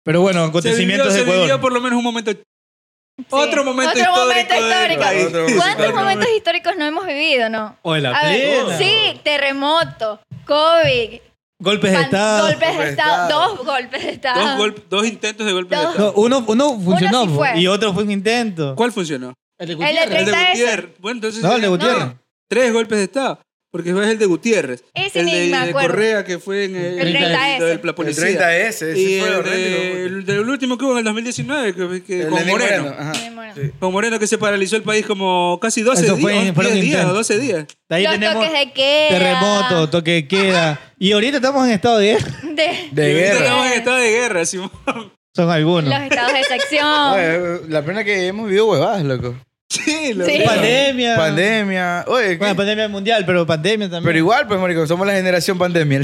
Speaker 4: Pero bueno,
Speaker 2: se vivió,
Speaker 4: acontecimientos
Speaker 2: se
Speaker 4: de
Speaker 2: vivió
Speaker 4: Ecuador.
Speaker 2: por lo menos un momento...
Speaker 3: Sí.
Speaker 2: Otro momento
Speaker 3: Otro
Speaker 2: histórico.
Speaker 3: momento
Speaker 2: del
Speaker 3: histórico.
Speaker 2: país.
Speaker 1: Otro momento
Speaker 3: ¿Cuántos
Speaker 1: Otro
Speaker 3: momentos históricos no hemos vivido, no?
Speaker 4: O en la
Speaker 3: A ver,
Speaker 4: plena.
Speaker 3: sí, terremoto, COVID,
Speaker 4: Golpes de
Speaker 3: pan-
Speaker 4: estado.
Speaker 3: golpes
Speaker 1: Golpe
Speaker 3: de
Speaker 1: de
Speaker 3: estado,
Speaker 1: estado.
Speaker 3: dos golpes de estado.
Speaker 2: Dos, golp- dos intentos de golpe de
Speaker 3: Ah. Dos.
Speaker 2: estado.
Speaker 4: No, uno, uno funcionó pues,
Speaker 3: sí fue.
Speaker 4: y otro fue un intento.
Speaker 2: ¿Cuál funcionó?
Speaker 5: El de
Speaker 3: El de
Speaker 5: Gutiérrez.
Speaker 2: El de
Speaker 3: 30 ese.
Speaker 2: Gutiérrez. Bueno, entonces
Speaker 4: No, el de
Speaker 2: serían
Speaker 4: Gutiérrez.
Speaker 2: tres golpes de estado. Porque es el de Gutiérrez.
Speaker 3: Ese
Speaker 2: el
Speaker 3: ni
Speaker 2: de,
Speaker 3: me
Speaker 2: de
Speaker 3: acuerdo.
Speaker 2: Correa que fue en el,
Speaker 3: El 30S.
Speaker 2: lo de la
Speaker 1: El
Speaker 2: policía.
Speaker 1: 30S, ese
Speaker 2: Y
Speaker 1: fue
Speaker 2: el, de-
Speaker 1: horrendo.
Speaker 2: el del último que hubo en el 2019, que, que-
Speaker 1: El
Speaker 2: con
Speaker 1: de Nick
Speaker 2: Moreno.
Speaker 1: Moreno, ajá.
Speaker 3: Mi amor.
Speaker 1: Sí.
Speaker 2: Con Moreno que se paralizó el país como casi 12
Speaker 4: Eso
Speaker 2: días,
Speaker 4: fue-
Speaker 2: o
Speaker 4: fueron
Speaker 2: 10 días o
Speaker 4: intentos.
Speaker 2: 12 días.
Speaker 4: De ahí
Speaker 3: Los
Speaker 4: tenemos
Speaker 3: toques de queda.
Speaker 4: terremoto, toque de queda. Y ahorita estamos en estado de guerra.
Speaker 3: De-
Speaker 1: De
Speaker 2: Y ahorita
Speaker 1: guerra.
Speaker 2: Estamos en estado de guerra, Simón.
Speaker 4: Son algunos.
Speaker 3: los estados de sección.
Speaker 1: Oye, la pena que hemos vivido huevadas, loco.
Speaker 2: Sí, lo
Speaker 3: Sí.
Speaker 4: Pandemia.
Speaker 1: Pandemia. Oye,
Speaker 4: Bueno,
Speaker 1: ¿qué?
Speaker 4: pandemia mundial, pero pandemia también.
Speaker 1: pero igual, pues, marico, somos la generación pandemia.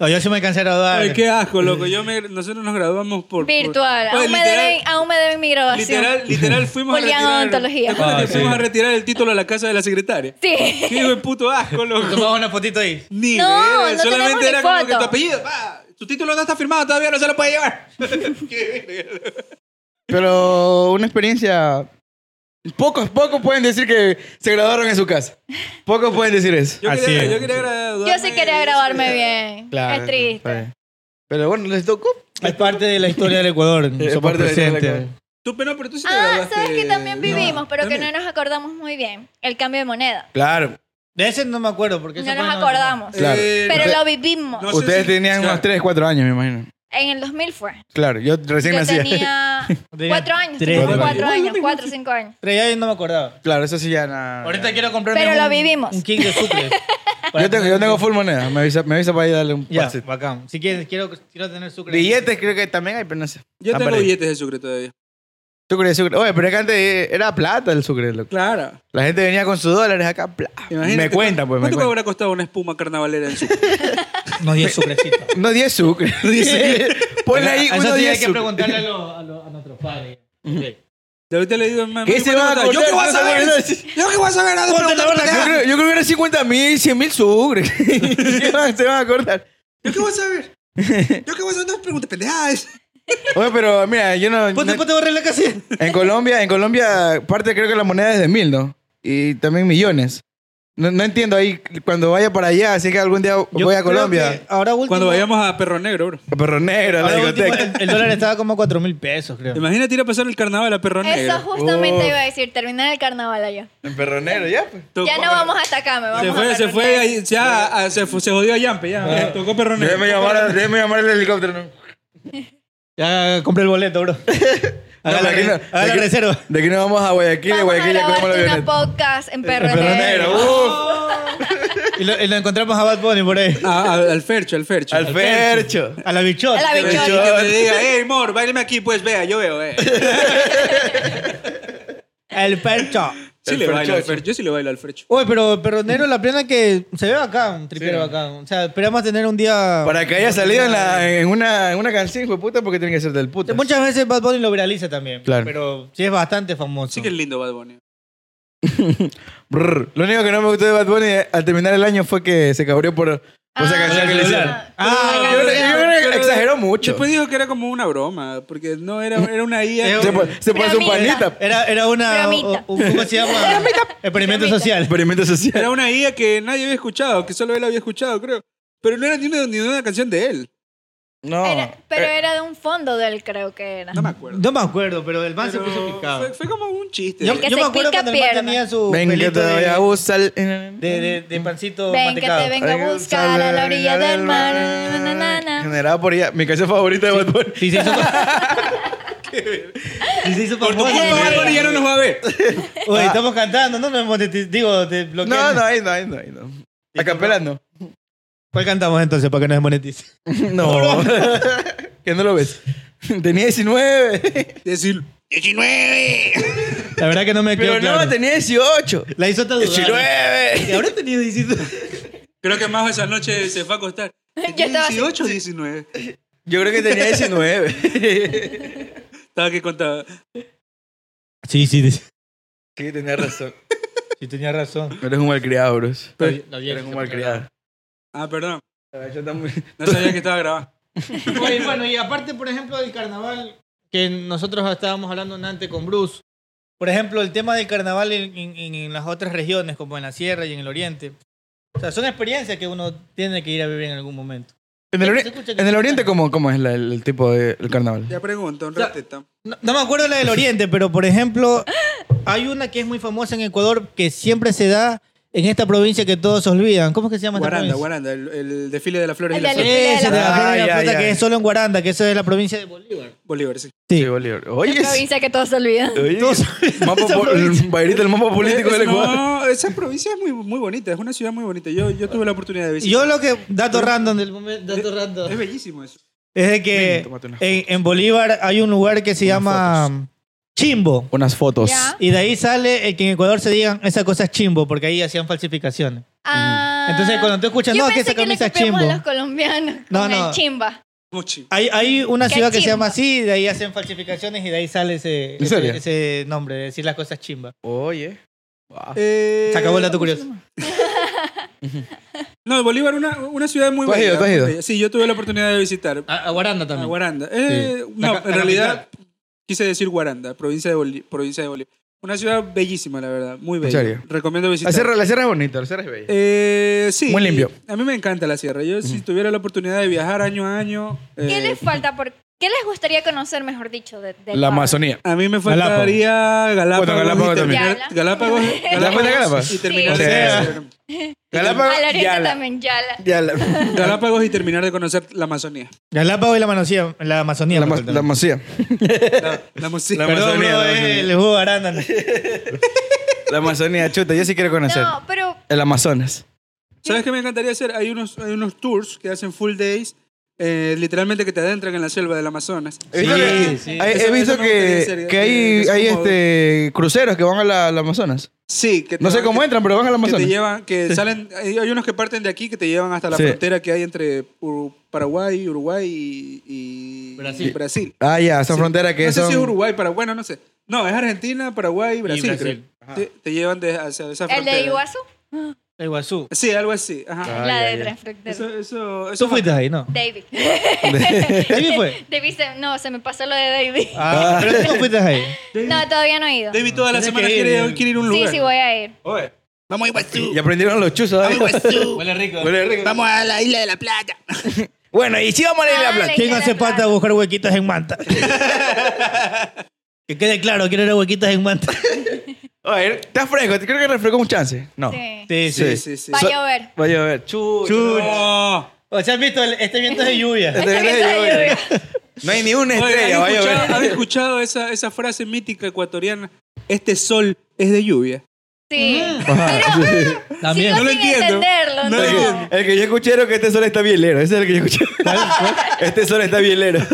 Speaker 4: No, yo sí me alcancé a graduar.
Speaker 2: Ay, qué asco, loco. Yo me- nosotros nos graduamos por... por-
Speaker 3: virtual.
Speaker 2: Oye,
Speaker 3: aún, me
Speaker 2: literal,
Speaker 3: deben, aún me deben mi graduación.
Speaker 2: literal, literal fuimos a
Speaker 3: Julián
Speaker 2: retirar...
Speaker 3: Odontología.
Speaker 2: ¿Te acuerdas
Speaker 4: Ah,
Speaker 2: que
Speaker 4: sí.
Speaker 2: fuimos a retirar el título a la casa de la secretaria?
Speaker 3: Sí.
Speaker 2: Qué hijo de puto asco, loco.
Speaker 4: Tomamos una fotito ahí.
Speaker 2: Ni
Speaker 3: No,
Speaker 2: verga,
Speaker 3: no tenemos
Speaker 2: Solamente
Speaker 3: ni
Speaker 2: era como que
Speaker 3: foto.
Speaker 2: tu apellido, pa, tu título no está firmado todavía, no se lo puede llevar. Qué verga.
Speaker 1: Pero una experiencia. Pocos, pocos pueden decir que se graduaron en su casa. Pocos pueden decir eso.
Speaker 2: Yo
Speaker 4: Así
Speaker 2: quería,
Speaker 4: es.
Speaker 2: yo quería graduarme.
Speaker 3: Yo sí quería grabarme bien.
Speaker 1: Claro,
Speaker 3: es triste.
Speaker 1: está bien. Pero bueno, les tocó.
Speaker 4: Es parte de la historia del Ecuador.
Speaker 1: Es
Speaker 4: Somos
Speaker 1: parte de la historia del
Speaker 4: presentes.
Speaker 1: Ecuador.
Speaker 2: Tú, pero, pero tú sí te
Speaker 3: Ah,
Speaker 2: graduaste.
Speaker 3: sabes que también
Speaker 2: No,
Speaker 3: vivimos, pero que
Speaker 2: también.
Speaker 3: no nos acordamos muy bien. El cambio de moneda.
Speaker 1: Claro,
Speaker 4: De ese no me acuerdo porque eso
Speaker 3: No
Speaker 4: fue
Speaker 3: nos
Speaker 4: en
Speaker 3: acordamos.
Speaker 1: Claro.
Speaker 2: Eh,
Speaker 3: Pero
Speaker 1: Usted-
Speaker 3: lo vivimos.
Speaker 2: No sé
Speaker 1: ustedes
Speaker 2: si-
Speaker 1: tenían
Speaker 2: claro.
Speaker 1: unos 3, 4 años, me imagino.
Speaker 3: En el 2000 fue.
Speaker 1: Claro, yo recién
Speaker 3: Yo
Speaker 1: nacía.
Speaker 3: tenía cuatro años.
Speaker 4: Tres,
Speaker 3: tenía
Speaker 1: cuatro
Speaker 3: cuatro
Speaker 2: años.
Speaker 3: años, cuatro o cinco años.
Speaker 4: Tres años no me acordaba.
Speaker 1: Claro, eso sí ya nada.
Speaker 5: Ahorita quiero comprarme
Speaker 3: Pero
Speaker 5: un,
Speaker 3: lo vivimos.
Speaker 4: Un king de sucre.
Speaker 1: Yo tengo, yo tengo full moneda. Me avisa, me avisa para ir a darle un
Speaker 4: Ya,
Speaker 1: pase.
Speaker 4: bacán. Si quieres, quiero, quiero tener sucre.
Speaker 1: Billetes creo que también hay, pero no sé.
Speaker 2: Yo
Speaker 1: Han
Speaker 2: tengo
Speaker 1: perdido.
Speaker 2: billetes de sucre todavía.
Speaker 1: Sucre, sucre. Oye, pero es que antes eh, era plata el sucre, loco.
Speaker 2: Claro.
Speaker 1: La gente venía con sus dólares acá. pla. Me cuentan, pues, me
Speaker 2: ¿Cuánto
Speaker 1: cuentan.
Speaker 2: habrá costado una espuma carnavalera en sucre?
Speaker 4: No di sucrecito.
Speaker 1: No, 10 sucre. Dice. Ponle ahí
Speaker 4: A eso
Speaker 1: uno
Speaker 4: sí
Speaker 1: 10
Speaker 4: hay que
Speaker 1: sucre.
Speaker 4: preguntarle a, los- a los- a nuestros padres.
Speaker 2: De ahorita le digo, mamá,
Speaker 1: ¿Qué
Speaker 2: yo
Speaker 1: se
Speaker 2: puedo
Speaker 1: va a
Speaker 2: votar. ¿Yo
Speaker 1: acordar?
Speaker 2: qué voy a
Speaker 1: No
Speaker 2: saber?
Speaker 1: se
Speaker 2: ¿Yo qué voy a saber? Ando preguntando
Speaker 1: Yo
Speaker 2: acá.
Speaker 1: creo, yo creo que eran 50 mil, 100 mil sucre. ¿Qué más se van a cortar?
Speaker 2: ¿Yo qué voy a saber? ¿Yo qué voy a saber? No preguntes pendejadas.
Speaker 1: Oye, pero mira, yo no.
Speaker 4: Ponte,
Speaker 1: no-
Speaker 4: ponte a borrar la casilla.
Speaker 1: En Colombia, en Colombia, parte creo que la moneda es de mil, ¿no? Y también millones. No, no entiendo ahí, cuando vaya para allá, así que algún día
Speaker 4: Yo
Speaker 1: Pues voy a
Speaker 4: creo
Speaker 1: Colombia.
Speaker 4: que Ahora último.
Speaker 2: Cuando vayamos a Perro Negro, bro.
Speaker 1: Perro negro, la
Speaker 4: ahora último,
Speaker 1: discoteca.
Speaker 4: el, el dólar estaba como a 4 mil pesos, creo.
Speaker 2: Imagínate ir a pasar el carnaval a Perro
Speaker 3: Eso
Speaker 2: Negro.
Speaker 3: justamente
Speaker 1: Uf.
Speaker 3: iba a decir, terminar el carnaval allá.
Speaker 1: En perro negro, ya. pues.
Speaker 2: Tocó-
Speaker 3: Ya no vamos hasta acá, me vamos
Speaker 2: Se
Speaker 3: a
Speaker 2: fue, se
Speaker 3: perder.
Speaker 2: fue, ahí, ya, ah, se, fu- se jodió a Yampe, ya. Tocó Perro Negro.
Speaker 1: Déjeme llamar, a- déjeme llamar al helicóptero. ¿no?
Speaker 4: Ya compré el boleto, bro. Haga
Speaker 1: No,
Speaker 4: la,
Speaker 1: de aquí no,
Speaker 4: haga
Speaker 1: de
Speaker 4: la
Speaker 1: aquí-
Speaker 4: reserva.
Speaker 1: De aquí nos vamos a Guayaquil, de
Speaker 3: Vamos a
Speaker 1: Guayaquil ya comemos la
Speaker 3: grabarte una
Speaker 1: avioneta.
Speaker 3: podcast en Perro
Speaker 4: En Perro
Speaker 3: Negro.
Speaker 1: Negro, uh. uff.
Speaker 4: Y lo, y lo encontramos a Bad Bunny por ahí.
Speaker 2: A- a- al Fercho, al Fercho.
Speaker 1: Al Fercho.
Speaker 4: A la bichota.
Speaker 3: A la bichota.
Speaker 2: Fercho. Que me diga, hey, amor, báilame aquí, pues vea, yo veo, eh.
Speaker 4: El percho.
Speaker 2: Sí
Speaker 1: El
Speaker 2: le bailo al
Speaker 1: Ferchocho.
Speaker 2: Fercho, yo sí le bailo al Fercho.
Speaker 4: Uy, pero Perro Negro, la plena que se ve bacán, un tripero bacán. O sea, esperamos tener un día...
Speaker 1: Para que haya salido en, la- en una, en una canción, hijo de puta, porque tiene que ser del puta.
Speaker 4: Muchas veces Bad Bunny lo viraliza también.
Speaker 1: Claro.
Speaker 4: Pero sí es bastante famoso.
Speaker 2: Sí que es lindo Bad Bunny.
Speaker 1: Brr. Lo único que no me gustó de Bad Bunny eh, al terminar el año fue que se cabrió por, por esa
Speaker 3: Ah,
Speaker 1: canción que le hicieron.
Speaker 3: Ah,
Speaker 4: Ah,
Speaker 1: Yo, yo creo que
Speaker 2: Pero
Speaker 1: exageró mucho.
Speaker 2: Después dijo que era como una broma, porque no era, era una IA.
Speaker 1: Se, pone- se pone su
Speaker 3: Bromita.
Speaker 1: panita.
Speaker 4: Era, era una...
Speaker 3: Bromita.
Speaker 4: o- o- ¿Cómo se llama? Experimento
Speaker 3: Bromita.
Speaker 4: social.
Speaker 1: Experimento social.
Speaker 2: Era una IA que nadie había escuchado, que solo él había escuchado, creo. Pero no era ni una, ni una canción de él.
Speaker 1: No.
Speaker 3: Era- pero era de un fondo de él, creo que era.
Speaker 2: No me acuerdo.
Speaker 4: No me acuerdo, pero el man se
Speaker 2: Pero
Speaker 4: puso picado.
Speaker 2: Fue, fue como un
Speaker 1: Este,
Speaker 2: chiste.
Speaker 4: Yo,
Speaker 3: El que
Speaker 4: yo
Speaker 3: se
Speaker 4: me acuerdo
Speaker 3: pica,
Speaker 4: cuando el man
Speaker 3: pierde.
Speaker 4: tenía su
Speaker 1: Ven que
Speaker 4: pelito
Speaker 1: te voy
Speaker 4: de,
Speaker 1: a usar.
Speaker 4: de, de, de pancito
Speaker 3: Ven que
Speaker 4: mantecado.
Speaker 3: te vengo a buscar a la orilla del mar. na, na, na, na.
Speaker 1: Generada por ella. Mi canción favorita de Bad Bunny.
Speaker 4: Sí, se hizo... Sí, se hizo famoso.
Speaker 2: No, Bad Bunny ya no nos va a ver.
Speaker 4: Oye, estamos cantando, no me monetiz- digo, te
Speaker 1: No,
Speaker 4: bloquean.
Speaker 1: Ah. no, ahí no, ahí no, ahí no. A capela no.
Speaker 4: ¿Cuál cantamos entonces para que no desmonetice?
Speaker 1: No. que no lo ves. Tenía 19.
Speaker 2: Decir, 19.
Speaker 4: La verdad que no me quedó
Speaker 1: Pero
Speaker 4: claro.
Speaker 1: no, tenía 18.
Speaker 4: La hizo hasta dudar.
Speaker 1: 19.
Speaker 4: Y ahora tenía 19.
Speaker 2: Creo que más esa noche se fue a acostar.
Speaker 3: Yo estaba
Speaker 2: 18 o 19.
Speaker 1: Yo creo que tenía 19.
Speaker 2: Estaba que contaba.
Speaker 4: Sí, sí, sí.
Speaker 1: sí, tenía razón.
Speaker 4: Sí, tenía razón.
Speaker 1: Eres un malcriado, bros.
Speaker 5: Pero- no, diez,
Speaker 1: Eres un
Speaker 5: se
Speaker 1: malcriado.
Speaker 2: Ah, perdón.
Speaker 1: Yo también.
Speaker 2: No sabía que estaba grabando.
Speaker 5: Oye, bueno, y aparte, por ejemplo, del carnaval, que nosotros estábamos hablando antes con Bruce.
Speaker 4: Por ejemplo, el tema del carnaval en, en- en las otras regiones, como en la sierra y en el oriente, O sea, son experiencias que uno tiene que ir a vivir en algún momento.
Speaker 1: En el,
Speaker 5: Se
Speaker 1: ori-
Speaker 5: escucha que-
Speaker 1: en el oriente, ¿cómo, cómo es la- el, el tipo del carnaval?
Speaker 2: Ya pregunto, un
Speaker 4: Ya.
Speaker 2: ratito.
Speaker 4: No, no me acuerdo la del Oriente, pero por ejemplo, hay una que es muy famosa en Ecuador que siempre se da en esta provincia que todos se olvidan. ¿Cómo es que se llama esta
Speaker 2: Guaranda,
Speaker 4: provincia?
Speaker 2: Guaranda, el, el desfile de las flores
Speaker 3: El
Speaker 2: y las
Speaker 3: del-
Speaker 2: flores.
Speaker 4: Esa, de la
Speaker 1: Ah,
Speaker 4: Flor de la
Speaker 1: ya,
Speaker 4: Fruta,
Speaker 1: ya.
Speaker 4: que es solo en Guaranda, que eso es la provincia de Bolívar.
Speaker 2: Bolívar, sí.
Speaker 4: Sí.
Speaker 1: Bolívar. Oye, es-
Speaker 3: provincia que todos se olvidan.
Speaker 1: oye,
Speaker 4: Todos-
Speaker 1: mapa
Speaker 4: esa
Speaker 1: po-
Speaker 4: provincia.
Speaker 1: el- Bairita, el mapa político
Speaker 2: Eh,
Speaker 1: del Ecuador.
Speaker 2: No, esa provincia es muy, muy bonita, es una ciudad muy bonita. Yo, yo tuve la oportunidad de
Speaker 4: Y
Speaker 2: visitar.
Speaker 4: Yo lo que, dato random del
Speaker 5: momento, dato random.
Speaker 2: Es bellísimo eso.
Speaker 4: Es de que
Speaker 1: Ven, tómate unas
Speaker 4: en, en Bolívar hay un lugar que se
Speaker 1: Unas
Speaker 4: llama Chimbo.
Speaker 1: Unas fotos.
Speaker 3: Ya.
Speaker 4: Y de ahí sale el que en Ecuador se digan esa cosa es chimbo, porque ahí hacían falsificaciones.
Speaker 3: Ah,
Speaker 4: Entonces, cuando tú escuchas,
Speaker 3: yo
Speaker 4: no, que
Speaker 3: pensé
Speaker 4: esa camisa
Speaker 3: le
Speaker 4: es chimbo.
Speaker 3: copiamos a los colombianos
Speaker 4: No,
Speaker 3: con
Speaker 4: no.
Speaker 3: el chimba.
Speaker 2: Muchi.
Speaker 4: Hay, hay una
Speaker 3: Qué
Speaker 4: ciudad que se
Speaker 3: chimba.
Speaker 4: llama así, y de ahí hacen falsificaciones y de ahí sale ese,
Speaker 1: ¿En serio?
Speaker 4: ese, ese nombre, de decir las cosas chimba.
Speaker 1: Oye. Wow.
Speaker 2: Eh,
Speaker 4: Se acabó el dato curioso.
Speaker 2: No, Bolívar, una, una ciudad muy
Speaker 1: ¿Tú has
Speaker 2: bonita.
Speaker 1: ido, tú has ido?
Speaker 2: Sí, yo tuve la oportunidad de visitar.
Speaker 5: A, a Guaranda
Speaker 2: A
Speaker 5: también.
Speaker 2: Guaranda. Eh,
Speaker 5: La
Speaker 2: No,
Speaker 5: ca-
Speaker 2: en
Speaker 5: la
Speaker 2: realidad quise decir Guaranda, provincia de, Boli- provincia de Bolívar. Una ciudad bellísima, la verdad, muy bella.
Speaker 1: serio?
Speaker 2: Recomiendo
Speaker 1: La
Speaker 2: visitar.
Speaker 1: sierra, la sierra es bonita, la sierra es bella.
Speaker 2: Eh, sí.
Speaker 1: Muy limpio.
Speaker 2: A mí me encanta la sierra. Yo si tuviera la oportunidad de viajar año a año,
Speaker 3: ¿Qué
Speaker 2: eh,
Speaker 3: les falta? Por, ¿Qué les gustaría conocer, mejor dicho, de, del
Speaker 1: la
Speaker 3: Ecuador?
Speaker 1: Amazonía.
Speaker 2: a mí me faltaría Galápagos.
Speaker 1: Bueno, Galápagos
Speaker 2: y
Speaker 1: también.
Speaker 2: terminar-
Speaker 3: Yala.
Speaker 2: Galápagos,
Speaker 1: ¿Ya fuiste a Galápagos?
Speaker 2: y terminar
Speaker 1: Sí. O
Speaker 2: de
Speaker 1: sea,
Speaker 2: conocer-
Speaker 1: Galápagos,
Speaker 3: Al oriente
Speaker 1: Yala.
Speaker 3: también, Yala.
Speaker 1: Yala.
Speaker 2: Galápagos y terminar de conocer la Amazonía.
Speaker 4: Galápagos y la, Manocía- la Amazonía.
Speaker 1: La, ma-
Speaker 4: me falta.
Speaker 1: la Amazonía.
Speaker 2: La, la música.
Speaker 1: La-
Speaker 4: Perdón,
Speaker 1: Amazonía,
Speaker 4: bro,
Speaker 1: la
Speaker 4: eh,
Speaker 1: Amazonía.
Speaker 4: el jugo de arándano.
Speaker 1: La Amazonía, chuta, yo sí quiero conocer.
Speaker 3: No, pero
Speaker 1: El Amazonas.
Speaker 2: ¿Sabes qué me encantaría hacer? Hay unos, hay unos tours que hacen full days, eh, literalmente que te adentran en la selva del Amazonas.
Speaker 1: He visto que-
Speaker 4: sí.
Speaker 1: hay-
Speaker 2: Eso-
Speaker 1: He
Speaker 2: eso
Speaker 1: visto
Speaker 2: me gustaría
Speaker 1: que,
Speaker 2: hacer,
Speaker 1: que
Speaker 2: eh,
Speaker 1: hay,
Speaker 2: que
Speaker 1: hay
Speaker 2: es como-
Speaker 1: este, cruceros que van a la- al Amazonas.
Speaker 2: Sí, que te-
Speaker 1: No sé cómo
Speaker 2: que-
Speaker 1: entran, pero van al
Speaker 2: Que te
Speaker 1: Amazonas.
Speaker 2: llevan, que salen, hay hay unos que parten de aquí que te llevan hasta la
Speaker 1: Sí.
Speaker 2: frontera que hay entre Ur- Paraguay, Uruguay y, y-
Speaker 5: Brasil.
Speaker 2: y Brasil.
Speaker 1: Ah, ya, esa
Speaker 2: Sí.
Speaker 1: frontera que
Speaker 2: no
Speaker 1: son...
Speaker 2: sé si es Uruguay, Paraguay, bueno, no sé. No, es Argentina, Paraguay y Brasil.
Speaker 5: Brasil.
Speaker 2: creo. Te, te llevan de- hacia esa
Speaker 3: el
Speaker 2: frontera.
Speaker 3: de Iguazú,
Speaker 4: La Iguazú.
Speaker 2: Sí, algo así. Ajá.
Speaker 1: Ah,
Speaker 3: la
Speaker 1: ya,
Speaker 3: de
Speaker 1: ya.
Speaker 3: Tres Fronteras.
Speaker 2: Eso, eso, eso
Speaker 4: Tú fuiste ahí, ¿no?
Speaker 3: David.
Speaker 4: David fue.
Speaker 3: David se- no, se me pasó lo de David.
Speaker 4: Ah, pero tú no fuiste ahí.
Speaker 3: No, todavía no he ido.
Speaker 2: David toda la
Speaker 4: Tienes
Speaker 2: semana
Speaker 4: que ir,
Speaker 2: quiere,
Speaker 4: David.
Speaker 2: quiere ir a un
Speaker 3: Sí,
Speaker 2: lugar.
Speaker 3: sí, voy a ir.
Speaker 2: Oye, vamos a Iguazú.
Speaker 1: Y aprendieron los chuzos. ¿eh?
Speaker 5: Huele rico.
Speaker 1: Huele rico.
Speaker 2: Vamos a la Isla de la Plata.
Speaker 1: Bueno, y si vamos a ir a la
Speaker 3: Dale.
Speaker 1: playa.
Speaker 4: ¿Quién hace pata a buscar huequitos en manta? que quede claro, quiero ir a huequitos en manta.
Speaker 1: A ver, está fresco. Creo que refrescó un chance. No.
Speaker 3: Sí.
Speaker 1: Sí.
Speaker 4: Sí, sí.
Speaker 2: Sí, sí.
Speaker 3: Va a
Speaker 1: So-
Speaker 3: llover.
Speaker 1: Voy a ver. Chucha.
Speaker 2: No.
Speaker 4: O sea, has visto, El- este viento es de lluvia.
Speaker 1: Este viene de
Speaker 3: Está
Speaker 1: lluvia.
Speaker 3: lloviendo.
Speaker 1: No hay ni una
Speaker 2: Oye,
Speaker 1: estrella.
Speaker 2: ¿han
Speaker 1: Voy a
Speaker 2: escuchado, han
Speaker 1: ver.
Speaker 2: escuchado esa, esa frase mítica ecuatoriana? Este sol es de lluvia.
Speaker 3: Sí. ah,
Speaker 5: También.
Speaker 2: No
Speaker 3: Sigo
Speaker 2: lo
Speaker 3: sin
Speaker 2: entiendo.
Speaker 3: entenderlo,
Speaker 2: No lo
Speaker 3: no.
Speaker 2: entiendo.
Speaker 1: El que yo escuché era que este sol está bien lero. Ese es el que yo escuché. Este sol está bien lero.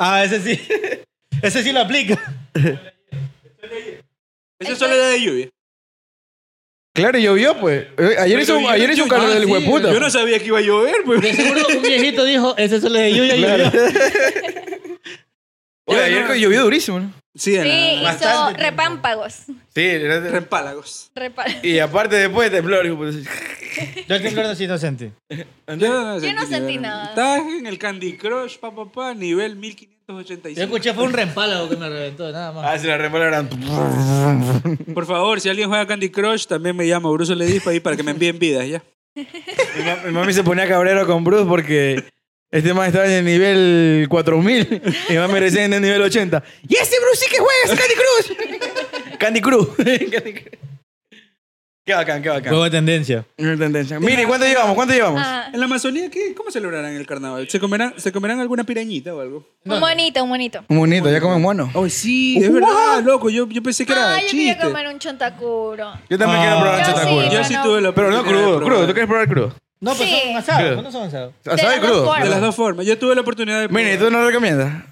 Speaker 4: Ah, ese sí. Ese sí lo aplica.
Speaker 2: Ese
Speaker 3: Este
Speaker 2: sol era de lluvia.
Speaker 1: Claro, llovió, pues. Eh, Ayer hizo, un-
Speaker 2: Pero
Speaker 1: ayer
Speaker 2: yo-
Speaker 1: hizo un
Speaker 2: yo-
Speaker 1: calor
Speaker 2: ah,
Speaker 1: del
Speaker 2: sí,
Speaker 1: hueputa.
Speaker 2: Yo no sabía que iba a llover,
Speaker 5: De
Speaker 2: pues.
Speaker 5: seguro un viejito dijo, ese sol es de lluvia y
Speaker 1: Claro.
Speaker 5: lluvia.
Speaker 1: Oye, ayer
Speaker 2: no.
Speaker 1: llovió durísimo, ¿no?
Speaker 2: Sí,
Speaker 3: Sí,
Speaker 2: era
Speaker 3: hizo
Speaker 4: Bastante tiempo.
Speaker 3: repámpagos.
Speaker 1: Sí, era de-
Speaker 2: Repálagos.
Speaker 3: Repa-
Speaker 1: y aparte después temblor. hijo, pues.
Speaker 4: Yo el temblor no soy inocente.
Speaker 3: Yo no sentí nada.
Speaker 2: Estás en el Candy Crush, pa, pa, pa, nivel
Speaker 5: Yo
Speaker 2: 1585.
Speaker 5: escuché fue un rempálago que me reventó, nada más.
Speaker 1: Ah, se la reparan.
Speaker 2: Por favor, si alguien juega Candy Crush, también me llama Bruce Ledis para, ir para que me envíen vidas, ¿ya?
Speaker 1: Mi, ma- mi mami se ponía cabrero con Bruce porque este man estaba en el nivel 4000 y mi mami recién en el nivel 80. ¡Y ese Bruce sí que juega! ¡Es Candy Cruz! ¡Candy Cruz! Candy Crush. qué bacán, qué bacán.
Speaker 4: Juego de tendencia.
Speaker 1: Una tendencia. Mire, ¿cuánto llevamos? ¿Cuánto llevamos?
Speaker 3: Ah,
Speaker 2: En la Amazonía, ¿qué? ¿cómo celebrarán el carnaval? ¿Se comerán, ¿Se comerán alguna pirañita o algo?
Speaker 3: un monito, un monito.
Speaker 1: Un bonito, ya comen mono.
Speaker 2: Oh, sí, es verdad, loco. Yo, yo pensé que era
Speaker 3: Ah, yo quería
Speaker 2: chiste.
Speaker 3: comer un chontacuro.
Speaker 1: Yo también quiero probar
Speaker 4: Ah.
Speaker 1: el
Speaker 3: Yo sí,
Speaker 1: chatacuro.
Speaker 2: Yo sí
Speaker 3: Bueno.
Speaker 2: tuve la
Speaker 1: Pero no
Speaker 2: oportunidad de
Speaker 1: crudo,
Speaker 2: probar.
Speaker 1: crudo. ¿Tú quieres probar crudo?
Speaker 4: No, pues
Speaker 3: Sí.
Speaker 4: son
Speaker 1: Claro.
Speaker 4: asados. ¿Cuándo son asados?
Speaker 3: De
Speaker 1: ¿Sabes
Speaker 3: las dos
Speaker 1: crudo?
Speaker 3: formas.
Speaker 2: De las dos formas. Yo tuve la oportunidad de
Speaker 1: Mire, ¿tú
Speaker 2: probar.
Speaker 1: no lo recomiendas?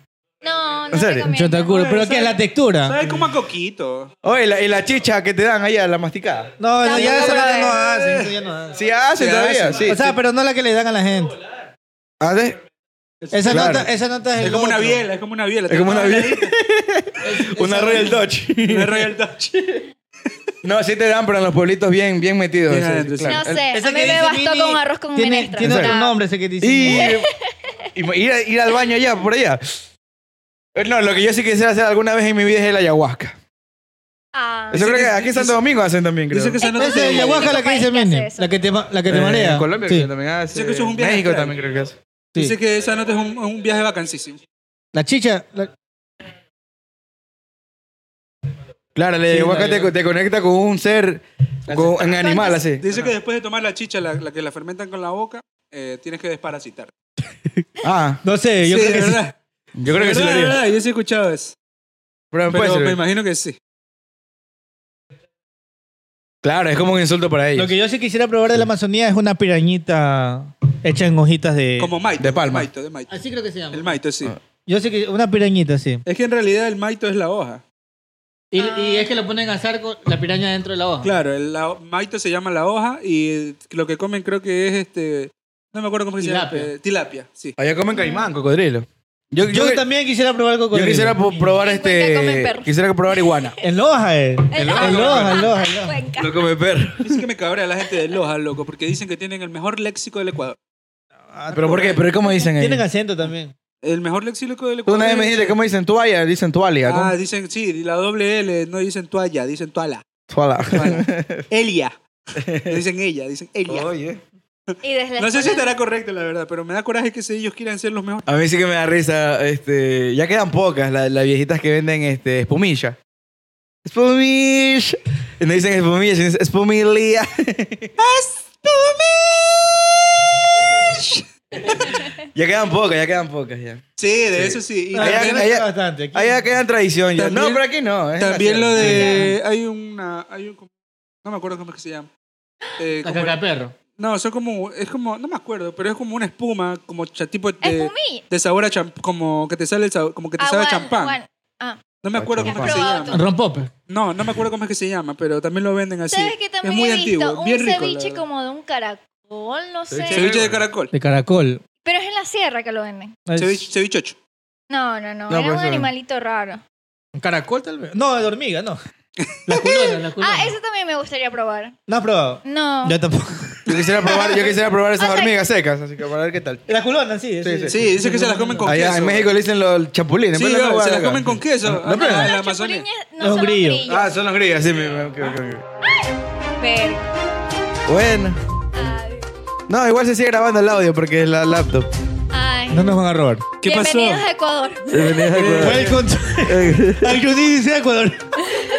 Speaker 3: No, no
Speaker 1: ¿En serio?
Speaker 3: recomiendo.
Speaker 4: Chontacuro. ¿Pero qué es la textura?
Speaker 2: ¿Sabes cómo a coquito?
Speaker 1: Oye, la- Oh, y la chicha que te dan allá, la masticada.
Speaker 4: No, no, ya
Speaker 3: Tampoco
Speaker 4: esa vaina no
Speaker 3: es.
Speaker 4: hacen. eso ya no hacen.
Speaker 1: Sí, hace
Speaker 2: Sí,
Speaker 1: todavía.
Speaker 2: hace.
Speaker 1: Sí. Ah,
Speaker 4: O sea, pero no la que le dan a la gente.
Speaker 1: Hace.
Speaker 4: Esa,
Speaker 1: Claro.
Speaker 4: nota, esa nota es el
Speaker 2: Es como una
Speaker 4: otro.
Speaker 2: biela, es como una biela.
Speaker 1: Es como una biela. Una
Speaker 5: Esa-
Speaker 1: Royal Dodge.
Speaker 2: Una Royal Dutch.
Speaker 1: No, sí te dan, pero en los pueblitos bien, bien metidos.
Speaker 2: Bien
Speaker 1: Sí,
Speaker 2: adentro,
Speaker 1: sí,
Speaker 2: sí.
Speaker 3: No
Speaker 1: claro.
Speaker 3: sé,
Speaker 4: Esa
Speaker 3: a mí
Speaker 4: que
Speaker 3: me
Speaker 4: dice
Speaker 3: bastó
Speaker 4: Mini
Speaker 3: con arroz con
Speaker 4: tiene,
Speaker 3: menestra. Ah.
Speaker 4: Tiene otro
Speaker 3: Nada.
Speaker 4: nombre ese que dice.
Speaker 1: Y, y ir, a- ir al baño allá, por allá. Eh, No, lo que yo sí quisiera hacer alguna vez en mi vida es el ayahuasca.
Speaker 3: Ah,
Speaker 1: Eso creo que aquí en Santo Domingo hacen también, creo.
Speaker 2: Dice que se nota
Speaker 4: Esa es la
Speaker 3: el
Speaker 4: guaja la que dice
Speaker 3: único país que
Speaker 4: Mene,
Speaker 3: hace eso.
Speaker 4: la que te, ma- la que te
Speaker 1: Eh,
Speaker 4: marea.
Speaker 1: en Colombia
Speaker 4: Sí,
Speaker 1: creo que también hace.
Speaker 2: Dice que eso es un viaje
Speaker 1: México
Speaker 2: astral.
Speaker 1: también creo que hace.
Speaker 4: sí.
Speaker 2: Dice que esa nota es un, un viaje vacancísimo.
Speaker 4: La chicha, la-
Speaker 1: Claro, le llegó acá, te, te conecta con un ser, con un animal así.
Speaker 2: Dice que después de tomar la chicha, la, la que la fermentan con la boca, eh, tienes que desparasitar.
Speaker 1: Ah,
Speaker 4: no sé, yo
Speaker 2: sí,
Speaker 4: creo que
Speaker 2: de
Speaker 4: sí.
Speaker 2: verdad.
Speaker 1: yo creo
Speaker 2: De
Speaker 1: que sí lo
Speaker 2: verdad, de
Speaker 1: haría.
Speaker 2: verdad, yo sí he escuchado eso.
Speaker 1: Pero, puede
Speaker 2: Pero
Speaker 1: ser.
Speaker 2: me imagino que sí.
Speaker 1: Claro, es como un insulto para ellos.
Speaker 4: Lo que yo sí quisiera probar de la Amazonía es una pirañita hecha en hojitas de...
Speaker 2: Como Maito.
Speaker 1: Eh, de palma.
Speaker 2: Maito, de Maito.
Speaker 5: Así creo que se llama.
Speaker 2: El Maito, sí.
Speaker 1: Ah.
Speaker 4: Yo sé que una pirañita, sí.
Speaker 2: Es que en realidad el Maito es la hoja.
Speaker 5: Y,
Speaker 4: Ah.
Speaker 5: y es que lo ponen a asar con la piraña dentro de la hoja.
Speaker 2: Claro, el la- Maito se llama la hoja y lo que comen creo que es este. No me acuerdo cómo se llama.
Speaker 5: Tilapia.
Speaker 2: eh, Tilapia, sí.
Speaker 1: Allá comen caimán, cocodrilo. Yo,
Speaker 4: Yo,
Speaker 1: yo, yo
Speaker 4: también quisiera probar cocodrilo.
Speaker 1: quisiera po- probar
Speaker 3: ¿En Cuenca comen
Speaker 1: este.
Speaker 3: perro?
Speaker 1: Quisiera probar iguana.
Speaker 4: En Loja, eh.
Speaker 3: En
Speaker 1: Loja,
Speaker 4: En Loja, en Loja, en Loja.
Speaker 3: Cuenca.
Speaker 1: No come perro.
Speaker 2: Dice que me cabrea la gente de Loja, loco, porque dicen que tienen el mejor léxico del Ecuador.
Speaker 1: ¿Pero por qué? ¿Pero cómo dicen
Speaker 4: Tienen
Speaker 1: ellos?
Speaker 4: acento también.
Speaker 2: El mejor léxico del
Speaker 1: Tú
Speaker 2: Ecuador.
Speaker 1: una vez
Speaker 2: es-
Speaker 1: me dijiste, ¿cómo dicen toalla? Dicen toalla. ¿cómo?
Speaker 2: Ah, dicen, sí, la doble L, no dicen toalla, dicen toala.
Speaker 1: Toala.
Speaker 2: Elia. No dicen ella, dicen Elia.
Speaker 1: Oye.
Speaker 3: Y desde
Speaker 2: No sé si
Speaker 3: España-
Speaker 2: estará correcto, la verdad, pero me da coraje que si ellos quieran ser los mejores.
Speaker 1: A mí sí que me da risa, este, ya quedan pocas la- las viejitas que venden este, espumilla. Espumilla. Y no dicen espumilla, sino dicen espumilla. ya quedan pocas, ya quedan pocas. Ya,
Speaker 2: Sí, de eso sí. Y
Speaker 1: Ah, ya,
Speaker 2: también-
Speaker 1: ya, allá-
Speaker 4: bastante. Aquí-
Speaker 1: Ah, ya quedan tradición. Ya. No,
Speaker 2: También-
Speaker 1: pero aquí no. es
Speaker 2: También lo
Speaker 1: nacional.
Speaker 2: de. Hay una. Hay un, no me acuerdo cómo es que se llama. Eh,
Speaker 5: La
Speaker 2: como-
Speaker 5: caca de perro.
Speaker 2: no, son como. Es como. No me acuerdo, pero es como una espuma, como cha- tipo de,
Speaker 3: Espumilla.
Speaker 2: de sabor a champ, Como que te sale el sabor, como que te sabe a
Speaker 3: Aguan-
Speaker 2: champán.
Speaker 3: aguan-
Speaker 2: No me
Speaker 1: Ah,
Speaker 2: acuerdo cómo es que se
Speaker 3: Probado
Speaker 2: llama.
Speaker 3: tú.
Speaker 5: Rompope.
Speaker 2: No, no me acuerdo cómo es que se llama, pero también lo venden así.
Speaker 3: ¿Sabes que
Speaker 2: es
Speaker 3: también
Speaker 2: muy
Speaker 3: he visto
Speaker 2: antiguo,
Speaker 3: un
Speaker 2: bien rico. la
Speaker 3: ceviche
Speaker 2: verdad.
Speaker 3: como de un caracol? No sé.
Speaker 1: Ceviche
Speaker 2: Ceviche de caracol.
Speaker 4: De caracol.
Speaker 3: Pero es en la sierra que lo venden.
Speaker 4: Es-
Speaker 2: Ceviche, cevichocho.
Speaker 3: No, no, no.
Speaker 1: No,
Speaker 3: era
Speaker 1: pues,
Speaker 3: un
Speaker 1: eh.
Speaker 3: animalito raro.
Speaker 4: ¿Un caracol tal vez? No, de hormiga, no.
Speaker 5: La culona, la culona.
Speaker 3: Ah, eso también me gustaría probar.
Speaker 4: No has probado.
Speaker 3: No.
Speaker 4: Yo tampoco.
Speaker 1: Yo quisiera probar, yo quisiera probar esas
Speaker 3: O sea-
Speaker 1: hormigas secas, así que para ver qué tal.
Speaker 4: La culona, sí.
Speaker 1: Sí,
Speaker 2: Sí, dice que se las comen con
Speaker 1: Allá
Speaker 2: queso.
Speaker 1: en México le dicen los chapulines.
Speaker 2: Sí,
Speaker 1: pero no
Speaker 2: bro,
Speaker 1: voy a
Speaker 2: se las
Speaker 1: acá.
Speaker 2: comen con queso.
Speaker 1: No,
Speaker 2: Ah,
Speaker 1: pero-
Speaker 2: en la
Speaker 3: los
Speaker 2: Amazonia.
Speaker 3: chapulines no
Speaker 4: Los
Speaker 3: son los
Speaker 4: grillos.
Speaker 3: grillos.
Speaker 1: Ah, son los grillos, sí. me- me- ok, ok, ok.
Speaker 3: Pero,
Speaker 1: Bueno.
Speaker 3: ay,
Speaker 1: No, igual se sigue grabando el audio porque es la laptop.
Speaker 3: ay.
Speaker 4: No nos van a robar.
Speaker 2: ¿Qué pasó?
Speaker 3: Bienvenidos a Ecuador.
Speaker 4: Welcome to- al Judice de Ecuador.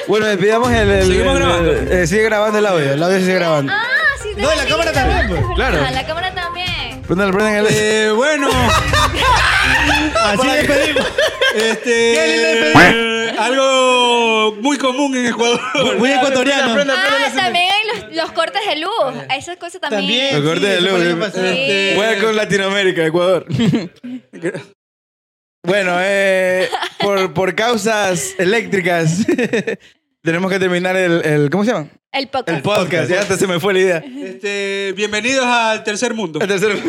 Speaker 1: Bueno, despidamos el. el-
Speaker 2: Seguimos
Speaker 1: el-
Speaker 2: grabando.
Speaker 1: eh, sigue grabando el audio. El audio se sigue grabando.
Speaker 3: Ah, sí.
Speaker 4: No, y la
Speaker 3: sí,
Speaker 4: cámara
Speaker 3: sí,
Speaker 4: también,
Speaker 3: ¿verdad?
Speaker 1: pues. Claro.
Speaker 3: Ah, La cámara también.
Speaker 1: Prendan, prendan el.
Speaker 2: Eh, bueno,
Speaker 4: Así despedimos.
Speaker 2: este. Algo muy común en Ecuador.
Speaker 4: Muy ecuatoriano.
Speaker 3: Ah, también hay los, los cortes de luz. Esas cosas también.
Speaker 4: También.
Speaker 1: Lo corté
Speaker 4: sí,
Speaker 1: de
Speaker 4: eso
Speaker 1: luz,
Speaker 4: fue lo
Speaker 1: yo-
Speaker 4: que pasó.
Speaker 3: Sí.
Speaker 2: Este,
Speaker 1: Voy a con Latinoamérica, Ecuador. bueno, eh, por, por causas eléctricas, tenemos que terminar el, el- ¿Cómo se llama?
Speaker 3: El podcast.
Speaker 1: El podcast. Ya hasta se me fue la idea.
Speaker 2: Este, bienvenidos al tercer mundo.
Speaker 1: El tercer-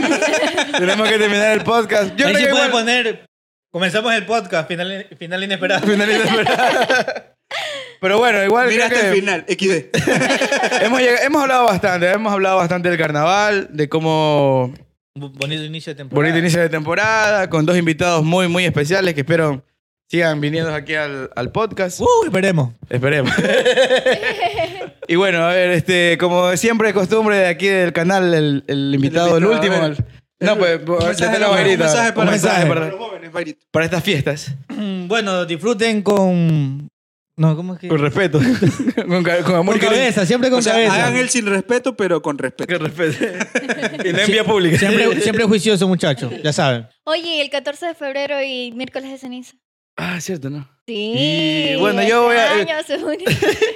Speaker 1: tenemos que terminar el podcast. Yo creo
Speaker 4: Ahí se
Speaker 1: que
Speaker 4: puede
Speaker 1: igual-
Speaker 4: poner. Comenzamos el podcast, final, final inesperado.
Speaker 1: Final inesperado. Pero bueno, igual
Speaker 2: Mira este
Speaker 1: creo
Speaker 2: hasta el
Speaker 1: que-
Speaker 2: final, XD.
Speaker 1: hemos, llegado- hemos hablado bastante, hemos hablado bastante del carnaval, de cómo
Speaker 4: Bu- Bonito inicio de temporada.
Speaker 1: bonito inicio de temporada, con dos invitados muy, muy especiales que espero sigan viniendo aquí al, al podcast.
Speaker 4: Uh, esperemos.
Speaker 1: Esperemos. y bueno, a ver, este, como siempre de costumbre de aquí del canal, el, el invitado, el,
Speaker 2: invitado,
Speaker 1: último.
Speaker 2: a ver.
Speaker 1: el- no, pues,
Speaker 2: Un
Speaker 1: ya
Speaker 2: mensaje,
Speaker 1: tenemos
Speaker 2: para- un
Speaker 1: ahorita.
Speaker 2: mensaje para,
Speaker 1: un mensaje
Speaker 2: para
Speaker 1: para,
Speaker 2: los jóvenes, Bairito.
Speaker 1: para estas fiestas.
Speaker 4: Mm, Bueno, disfruten con. No, ¿cómo es que?
Speaker 1: Con respeto. con, ca- con amor
Speaker 4: Con
Speaker 1: y cariño.
Speaker 4: cabeza, siempre con
Speaker 2: O sea,
Speaker 4: cabeza.
Speaker 2: hagan el sin respeto, pero con respeto.
Speaker 1: Con respeto. y no en vía pública.
Speaker 4: Siempre, siempre juicioso, muchachos, ya saben.
Speaker 3: Oye, el 14 de febrero y miércoles de ceniza.
Speaker 1: Ah, cierto, ¿no?
Speaker 3: Sí.
Speaker 1: Y bueno, yo voy a- eh,
Speaker 3: Año, se une.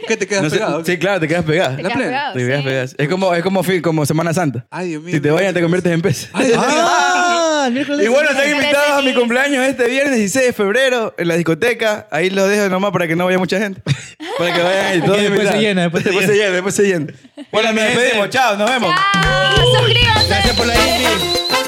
Speaker 2: ¿Qué te quedas
Speaker 1: No sé-
Speaker 2: pegado?
Speaker 1: sí, claro, te quedas pegada.
Speaker 3: Te
Speaker 2: La
Speaker 3: quedas
Speaker 2: plena.
Speaker 3: pegado,
Speaker 1: Te quedas
Speaker 3: sí.
Speaker 1: pegada. Es como, es como, fi- como Semana Santa.
Speaker 2: Ay, Dios mío.
Speaker 1: Si te vayan, te conviertes en pez.
Speaker 2: Ay, Dios mío.
Speaker 4: Ah, el miércoles.
Speaker 1: Y bueno, están
Speaker 3: Gracias,
Speaker 1: invitados a mi
Speaker 3: Liz.
Speaker 1: cumpleaños este viernes 16 de febrero en la discoteca. Ahí los dejo nomás para que no vaya mucha gente. Para que vayan ahí todos
Speaker 4: después
Speaker 1: invitados.
Speaker 4: se llena, después se
Speaker 1: llena, después se llena. Bueno, nos despedimos. Chao, nos vemos.
Speaker 3: Chao. Suscríbanse.
Speaker 4: Gracias por la invitación.